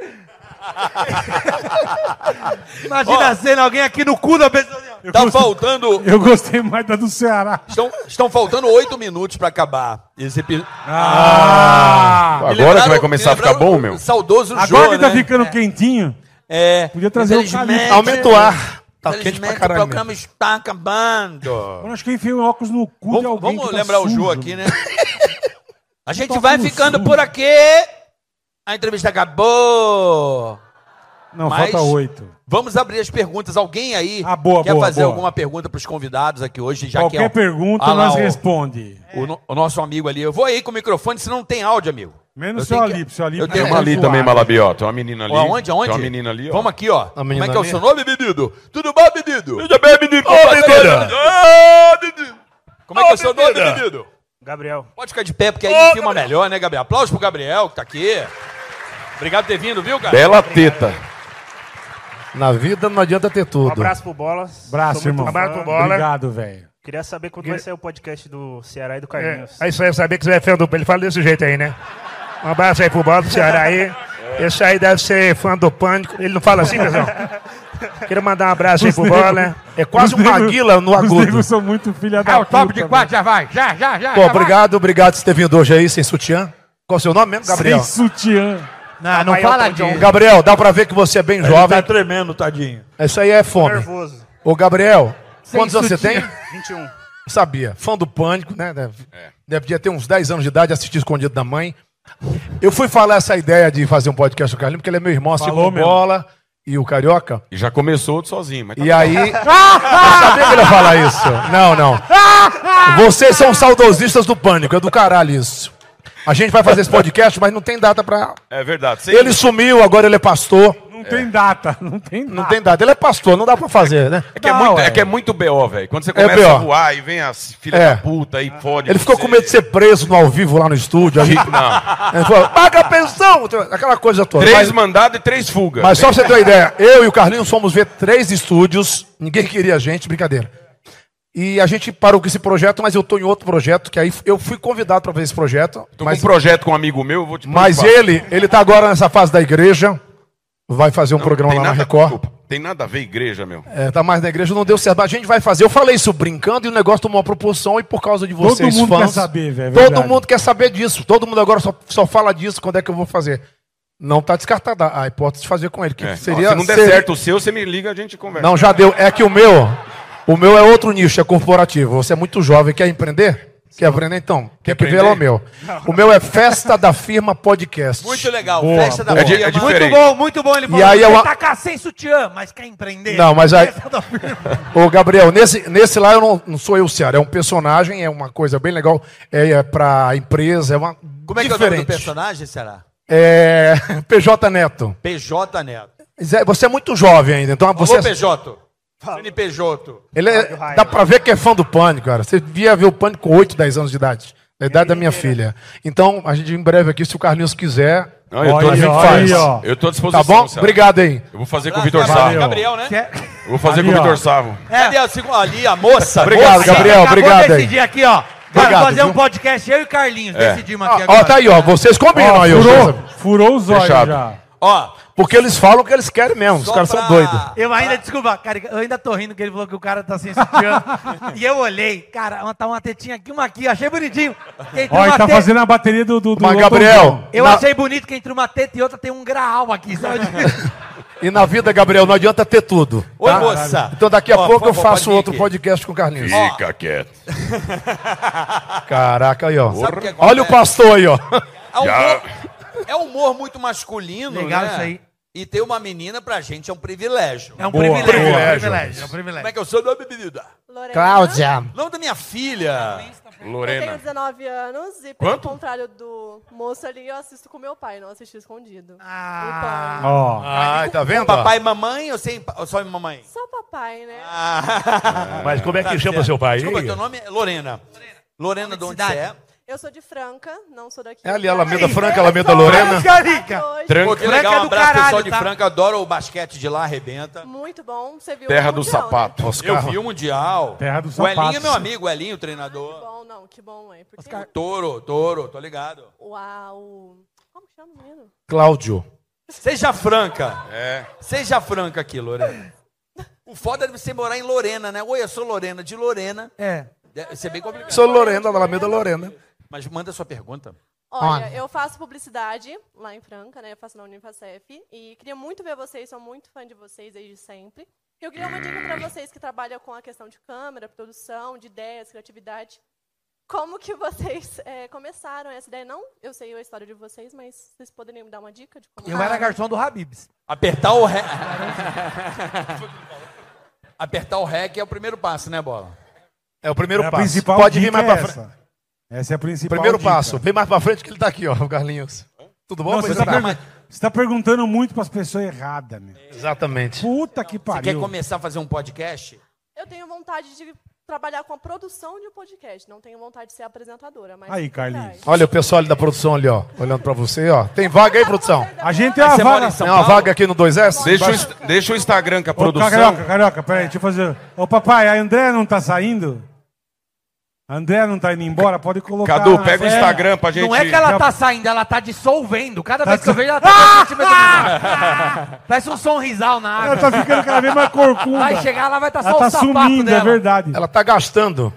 Speaker 7: Imagina a cena, alguém aqui no cu da pessoa. assim, ó.
Speaker 1: Tá faltando.
Speaker 2: Eu gostei mais da do Ceará.
Speaker 1: Estão, estão faltando oito minutos pra acabar esse episódio.
Speaker 5: Agora que vai começar a ficar bom, meu.
Speaker 1: Saudoso
Speaker 2: Agora
Speaker 1: Jô,
Speaker 2: que tá
Speaker 1: né?
Speaker 2: ficando quentinho,
Speaker 1: É.
Speaker 2: podia trazer o
Speaker 1: Infelizmente,
Speaker 2: Calil.
Speaker 4: Aumenta o ar. Tá quente pra
Speaker 1: É, Infelizmente, o
Speaker 4: caralho.
Speaker 1: programa está acabando.
Speaker 2: Eu acho que eu enfiei um óculos no cu de
Speaker 1: Vamos,
Speaker 2: alguém.
Speaker 1: vamos
Speaker 2: que tá
Speaker 1: lembrar o Ju
Speaker 2: sujo.
Speaker 1: aqui, né? A gente
Speaker 2: Tá
Speaker 1: vai
Speaker 2: com
Speaker 1: ficando
Speaker 2: sujo.
Speaker 1: por aqui. A entrevista acabou.
Speaker 2: Não,
Speaker 1: Mas-
Speaker 2: falta oito.
Speaker 1: Vamos abrir as perguntas. Alguém aí
Speaker 2: Ah, boa,
Speaker 1: quer
Speaker 2: boa,
Speaker 1: fazer
Speaker 2: boa.
Speaker 1: alguma pergunta para os convidados aqui hoje? Já que é
Speaker 2: Qualquer
Speaker 1: o-
Speaker 2: pergunta,
Speaker 1: Ah lá,
Speaker 2: nós
Speaker 1: o-
Speaker 2: responde.
Speaker 1: O, no- o nosso amigo ali. Eu vou aí com o microfone, senão não tem áudio, amigo.
Speaker 2: Menos
Speaker 1: Eu
Speaker 2: seu
Speaker 1: tenho que-
Speaker 2: Alipe. Seu Alipe
Speaker 1: eu
Speaker 2: tá
Speaker 1: tenho
Speaker 5: Tem
Speaker 1: uma
Speaker 5: uma ali
Speaker 2: zoado.
Speaker 5: também, Malabió. Tem uma menina ali.
Speaker 1: Ó, Aonde, aonde?
Speaker 5: Tem uma menina ali, ó.
Speaker 1: Vamos aqui, ó.
Speaker 4: A menina
Speaker 1: Como é que é o
Speaker 4: ali?
Speaker 1: seu nome, menino? Tudo bom, menino?
Speaker 5: Tudo bem, menino?
Speaker 1: Opa,
Speaker 5: Ô, menina!
Speaker 1: Ô, menino! Como é que é o seu nome,
Speaker 5: menina!
Speaker 1: menino?
Speaker 10: Gabriel.
Speaker 1: Pode ficar de pé, porque aí filma melhor, né, Gabriel? Aplausos pro Gabriel, que tá aqui. Obrigado por ter vindo, viu, cara?
Speaker 5: Bela teta.
Speaker 4: Na vida não adianta ter
Speaker 10: Um
Speaker 4: tudo.
Speaker 10: abraço pro Bolas.
Speaker 2: Abraço,
Speaker 10: Sou muito
Speaker 2: irmão.
Speaker 10: fã.
Speaker 2: Abraço pro Bola. Obrigado, velho.
Speaker 10: Queria saber quando vai sair o podcast do Ceará e
Speaker 2: É,
Speaker 10: do Carlinhos.
Speaker 11: Aí só eu saber que você vai fã do Ele fala desse jeito aí, né? Um abraço aí pro Bob do Ceará
Speaker 4: É.
Speaker 11: aí. Esse aí deve ser fã do Pânico. Ele não fala assim, pessoal? Quero mandar um abraço aí pro Bola.
Speaker 4: É quase um
Speaker 2: Os negros-
Speaker 4: maguila no
Speaker 2: Os
Speaker 4: agudo.
Speaker 2: negros são muito filha da
Speaker 7: É o
Speaker 2: puta. né?
Speaker 7: top de quatro, já vai, já, já, já.
Speaker 4: Pô,
Speaker 7: já
Speaker 4: obrigado, obrigado por você ter vindo hoje aí, sem sutiã. Qual é o seu nome mesmo,
Speaker 2: Gabriel.
Speaker 4: Gabriel?
Speaker 2: Sem sutiã.
Speaker 7: Vai. Não, não fala disso.
Speaker 4: Gabriel, dá pra ver que você é bem jovem.
Speaker 1: tremendo, tadinho.
Speaker 4: Isso aí é fome.
Speaker 10: Nervoso.
Speaker 4: Ô, Gabriel, quantos anos você tem?
Speaker 10: 21.
Speaker 4: Sabia. Fã do Pânico, né? Deve, deve- devia ter uns 10 anos de idade, assistir Escondido da Mãe. Eu fui falar essa ideia de fazer um podcast com o Carlinhos, porque ele é meu irmão, assim
Speaker 2: Falou
Speaker 4: como o
Speaker 2: mesmo.
Speaker 4: Bola e o Carioca.
Speaker 5: E já começou outro sozinho, mas tá
Speaker 4: E aí. Eu sabia que ele ia falar isso. Não, não. Vocês são saudosistas do pânico, é do caralho isso. A gente vai fazer esse podcast, mas não tem data pra.
Speaker 5: É verdade. Sem-
Speaker 4: Ele sumiu, agora ele é pastor.
Speaker 2: Não tem data. Não tem data.
Speaker 4: Não tem data. Ele é pastor, não dá pra fazer, né?
Speaker 5: É que é,
Speaker 2: Não,
Speaker 5: muito,
Speaker 2: é.
Speaker 5: é que é muito BO, velho. Quando você começa
Speaker 4: BO.
Speaker 5: a voar e vem as filhas
Speaker 4: É.
Speaker 5: da puta e fode.
Speaker 4: Ele ficou
Speaker 5: você.
Speaker 4: com medo de ser preso no ao vivo lá no estúdio. A gente...
Speaker 5: Não.
Speaker 4: Ele falou, paga a pensão! Aquela coisa toda.
Speaker 5: Três
Speaker 4: Mas,
Speaker 5: mandados e três fugas.
Speaker 4: mas só pra você ter uma ideia, eu e o Carlinhos fomos ver três estúdios, ninguém queria a gente, brincadeira. E a gente parou com esse projeto, mas eu tô em outro projeto, que aí eu fui convidado pra fazer esse projeto.
Speaker 5: Tô
Speaker 4: mas
Speaker 5: com um projeto com um amigo meu, eu vou te
Speaker 4: mas
Speaker 5: preocupar.
Speaker 4: ele, ele tá agora nessa fase da igreja, vai fazer um programa
Speaker 5: tem
Speaker 4: lá na
Speaker 5: nada-
Speaker 4: Record.
Speaker 5: desculpa, Tem nada a ver igreja, meu.
Speaker 4: É, tá mais na igreja, não deu certo. mas A gente vai fazer. Eu falei isso brincando e o negócio tomou uma proporção e por causa de vocês,
Speaker 2: mundo
Speaker 4: fãs.
Speaker 2: quer saber, velho, é
Speaker 4: todo
Speaker 2: verdade.
Speaker 4: mundo quer saber disso. Todo mundo agora só, só fala disso. Quando é que eu vou fazer? Não tá descartada a hipótese de fazer com ele. Que
Speaker 5: É.
Speaker 4: seria,
Speaker 5: Ó, se não der
Speaker 4: seria-
Speaker 5: certo o seu, você me liga, a gente conversa.
Speaker 4: Não, já deu. É que o meu, o meu é outro nicho, é corporativo. Você é muito jovem, quer empreender? Quer aprender então? Quer que ver
Speaker 5: aprender?
Speaker 4: lá o meu. O meu é Festa da Firma Podcast.
Speaker 1: Muito legal.
Speaker 2: Boa,
Speaker 1: Festa da
Speaker 5: boa. É di-
Speaker 1: Firma.
Speaker 5: é diferente.
Speaker 7: Muito bom, muito bom. Ele falou,
Speaker 4: aí
Speaker 7: você
Speaker 4: eu-
Speaker 7: tá cá sem sutiã, mas quer empreender. é
Speaker 4: Não, mas aí-
Speaker 7: Essa da firma.
Speaker 4: Ô, Gabriel, nesse, nesse lá eu não, não sou eu, Ceará. É um personagem, é uma coisa bem legal. É, é pra empresa, é uma.
Speaker 1: Como é que é o nome do
Speaker 4: diferente.
Speaker 1: personagem, será?
Speaker 4: É. PJ Neto.
Speaker 1: PJ Neto.
Speaker 4: Zé, Você é muito jovem ainda, então
Speaker 1: Você...
Speaker 4: você.
Speaker 1: Alô, PJ. NPJ.
Speaker 4: Ele é, dá pra ver que é fã do pânico, cara. Você devia ver o pânico com 8, 10 anos de idade. Da idade da minha filha. Então, a gente em breve aqui, se o Carlinhos quiser.
Speaker 5: Não, eu, tô,
Speaker 2: Olha,
Speaker 5: eu,
Speaker 2: olha aí, ó.
Speaker 5: eu tô à
Speaker 4: Tá
Speaker 5: disposição.
Speaker 4: bom?
Speaker 5: Sérgio.
Speaker 4: Obrigado aí.
Speaker 5: Eu vou fazer com o Vitor
Speaker 2: Gabriel.
Speaker 5: Sarro.
Speaker 1: Ah, Gabriel, É. né?
Speaker 7: Quer-
Speaker 5: Vou fazer com o Vitor Savo.
Speaker 4: É.
Speaker 1: Cadê a segunda? Ali, a moça.
Speaker 5: Obrigado,
Speaker 1: moça.
Speaker 5: Gabriel,
Speaker 7: Acabou
Speaker 5: obrigado
Speaker 7: de
Speaker 5: aí.
Speaker 7: decidir aqui, ó. Vamos
Speaker 5: Obrigado,
Speaker 7: fazer um
Speaker 5: viu?
Speaker 7: podcast, eu e Carlinhos.
Speaker 5: É.
Speaker 7: Decidimos aqui agora.
Speaker 4: Ó, tá aí, ó. Vocês combinam aí, ó.
Speaker 2: furou, furou os olhos
Speaker 4: Fechado.
Speaker 2: já.
Speaker 1: Ó,
Speaker 4: Porque eles falam o que eles querem mesmo. Os caras são doidos.
Speaker 7: Eu ainda, desculpa, cara, eu ainda tô rindo que ele falou que o cara tá sem sutiã. e eu olhei, cara, uma- tá uma tetinha aqui, uma aqui, eu achei bonitinho. Quem tem
Speaker 2: Ó, ele
Speaker 7: uma
Speaker 2: tá
Speaker 7: te-
Speaker 2: fazendo a bateria do. do, do
Speaker 4: Mas,
Speaker 2: Elton
Speaker 4: Gabriel,
Speaker 2: John.
Speaker 7: Eu
Speaker 4: Na-
Speaker 7: achei bonito que entre uma teta e outra tem um graal aqui, sabe?
Speaker 4: E na vida, Gabriel, não adianta ter tudo.
Speaker 1: Oi,
Speaker 4: tá?
Speaker 1: moça.
Speaker 4: Então daqui a
Speaker 1: Ó,
Speaker 4: pouco
Speaker 1: por
Speaker 4: eu
Speaker 1: favor,
Speaker 4: faço
Speaker 1: pode ir
Speaker 4: outro
Speaker 1: aqui.
Speaker 4: podcast com o Carlinhos.
Speaker 5: Fica quieto.
Speaker 4: Caraca, aí, ó.
Speaker 1: Sabe o que acontece?
Speaker 4: Olha o pastor aí, ó.
Speaker 1: É um
Speaker 5: Já.
Speaker 1: humor, é um humor muito masculino,
Speaker 7: Legal
Speaker 1: né?
Speaker 7: isso aí.
Speaker 1: E ter uma menina pra gente é um privilégio.
Speaker 7: É um
Speaker 2: Boa,
Speaker 7: privilégio, é um
Speaker 4: privilégio.
Speaker 7: privilégio, é um
Speaker 1: Como é
Speaker 7: privilégio.
Speaker 1: que eu sou nome, menina?
Speaker 9: Lorena,
Speaker 4: Cláudia.
Speaker 1: O nome da minha
Speaker 7: Tá
Speaker 1: filha.
Speaker 9: Eu tenho
Speaker 5: Lorena.
Speaker 9: 19 anos e, pelo
Speaker 5: Quanto?
Speaker 9: contrário do moço ali, eu assisto com meu pai, não assisti escondido.
Speaker 7: Ah.
Speaker 2: Ó,
Speaker 4: Ai, tá vendo? ó?
Speaker 1: Papai e mamãe ou, sem, ou só mamãe?
Speaker 9: Então, só papai, né?
Speaker 5: Ah.
Speaker 4: Ah.
Speaker 11: Mas como é
Speaker 4: Tá
Speaker 11: que chama
Speaker 7: Tá
Speaker 1: certo.
Speaker 11: seu pai?
Speaker 1: Desculpa, teu nome é Lorena. Lorena, de onde você é?
Speaker 9: Eu sou de Franca, não sou daqui.
Speaker 4: É ali, Alameda Franca, Alameda Lorena.
Speaker 7: Carica.
Speaker 9: Hoje,
Speaker 1: Pô,
Speaker 5: Tranca.
Speaker 1: que
Speaker 7: Franca
Speaker 1: legal,
Speaker 7: é
Speaker 1: um
Speaker 7: do
Speaker 1: abraço pessoal
Speaker 7: caralho,
Speaker 1: de
Speaker 7: tá?
Speaker 1: Franca, adora o basquete de lá, arrebenta.
Speaker 9: Muito bom, você viu
Speaker 5: Terra
Speaker 9: o
Speaker 5: do
Speaker 9: Mundial, né?
Speaker 5: sapato.
Speaker 1: Eu
Speaker 4: Oscar.
Speaker 1: vi o Mundial.
Speaker 2: Terra dos
Speaker 1: o Elinho é
Speaker 2: sapatos.
Speaker 1: meu amigo, o Elinho, o
Speaker 9: Que
Speaker 1: treinador.
Speaker 9: bom, não, que bom, é. Porque
Speaker 1: um Touro, touro, tô ligado.
Speaker 9: Uau. Como que chama o menino?
Speaker 4: Cláudio.
Speaker 1: Seja franca.
Speaker 5: É.
Speaker 1: Seja franca aqui, Lorena. O foda é você morar em Lorena, né? Oi, eu sou Lorena, de Lorena.
Speaker 7: É.
Speaker 1: Deve ser bem complicado.
Speaker 4: Sou Lorena, da Alameda Lorena.
Speaker 1: Mas manda sua pergunta.
Speaker 9: Olha, eu faço publicidade lá em Franca, né? Eu faço na Unifacef. E queria muito ver vocês, sou muito fã de vocês desde sempre. E eu queria uma dica para vocês que trabalham com a questão de câmera, produção, de ideias, criatividade. Como que vocês eh, começaram essa ideia? Não, eu sei a história de vocês, mas vocês poderiam me dar uma dica de como...
Speaker 7: Eu era garçom do Habibs.
Speaker 1: Apertar o rec. Apertar o rec é o primeiro passo, né, Bola?
Speaker 4: É o primeiro
Speaker 2: é a
Speaker 4: passo.
Speaker 2: principal
Speaker 4: Pode vir
Speaker 2: dica
Speaker 4: mais
Speaker 2: é
Speaker 4: pra frente.
Speaker 2: essa. Essa é a principal.
Speaker 4: Primeiro
Speaker 2: dica.
Speaker 4: passo. Vem mais pra frente que ele tá aqui, ó, o Carlinhos. Tudo bom?
Speaker 2: Não, você,
Speaker 4: Pois
Speaker 2: tá
Speaker 4: tá.
Speaker 2: pergun- você tá perguntando muito pras pessoas erradas, meu.
Speaker 4: Exatamente.
Speaker 2: Puta que
Speaker 1: Você quer
Speaker 2: pariu.
Speaker 1: começar a fazer um podcast?
Speaker 9: Eu tenho vontade de trabalhar com a produção de um podcast. Não tenho vontade de ser apresentadora, mas...
Speaker 2: Aí,
Speaker 9: por trás. Tá
Speaker 2: Carlinhos.
Speaker 4: Olha o pessoal ali da produção ali, ó. Olhando pra você, ó. Tem vaga aí, produção?
Speaker 2: A gente é a
Speaker 1: Você mora
Speaker 2: vaga.
Speaker 1: em São
Speaker 4: Tem uma
Speaker 1: Paulo?
Speaker 4: vaga aqui no 2S?
Speaker 5: Deixa o, inst- deixa o Instagram com a
Speaker 2: Ô,
Speaker 5: produção.
Speaker 2: carioca, carioca, peraí, deixa eu fazer. Ô, papai, a André não tá saindo? A André não tá indo embora? Pode colocar.
Speaker 5: Cadu,
Speaker 2: na
Speaker 5: pega o
Speaker 2: tela.
Speaker 5: Instagram pra gente.
Speaker 7: Não é que ela tá saindo, ela tá dissolvendo. Cada vez que eu vejo, ela tá ah, Parece um sonrisal na
Speaker 2: Ela
Speaker 7: água.
Speaker 2: tá ficando cada vez mais corcunda.
Speaker 7: Vai chegar, ela vai estar
Speaker 2: Ela
Speaker 7: só
Speaker 2: tá
Speaker 7: o sapato
Speaker 2: sumindo,
Speaker 7: dela.
Speaker 2: é verdade.
Speaker 4: Ela tá gastando.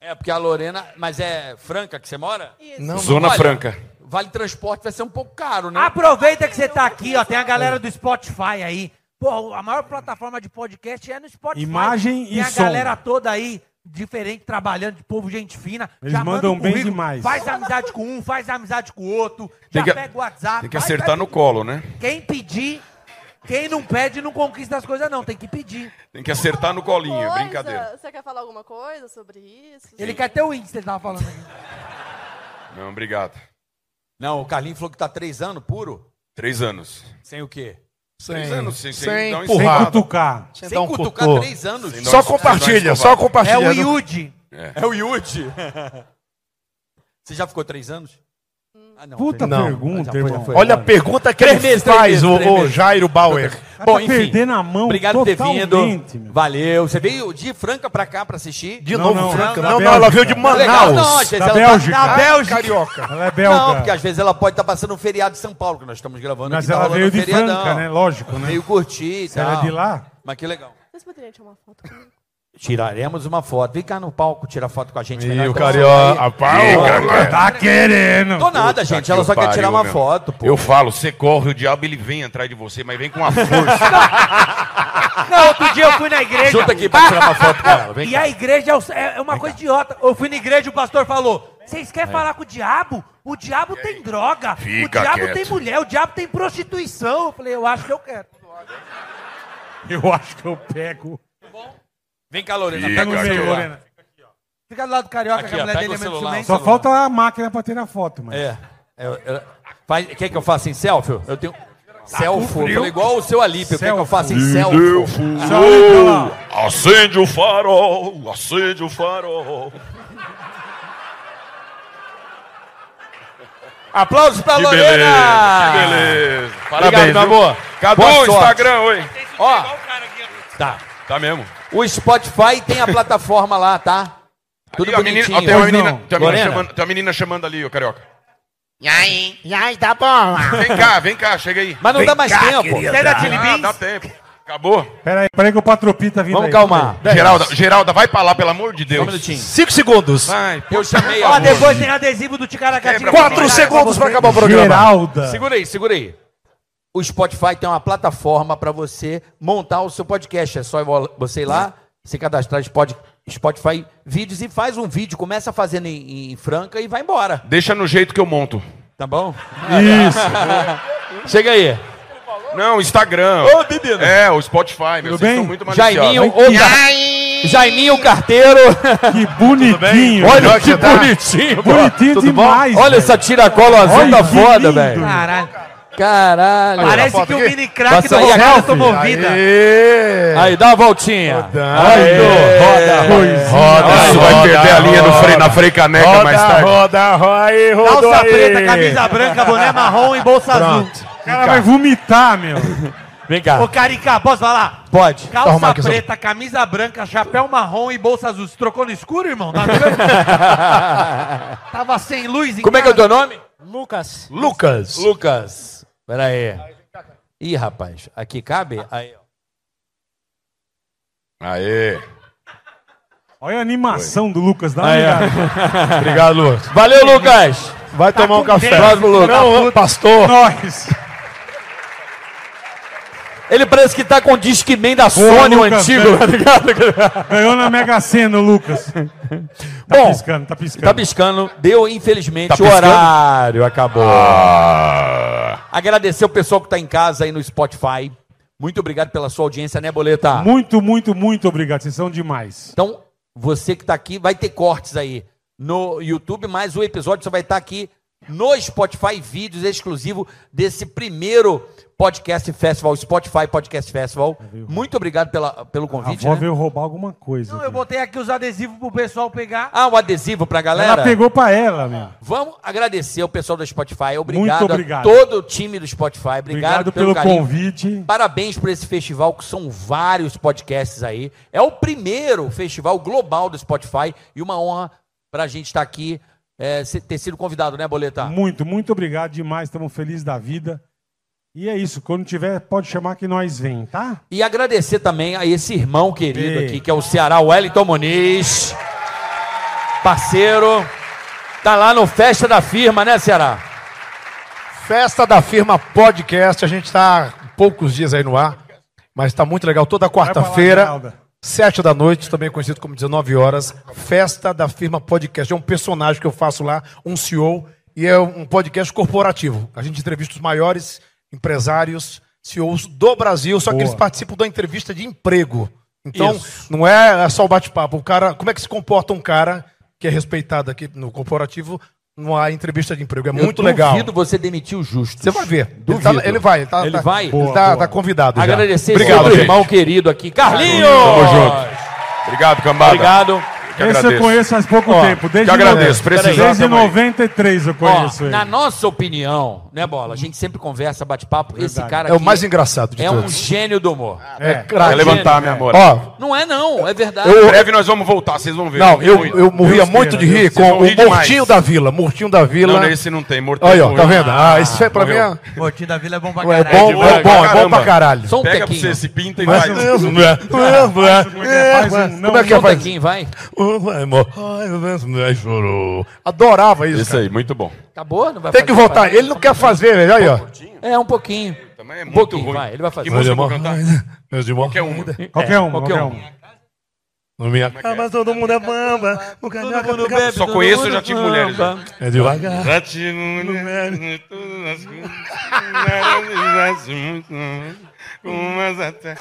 Speaker 1: É, porque a Lorena. Mas é franca que você mora?
Speaker 9: Isso.
Speaker 5: Zona
Speaker 1: Olha,
Speaker 5: Franca.
Speaker 1: Vale transporte vai ser um pouco caro, né?
Speaker 7: Aproveita que você tá aqui, ó. Tem a galera do Spotify aí. Pô, a maior plataforma de podcast é no Spotify.
Speaker 2: Imagem
Speaker 7: Tem
Speaker 2: e
Speaker 7: a
Speaker 2: som.
Speaker 7: galera toda aí, diferente, trabalhando, de povo, gente fina.
Speaker 2: Eles
Speaker 7: Já manda
Speaker 2: mandam
Speaker 7: o
Speaker 2: bem
Speaker 7: currículo,
Speaker 2: demais.
Speaker 7: Faz amizade com um, faz amizade com o outro.
Speaker 5: Tem
Speaker 7: Já
Speaker 5: que-
Speaker 7: pega o WhatsApp.
Speaker 5: Tem que
Speaker 7: vai,
Speaker 5: acertar
Speaker 7: vai.
Speaker 5: no colo, né?
Speaker 7: Quem pedir, quem não pede, não conquista as coisas, não. Tem que pedir.
Speaker 5: Tem que acertar no colinho, é brincadeira.
Speaker 9: Você quer falar alguma coisa sobre isso?
Speaker 7: Ele quer ter o Insta, ele tava falando aqui.
Speaker 5: Não, obrigado.
Speaker 1: Não, o Carlinho falou que tá três anos puro.
Speaker 5: Três anos.
Speaker 1: Sem o quê?
Speaker 5: Três
Speaker 4: Sem,
Speaker 5: anos, sem-
Speaker 4: sem,
Speaker 5: sem dar um
Speaker 2: Sem
Speaker 4: empurrar.
Speaker 2: cutucar.
Speaker 4: Sem,
Speaker 1: Sem
Speaker 4: dar um
Speaker 1: cutucar
Speaker 4: cutuco.
Speaker 1: três anos.
Speaker 5: Então, Sem dar
Speaker 4: Só
Speaker 5: Nós-
Speaker 4: compartilha,
Speaker 5: nós-
Speaker 4: só compartilha.
Speaker 7: É o Yude.
Speaker 1: É o Yudi. Você já ficou três anos? Ah, não.
Speaker 2: Puta
Speaker 4: Não.
Speaker 1: Já
Speaker 2: pergunta,
Speaker 1: foi, já
Speaker 2: irmão.
Speaker 1: foi.
Speaker 4: Olha a pergunta que
Speaker 1: Três
Speaker 4: ele
Speaker 1: meses, três
Speaker 4: faz,
Speaker 1: meses,
Speaker 4: o,
Speaker 1: três
Speaker 4: o
Speaker 1: meses.
Speaker 4: Jairo Bauer.
Speaker 2: Ela tá perdendo a mão
Speaker 1: Obrigado por ter vindo.
Speaker 2: totalmente, meu.
Speaker 1: Valeu. Você veio de Franca pra cá pra assistir?
Speaker 4: De
Speaker 2: Não,
Speaker 4: novo,
Speaker 2: não,
Speaker 4: Franca.
Speaker 2: da
Speaker 4: Não, não,
Speaker 2: Bélgica.
Speaker 4: ela veio de Manaus.
Speaker 1: Legal, não, às vezes
Speaker 2: Da
Speaker 1: ela
Speaker 2: Bélgica.
Speaker 1: Tá,
Speaker 4: Ah,
Speaker 1: na Bélgica.
Speaker 4: Carioca.
Speaker 2: Ela é
Speaker 1: Não, porque
Speaker 2: belga.
Speaker 1: às vezes ela pode estar passando um feriado de São Paulo, que nós estamos gravando
Speaker 2: Mas
Speaker 1: aqui, tá
Speaker 2: ela
Speaker 1: rolando
Speaker 2: veio
Speaker 1: um
Speaker 2: de
Speaker 1: feriadão.
Speaker 2: Franca, né? Lógico, né?
Speaker 1: Veio curtir e
Speaker 2: Ela é
Speaker 1: tal.
Speaker 2: de lá?
Speaker 1: Mas que legal.
Speaker 9: Vocês poderiam tirar uma foto comigo?
Speaker 1: Tiraremos uma foto. Vem cá no palco tirar foto com a gente. melhor
Speaker 4: E o
Speaker 1: que ela
Speaker 4: Carioca.
Speaker 1: vai.
Speaker 4: a pau.
Speaker 2: Tá querendo.
Speaker 1: Tô nada, gente. Ela só quer tirar uma foto, pô.
Speaker 5: Eu falo, você corre, o diabo ele vem atrás de você, mas vem com uma força.
Speaker 7: Não, outro dia eu fui na igreja.
Speaker 1: Junta aqui pra
Speaker 2: Ah!
Speaker 1: tirar uma foto com ela. Tá, Vem
Speaker 7: E
Speaker 1: cá.
Speaker 7: a igreja é o- é é uma coisa idiota. Eu fui na igreja e o pastor falou: Vocês querem falar com o diabo? O diabo tem droga, o
Speaker 5: Fica
Speaker 7: diabo
Speaker 5: quieto.
Speaker 7: tem mulher, o diabo tem prostituição. Eu falei, eu acho que eu quero.
Speaker 2: Eu acho que eu pego.
Speaker 1: Vem cá, Lorena.
Speaker 5: Fica
Speaker 1: Pega o
Speaker 5: aqui,
Speaker 2: Sei,
Speaker 5: ó.
Speaker 1: celular.
Speaker 2: Lorena.
Speaker 7: Fica do lado do carioca,
Speaker 1: Aqui,
Speaker 7: que a
Speaker 1: ó,
Speaker 7: mulher
Speaker 1: pega
Speaker 7: dele
Speaker 1: o
Speaker 7: é meio
Speaker 1: celular,
Speaker 7: ciumenta.
Speaker 2: Só falta a máquina pra tirar foto, mano.
Speaker 1: É. Eu- eu- faz- quer que eu faça em selfie? Eu tenho. Selfie. Eu falei igual o seu Alípio. Quer que eu faça em selfie?
Speaker 2: Só olha lá.
Speaker 5: Acende o farol, acende o farol.
Speaker 1: Aplausos pra
Speaker 5: Que
Speaker 1: Lorena!
Speaker 5: beleza, que beleza. Parabéns,
Speaker 1: Obrigado, meu
Speaker 5: viu?
Speaker 1: amor.
Speaker 5: Acabou
Speaker 1: Boa
Speaker 5: o
Speaker 1: sorte.
Speaker 5: Instagram, oi.
Speaker 1: Ó, tá.
Speaker 5: Tá mesmo.
Speaker 1: O Spotify tem a plataforma lá, tá? Tudo
Speaker 5: Ih, ó, a menina-
Speaker 1: bonitinho.
Speaker 5: ó, tem um- uma menina, tem uma menina
Speaker 1: Lorena?
Speaker 5: chamando, tem uma menina chamando ali, ô carioca.
Speaker 12: E aí? E aí, tá bom.
Speaker 5: Vem cá, vem cá, chega aí.
Speaker 1: Mas não
Speaker 5: Vem
Speaker 1: dá mais
Speaker 5: cá,
Speaker 1: tempo.
Speaker 7: é
Speaker 5: querida.
Speaker 1: Quer dar Chili
Speaker 5: ah,
Speaker 1: Beans?
Speaker 5: dá tempo. Acabou.
Speaker 2: Peraí, peraí que o Patropi tá vindo
Speaker 1: Vamos
Speaker 2: aí.
Speaker 1: calmar.
Speaker 2: Peraí.
Speaker 5: Geralda, Geralda, vai pra lá, pelo amor de Deus.
Speaker 1: Só um minutinho.
Speaker 4: Cinco segundos.
Speaker 5: Vai,
Speaker 1: Eu chamei
Speaker 7: Ó,
Speaker 1: a
Speaker 7: depois tem adesivo do Ticaracatica.
Speaker 1: Quatro segundos pra acabar o programa.
Speaker 2: Geralda.
Speaker 1: Segura aí, segura aí. O Spotify tem uma plataforma para você montar o seu podcast. É só vo- você ir lá, se cadastrar em Spod- Spotify Vídeos e faz um vídeo. Começa fazendo em, em Franca e vai embora.
Speaker 5: Deixa no jeito que eu monto.
Speaker 1: Tá bom?
Speaker 5: Isso.
Speaker 1: Chega aí.
Speaker 5: Não, Instagram.
Speaker 1: Ô, menino.
Speaker 5: É, o Spotify, meu.
Speaker 1: Tudo
Speaker 5: Vocês
Speaker 1: bem?
Speaker 5: são muito
Speaker 1: Jaiminho,
Speaker 5: maliciosos.
Speaker 1: o gar- Jaiminho, o carteiro.
Speaker 2: Que bonitinho.
Speaker 1: Olha
Speaker 2: Jorge,
Speaker 1: que
Speaker 2: tá?
Speaker 1: bonitinho, bro.
Speaker 2: Bonitinho
Speaker 1: Tudo bom?
Speaker 2: demais,
Speaker 1: Olha
Speaker 2: velho.
Speaker 1: essa tiracola azul
Speaker 2: Olha
Speaker 1: tá
Speaker 2: que
Speaker 1: foda,
Speaker 2: lindo.
Speaker 1: velho.
Speaker 7: Caralho.
Speaker 1: Caralho.
Speaker 7: Parece que o mini crack do
Speaker 1: Passa aí a
Speaker 7: Rogério
Speaker 1: selfie.
Speaker 7: tomou vida.
Speaker 1: Aí, dá uma voltinha.
Speaker 4: Aê.
Speaker 1: Roda,
Speaker 5: Roda, Isso vai
Speaker 4: roda,
Speaker 5: perder a linha no freio, na freio caneca
Speaker 4: Roda,
Speaker 5: mais tarde.
Speaker 4: roda, roda, aí, rodou
Speaker 7: Calça
Speaker 4: aí.
Speaker 7: preta, camisa branca, boné marrom e bolsa azul.
Speaker 2: O cara vai vomitar, meu.
Speaker 1: Vem cá.
Speaker 7: Ô, Carica, posso falar?
Speaker 1: Pode.
Speaker 7: Calça
Speaker 4: arrumar aqui,
Speaker 7: preta, camisa branca, chapéu marrom e bolsa azul. Se trocou no escuro, irmão? Tá vendo? Tava sem luz em
Speaker 1: Como é que é o teu nome?
Speaker 12: Lucas.
Speaker 4: Lucas.
Speaker 1: Lucas. Pera aí. Ih, rapaz, aqui cabe? Aí, ó.
Speaker 5: Aê.
Speaker 2: Olha a animação do Lucas. Dá uma
Speaker 1: Aí, ó.
Speaker 2: olhada.
Speaker 4: Obrigado, Lucas.
Speaker 1: Valeu, Lucas!
Speaker 4: Vai tomar um
Speaker 2: com
Speaker 4: café.
Speaker 2: Deus.
Speaker 1: Próximo, Lucas.
Speaker 4: Não, pastor.
Speaker 2: Nós.
Speaker 1: Ele parece que tá com o Discman da
Speaker 2: Boa,
Speaker 1: Sony, o
Speaker 2: Lucas,
Speaker 1: antigo,
Speaker 2: velho.
Speaker 1: tá ligado?
Speaker 2: Ganhou na Mega Sena, o Lucas. Tá
Speaker 1: Bom,
Speaker 2: piscando, tá piscando.
Speaker 1: tá piscando. Deu, infelizmente,
Speaker 5: Tá
Speaker 1: o
Speaker 5: piscando?
Speaker 1: horário. Acabou.
Speaker 5: Ah,
Speaker 1: Agradecer o pessoal que tá em casa aí no Spotify. Muito obrigado pela sua audiência, né, Boleta?
Speaker 2: Muito, muito, muito obrigado. Vocês são demais.
Speaker 1: Então, você que tá aqui, vai ter cortes aí no YouTube, mas o episódio só vai estar aqui no Spotify, vídeos exclusivo desse primeiro Podcast Festival, Spotify Podcast Festival. Muito obrigado pela, pelo
Speaker 2: A
Speaker 1: convite.
Speaker 2: avó
Speaker 1: né?
Speaker 2: veio roubar alguma coisa.
Speaker 7: Não, então eu
Speaker 2: aqui.
Speaker 7: botei aqui os adesivos pro pessoal pegar.
Speaker 1: Ah, o adesivo pra galera.
Speaker 2: Ela pegou pra ela, meu.
Speaker 1: Vamos agradecer ao pessoal do Spotify. Obrigado,
Speaker 2: Muito obrigado.
Speaker 1: a todo o time do Spotify. Obrigado,
Speaker 2: Obrigado
Speaker 1: pelo,
Speaker 2: pelo
Speaker 1: carinho.
Speaker 2: convite.
Speaker 1: Parabéns por esse festival, que são vários podcasts aí. É o primeiro festival global do Spotify e uma honra pra gente estar aqui, é, se- ter sido convidado, né,
Speaker 4: Hum.
Speaker 1: Boleta?
Speaker 2: Muito, muito obrigado demais. Estamos felizes da vida. E é isso. Quando tiver, pode chamar que nós vem, tá?
Speaker 1: E agradecer também a esse irmão querido
Speaker 2: Ei.
Speaker 1: aqui, que é o Ceará Wellington Muniz. Parceiro. Tá lá no Festa da Firma, né, Ceará?
Speaker 4: Festa da Firma Podcast. A gente tá poucos dias aí no ar, mas tá muito legal. Toda
Speaker 2: Vai pra lá,
Speaker 4: quarta-feira,
Speaker 2: Geralda.
Speaker 4: sete da noite, também conhecido como 19 horas. Festa da Firma Podcast. É um personagem que eu faço lá, um CEO, e é um podcast corporativo. A gente entrevista os maiores empresários, CEOs do Brasil, só que
Speaker 2: Boa.
Speaker 4: eles participam da entrevista de emprego. Então,
Speaker 1: Isso.
Speaker 4: não é é só o bate-papo. O cara, como é que se comporta um cara que é respeitado aqui no corporativo numa entrevista de emprego? É muito
Speaker 1: Eu
Speaker 4: legal.
Speaker 1: Duvido você demitir o justo.
Speaker 4: Você vai ver. Ele,
Speaker 1: Duvido.
Speaker 4: tá- ele vai. Ele, tá,
Speaker 1: Ele
Speaker 4: tá-
Speaker 1: vai?
Speaker 4: Ele
Speaker 2: Boa,
Speaker 4: tá,
Speaker 2: boa.
Speaker 4: tá convidado. já.
Speaker 1: Agradecer
Speaker 4: Obrigado,
Speaker 1: esse
Speaker 4: gente.
Speaker 1: irmão querido aqui. Carlinhos!
Speaker 5: Tamo junto. Obrigado, cambada.
Speaker 1: Obrigado.
Speaker 5: Que
Speaker 2: Esse eu
Speaker 5: agradeço.
Speaker 2: conheço faz pouco
Speaker 1: Ó,
Speaker 2: tempo. Desde
Speaker 5: que agradeço.
Speaker 2: no-
Speaker 5: Precisar,
Speaker 2: Desde
Speaker 5: tamo aí.
Speaker 2: 93 eu conheço
Speaker 1: Ó,
Speaker 2: ele.
Speaker 1: na nossa opinião, né, Bola? A gente sempre conversa, bate papo. Esse
Speaker 2: Verdade.
Speaker 1: cara
Speaker 4: É o
Speaker 1: aqui
Speaker 4: mais engraçado de
Speaker 1: é um
Speaker 4: todos.
Speaker 1: gênio do humor.
Speaker 5: Ah,
Speaker 4: É,
Speaker 5: Vai
Speaker 4: craque.
Speaker 5: levantar, minha amor.
Speaker 4: Ó,
Speaker 1: Não é não, é verdade.
Speaker 5: Em breve nós vamos voltar, vocês vão ver.
Speaker 4: não, eu,
Speaker 5: Muito.
Speaker 4: eu morria
Speaker 2: Deus
Speaker 4: muito de
Speaker 2: queira,
Speaker 4: rir
Speaker 2: Deus.
Speaker 4: com
Speaker 5: Vocês vão
Speaker 4: o
Speaker 5: rir demais.
Speaker 4: Mortinho da Vila. Mortinho da
Speaker 5: Não,
Speaker 4: Vila.
Speaker 5: esse não tem, um mortal.
Speaker 4: Olha, ó, tá vendo? Ah, isso é pra mim.
Speaker 5: Morreu.
Speaker 4: É
Speaker 7: Motinho da Vila é bom pra
Speaker 4: bom, é
Speaker 7: caralho.
Speaker 4: bom, é bom, é bom pra caralho.
Speaker 1: Só um
Speaker 5: Pega pra
Speaker 1: tequinho.
Speaker 5: você, se pinta e
Speaker 4: Mas
Speaker 5: vai.
Speaker 4: não é isso, não é? Não é, não é.
Speaker 2: Como é que é? Faz um não,
Speaker 4: Como é que
Speaker 1: Só
Speaker 4: é?
Speaker 1: um
Speaker 4: Faz?
Speaker 1: tequinho, vai.
Speaker 4: Ai, amor. Ai, não é, não é, chorou. Adorava isso.
Speaker 5: Isso
Speaker 4: cara.
Speaker 5: aí, muito bom.
Speaker 1: Acabou? Não vai
Speaker 4: Tem que
Speaker 1: fazer
Speaker 4: voltar.
Speaker 1: parte?
Speaker 4: Ele não quer fazer, velho. Aí, ó.
Speaker 1: É, um pouquinho.
Speaker 5: Também é
Speaker 1: Um
Speaker 5: muito
Speaker 1: pouquinho,
Speaker 5: ruim.
Speaker 1: vai. Ele vai fazer.
Speaker 5: Que música eu vou
Speaker 4: Ai,
Speaker 5: cantar?
Speaker 4: Meus irmãos.
Speaker 5: Qualquer uma.
Speaker 2: Qualquer um,
Speaker 1: qualquer
Speaker 2: qualquer
Speaker 1: um.
Speaker 2: um.
Speaker 4: Não me
Speaker 5: Ah, mas
Speaker 4: todo mundo é bamba. O carioca
Speaker 5: Só conheço, eu já tive mulheres. já.
Speaker 4: É devagar.
Speaker 5: Já tive mulheres de todas as cores, maravilhosas, muito amor. Umas até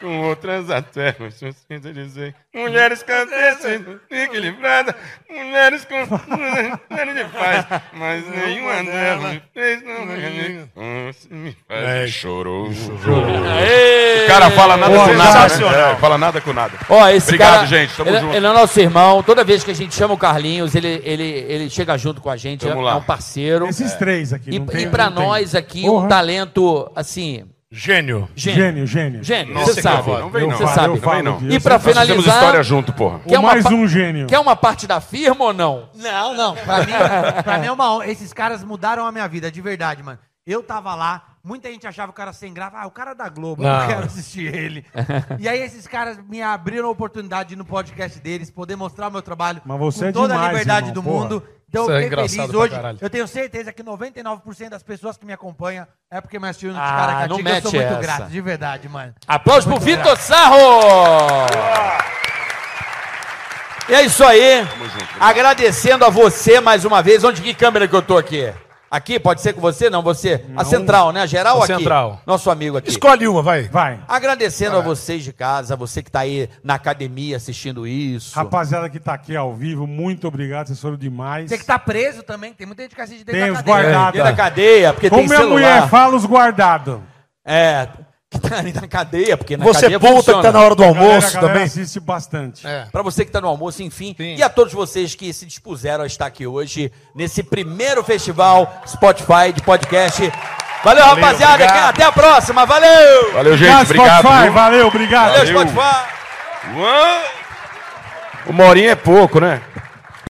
Speaker 5: com outras até, mas se eu sinto dizer. Mulheres cabeças, equilibrada, mulheres com mulheres de paz, mas nenhuma delas me fez não me- não se me
Speaker 4: É.
Speaker 5: faz. Chorou. O cara fala nada
Speaker 2: Boa,
Speaker 5: com nada.
Speaker 2: sensacional.
Speaker 5: né? É, Fala nada com nada.
Speaker 1: Ó, esse
Speaker 5: Obrigado,
Speaker 1: cara,
Speaker 5: gente. Tamo
Speaker 1: ele,
Speaker 5: junto.
Speaker 1: ele é nosso irmão. Toda vez que a gente chama o Carlinhos, ele, ele, ele chega junto com a gente.
Speaker 5: Tamo
Speaker 1: é,
Speaker 5: lá.
Speaker 1: é um parceiro.
Speaker 2: Esses três aqui.
Speaker 1: E,
Speaker 2: não
Speaker 1: e
Speaker 2: tem-
Speaker 1: pra
Speaker 2: não tem.
Speaker 1: nós aqui, um
Speaker 2: Porra.
Speaker 1: talento, assim,
Speaker 4: Gênio.
Speaker 2: Gênio, gênio.
Speaker 1: Gênio,
Speaker 5: Nossa,
Speaker 1: você
Speaker 5: que
Speaker 1: sabe.
Speaker 5: eu não veio, não.
Speaker 1: Você
Speaker 5: Eu
Speaker 1: sabe.
Speaker 5: falo disso.
Speaker 1: E pra
Speaker 5: Nós fizemos
Speaker 1: finalizar...
Speaker 5: história junto, porra.
Speaker 1: Quer
Speaker 5: O
Speaker 1: uma
Speaker 5: mais
Speaker 1: pa-
Speaker 5: um gênio.
Speaker 1: Quer uma parte da firma ou não?
Speaker 7: Não, não. Pra mim, pra mim é uma honra. Esses caras mudaram a minha vida, de verdade, mano. Eu tava lá, muita gente achava o cara sem graça. Ah, o cara da Globo, eu não
Speaker 1: Não.
Speaker 7: quero assistir ele. e aí esses caras me abriram a oportunidade de ir no podcast deles, poder mostrar o meu trabalho
Speaker 2: Mas você
Speaker 7: com
Speaker 2: é
Speaker 7: toda a
Speaker 2: demais,
Speaker 7: liberdade
Speaker 2: irmão,
Speaker 7: do
Speaker 2: porra.
Speaker 7: mundo. Então
Speaker 2: Isso
Speaker 7: eu
Speaker 2: é
Speaker 7: fiquei
Speaker 2: engraçado
Speaker 7: feliz
Speaker 2: pra
Speaker 7: hoje.
Speaker 2: caralho.
Speaker 7: Eu tenho certeza que 99% das pessoas que me acompanham é porque me assistiram nos
Speaker 1: Ah,
Speaker 7: caras
Speaker 1: não
Speaker 7: que eu sou
Speaker 1: mete
Speaker 7: muito
Speaker 1: essa.
Speaker 7: grato, de verdade, mano.
Speaker 1: Aplausos
Speaker 7: Muito
Speaker 1: pro Vitor
Speaker 7: grato.
Speaker 1: Sarro! E é isso aí. Agradecendo a você mais uma vez. Onde que câmera que eu tô aqui? Aqui? Pode ser com você? Não, você. A central, né? A geral
Speaker 4: A
Speaker 1: aqui.
Speaker 4: central.
Speaker 1: Nosso amigo aqui.
Speaker 4: Escolhe uma, vai.
Speaker 1: um-
Speaker 2: Vai.
Speaker 1: Agradecendo
Speaker 2: Ah.
Speaker 1: a vocês de casa, você que tá aí na academia assistindo isso.
Speaker 2: Rapaziada que tá aqui ao vivo, muito obrigado, vocês foram demais.
Speaker 7: Você que tá preso também, tem muita gente que assiste dentro
Speaker 2: Tem os
Speaker 7: da cadeia.
Speaker 2: guardados.
Speaker 1: Dentro da cadeia, porque
Speaker 2: Como
Speaker 1: tem
Speaker 2: minha
Speaker 1: celular.
Speaker 2: mulher fala, os guardados.
Speaker 1: É, que tá ali na cadeia, porque na
Speaker 2: Você
Speaker 1: cadeia
Speaker 2: puta que
Speaker 1: funciona.
Speaker 2: tá na hora do
Speaker 1: A
Speaker 2: almoço A galera também. assiste bastante.
Speaker 1: É. Pra você que tá no almoço, enfim. E a todos vocês que se dispuseram a estar aqui hoje, nesse primeiro festival Spotify de podcast. Valeu,
Speaker 2: Valeu,
Speaker 1: rapaziada.
Speaker 2: obrigado.
Speaker 1: Até a próxima. Valeu!
Speaker 5: Valeu, gente.
Speaker 2: Spotify,
Speaker 5: Obrigado. viu?
Speaker 2: valeu, obrigado.
Speaker 1: Valeu, Spotify.
Speaker 5: Uau! Uma horinha é pouco, né?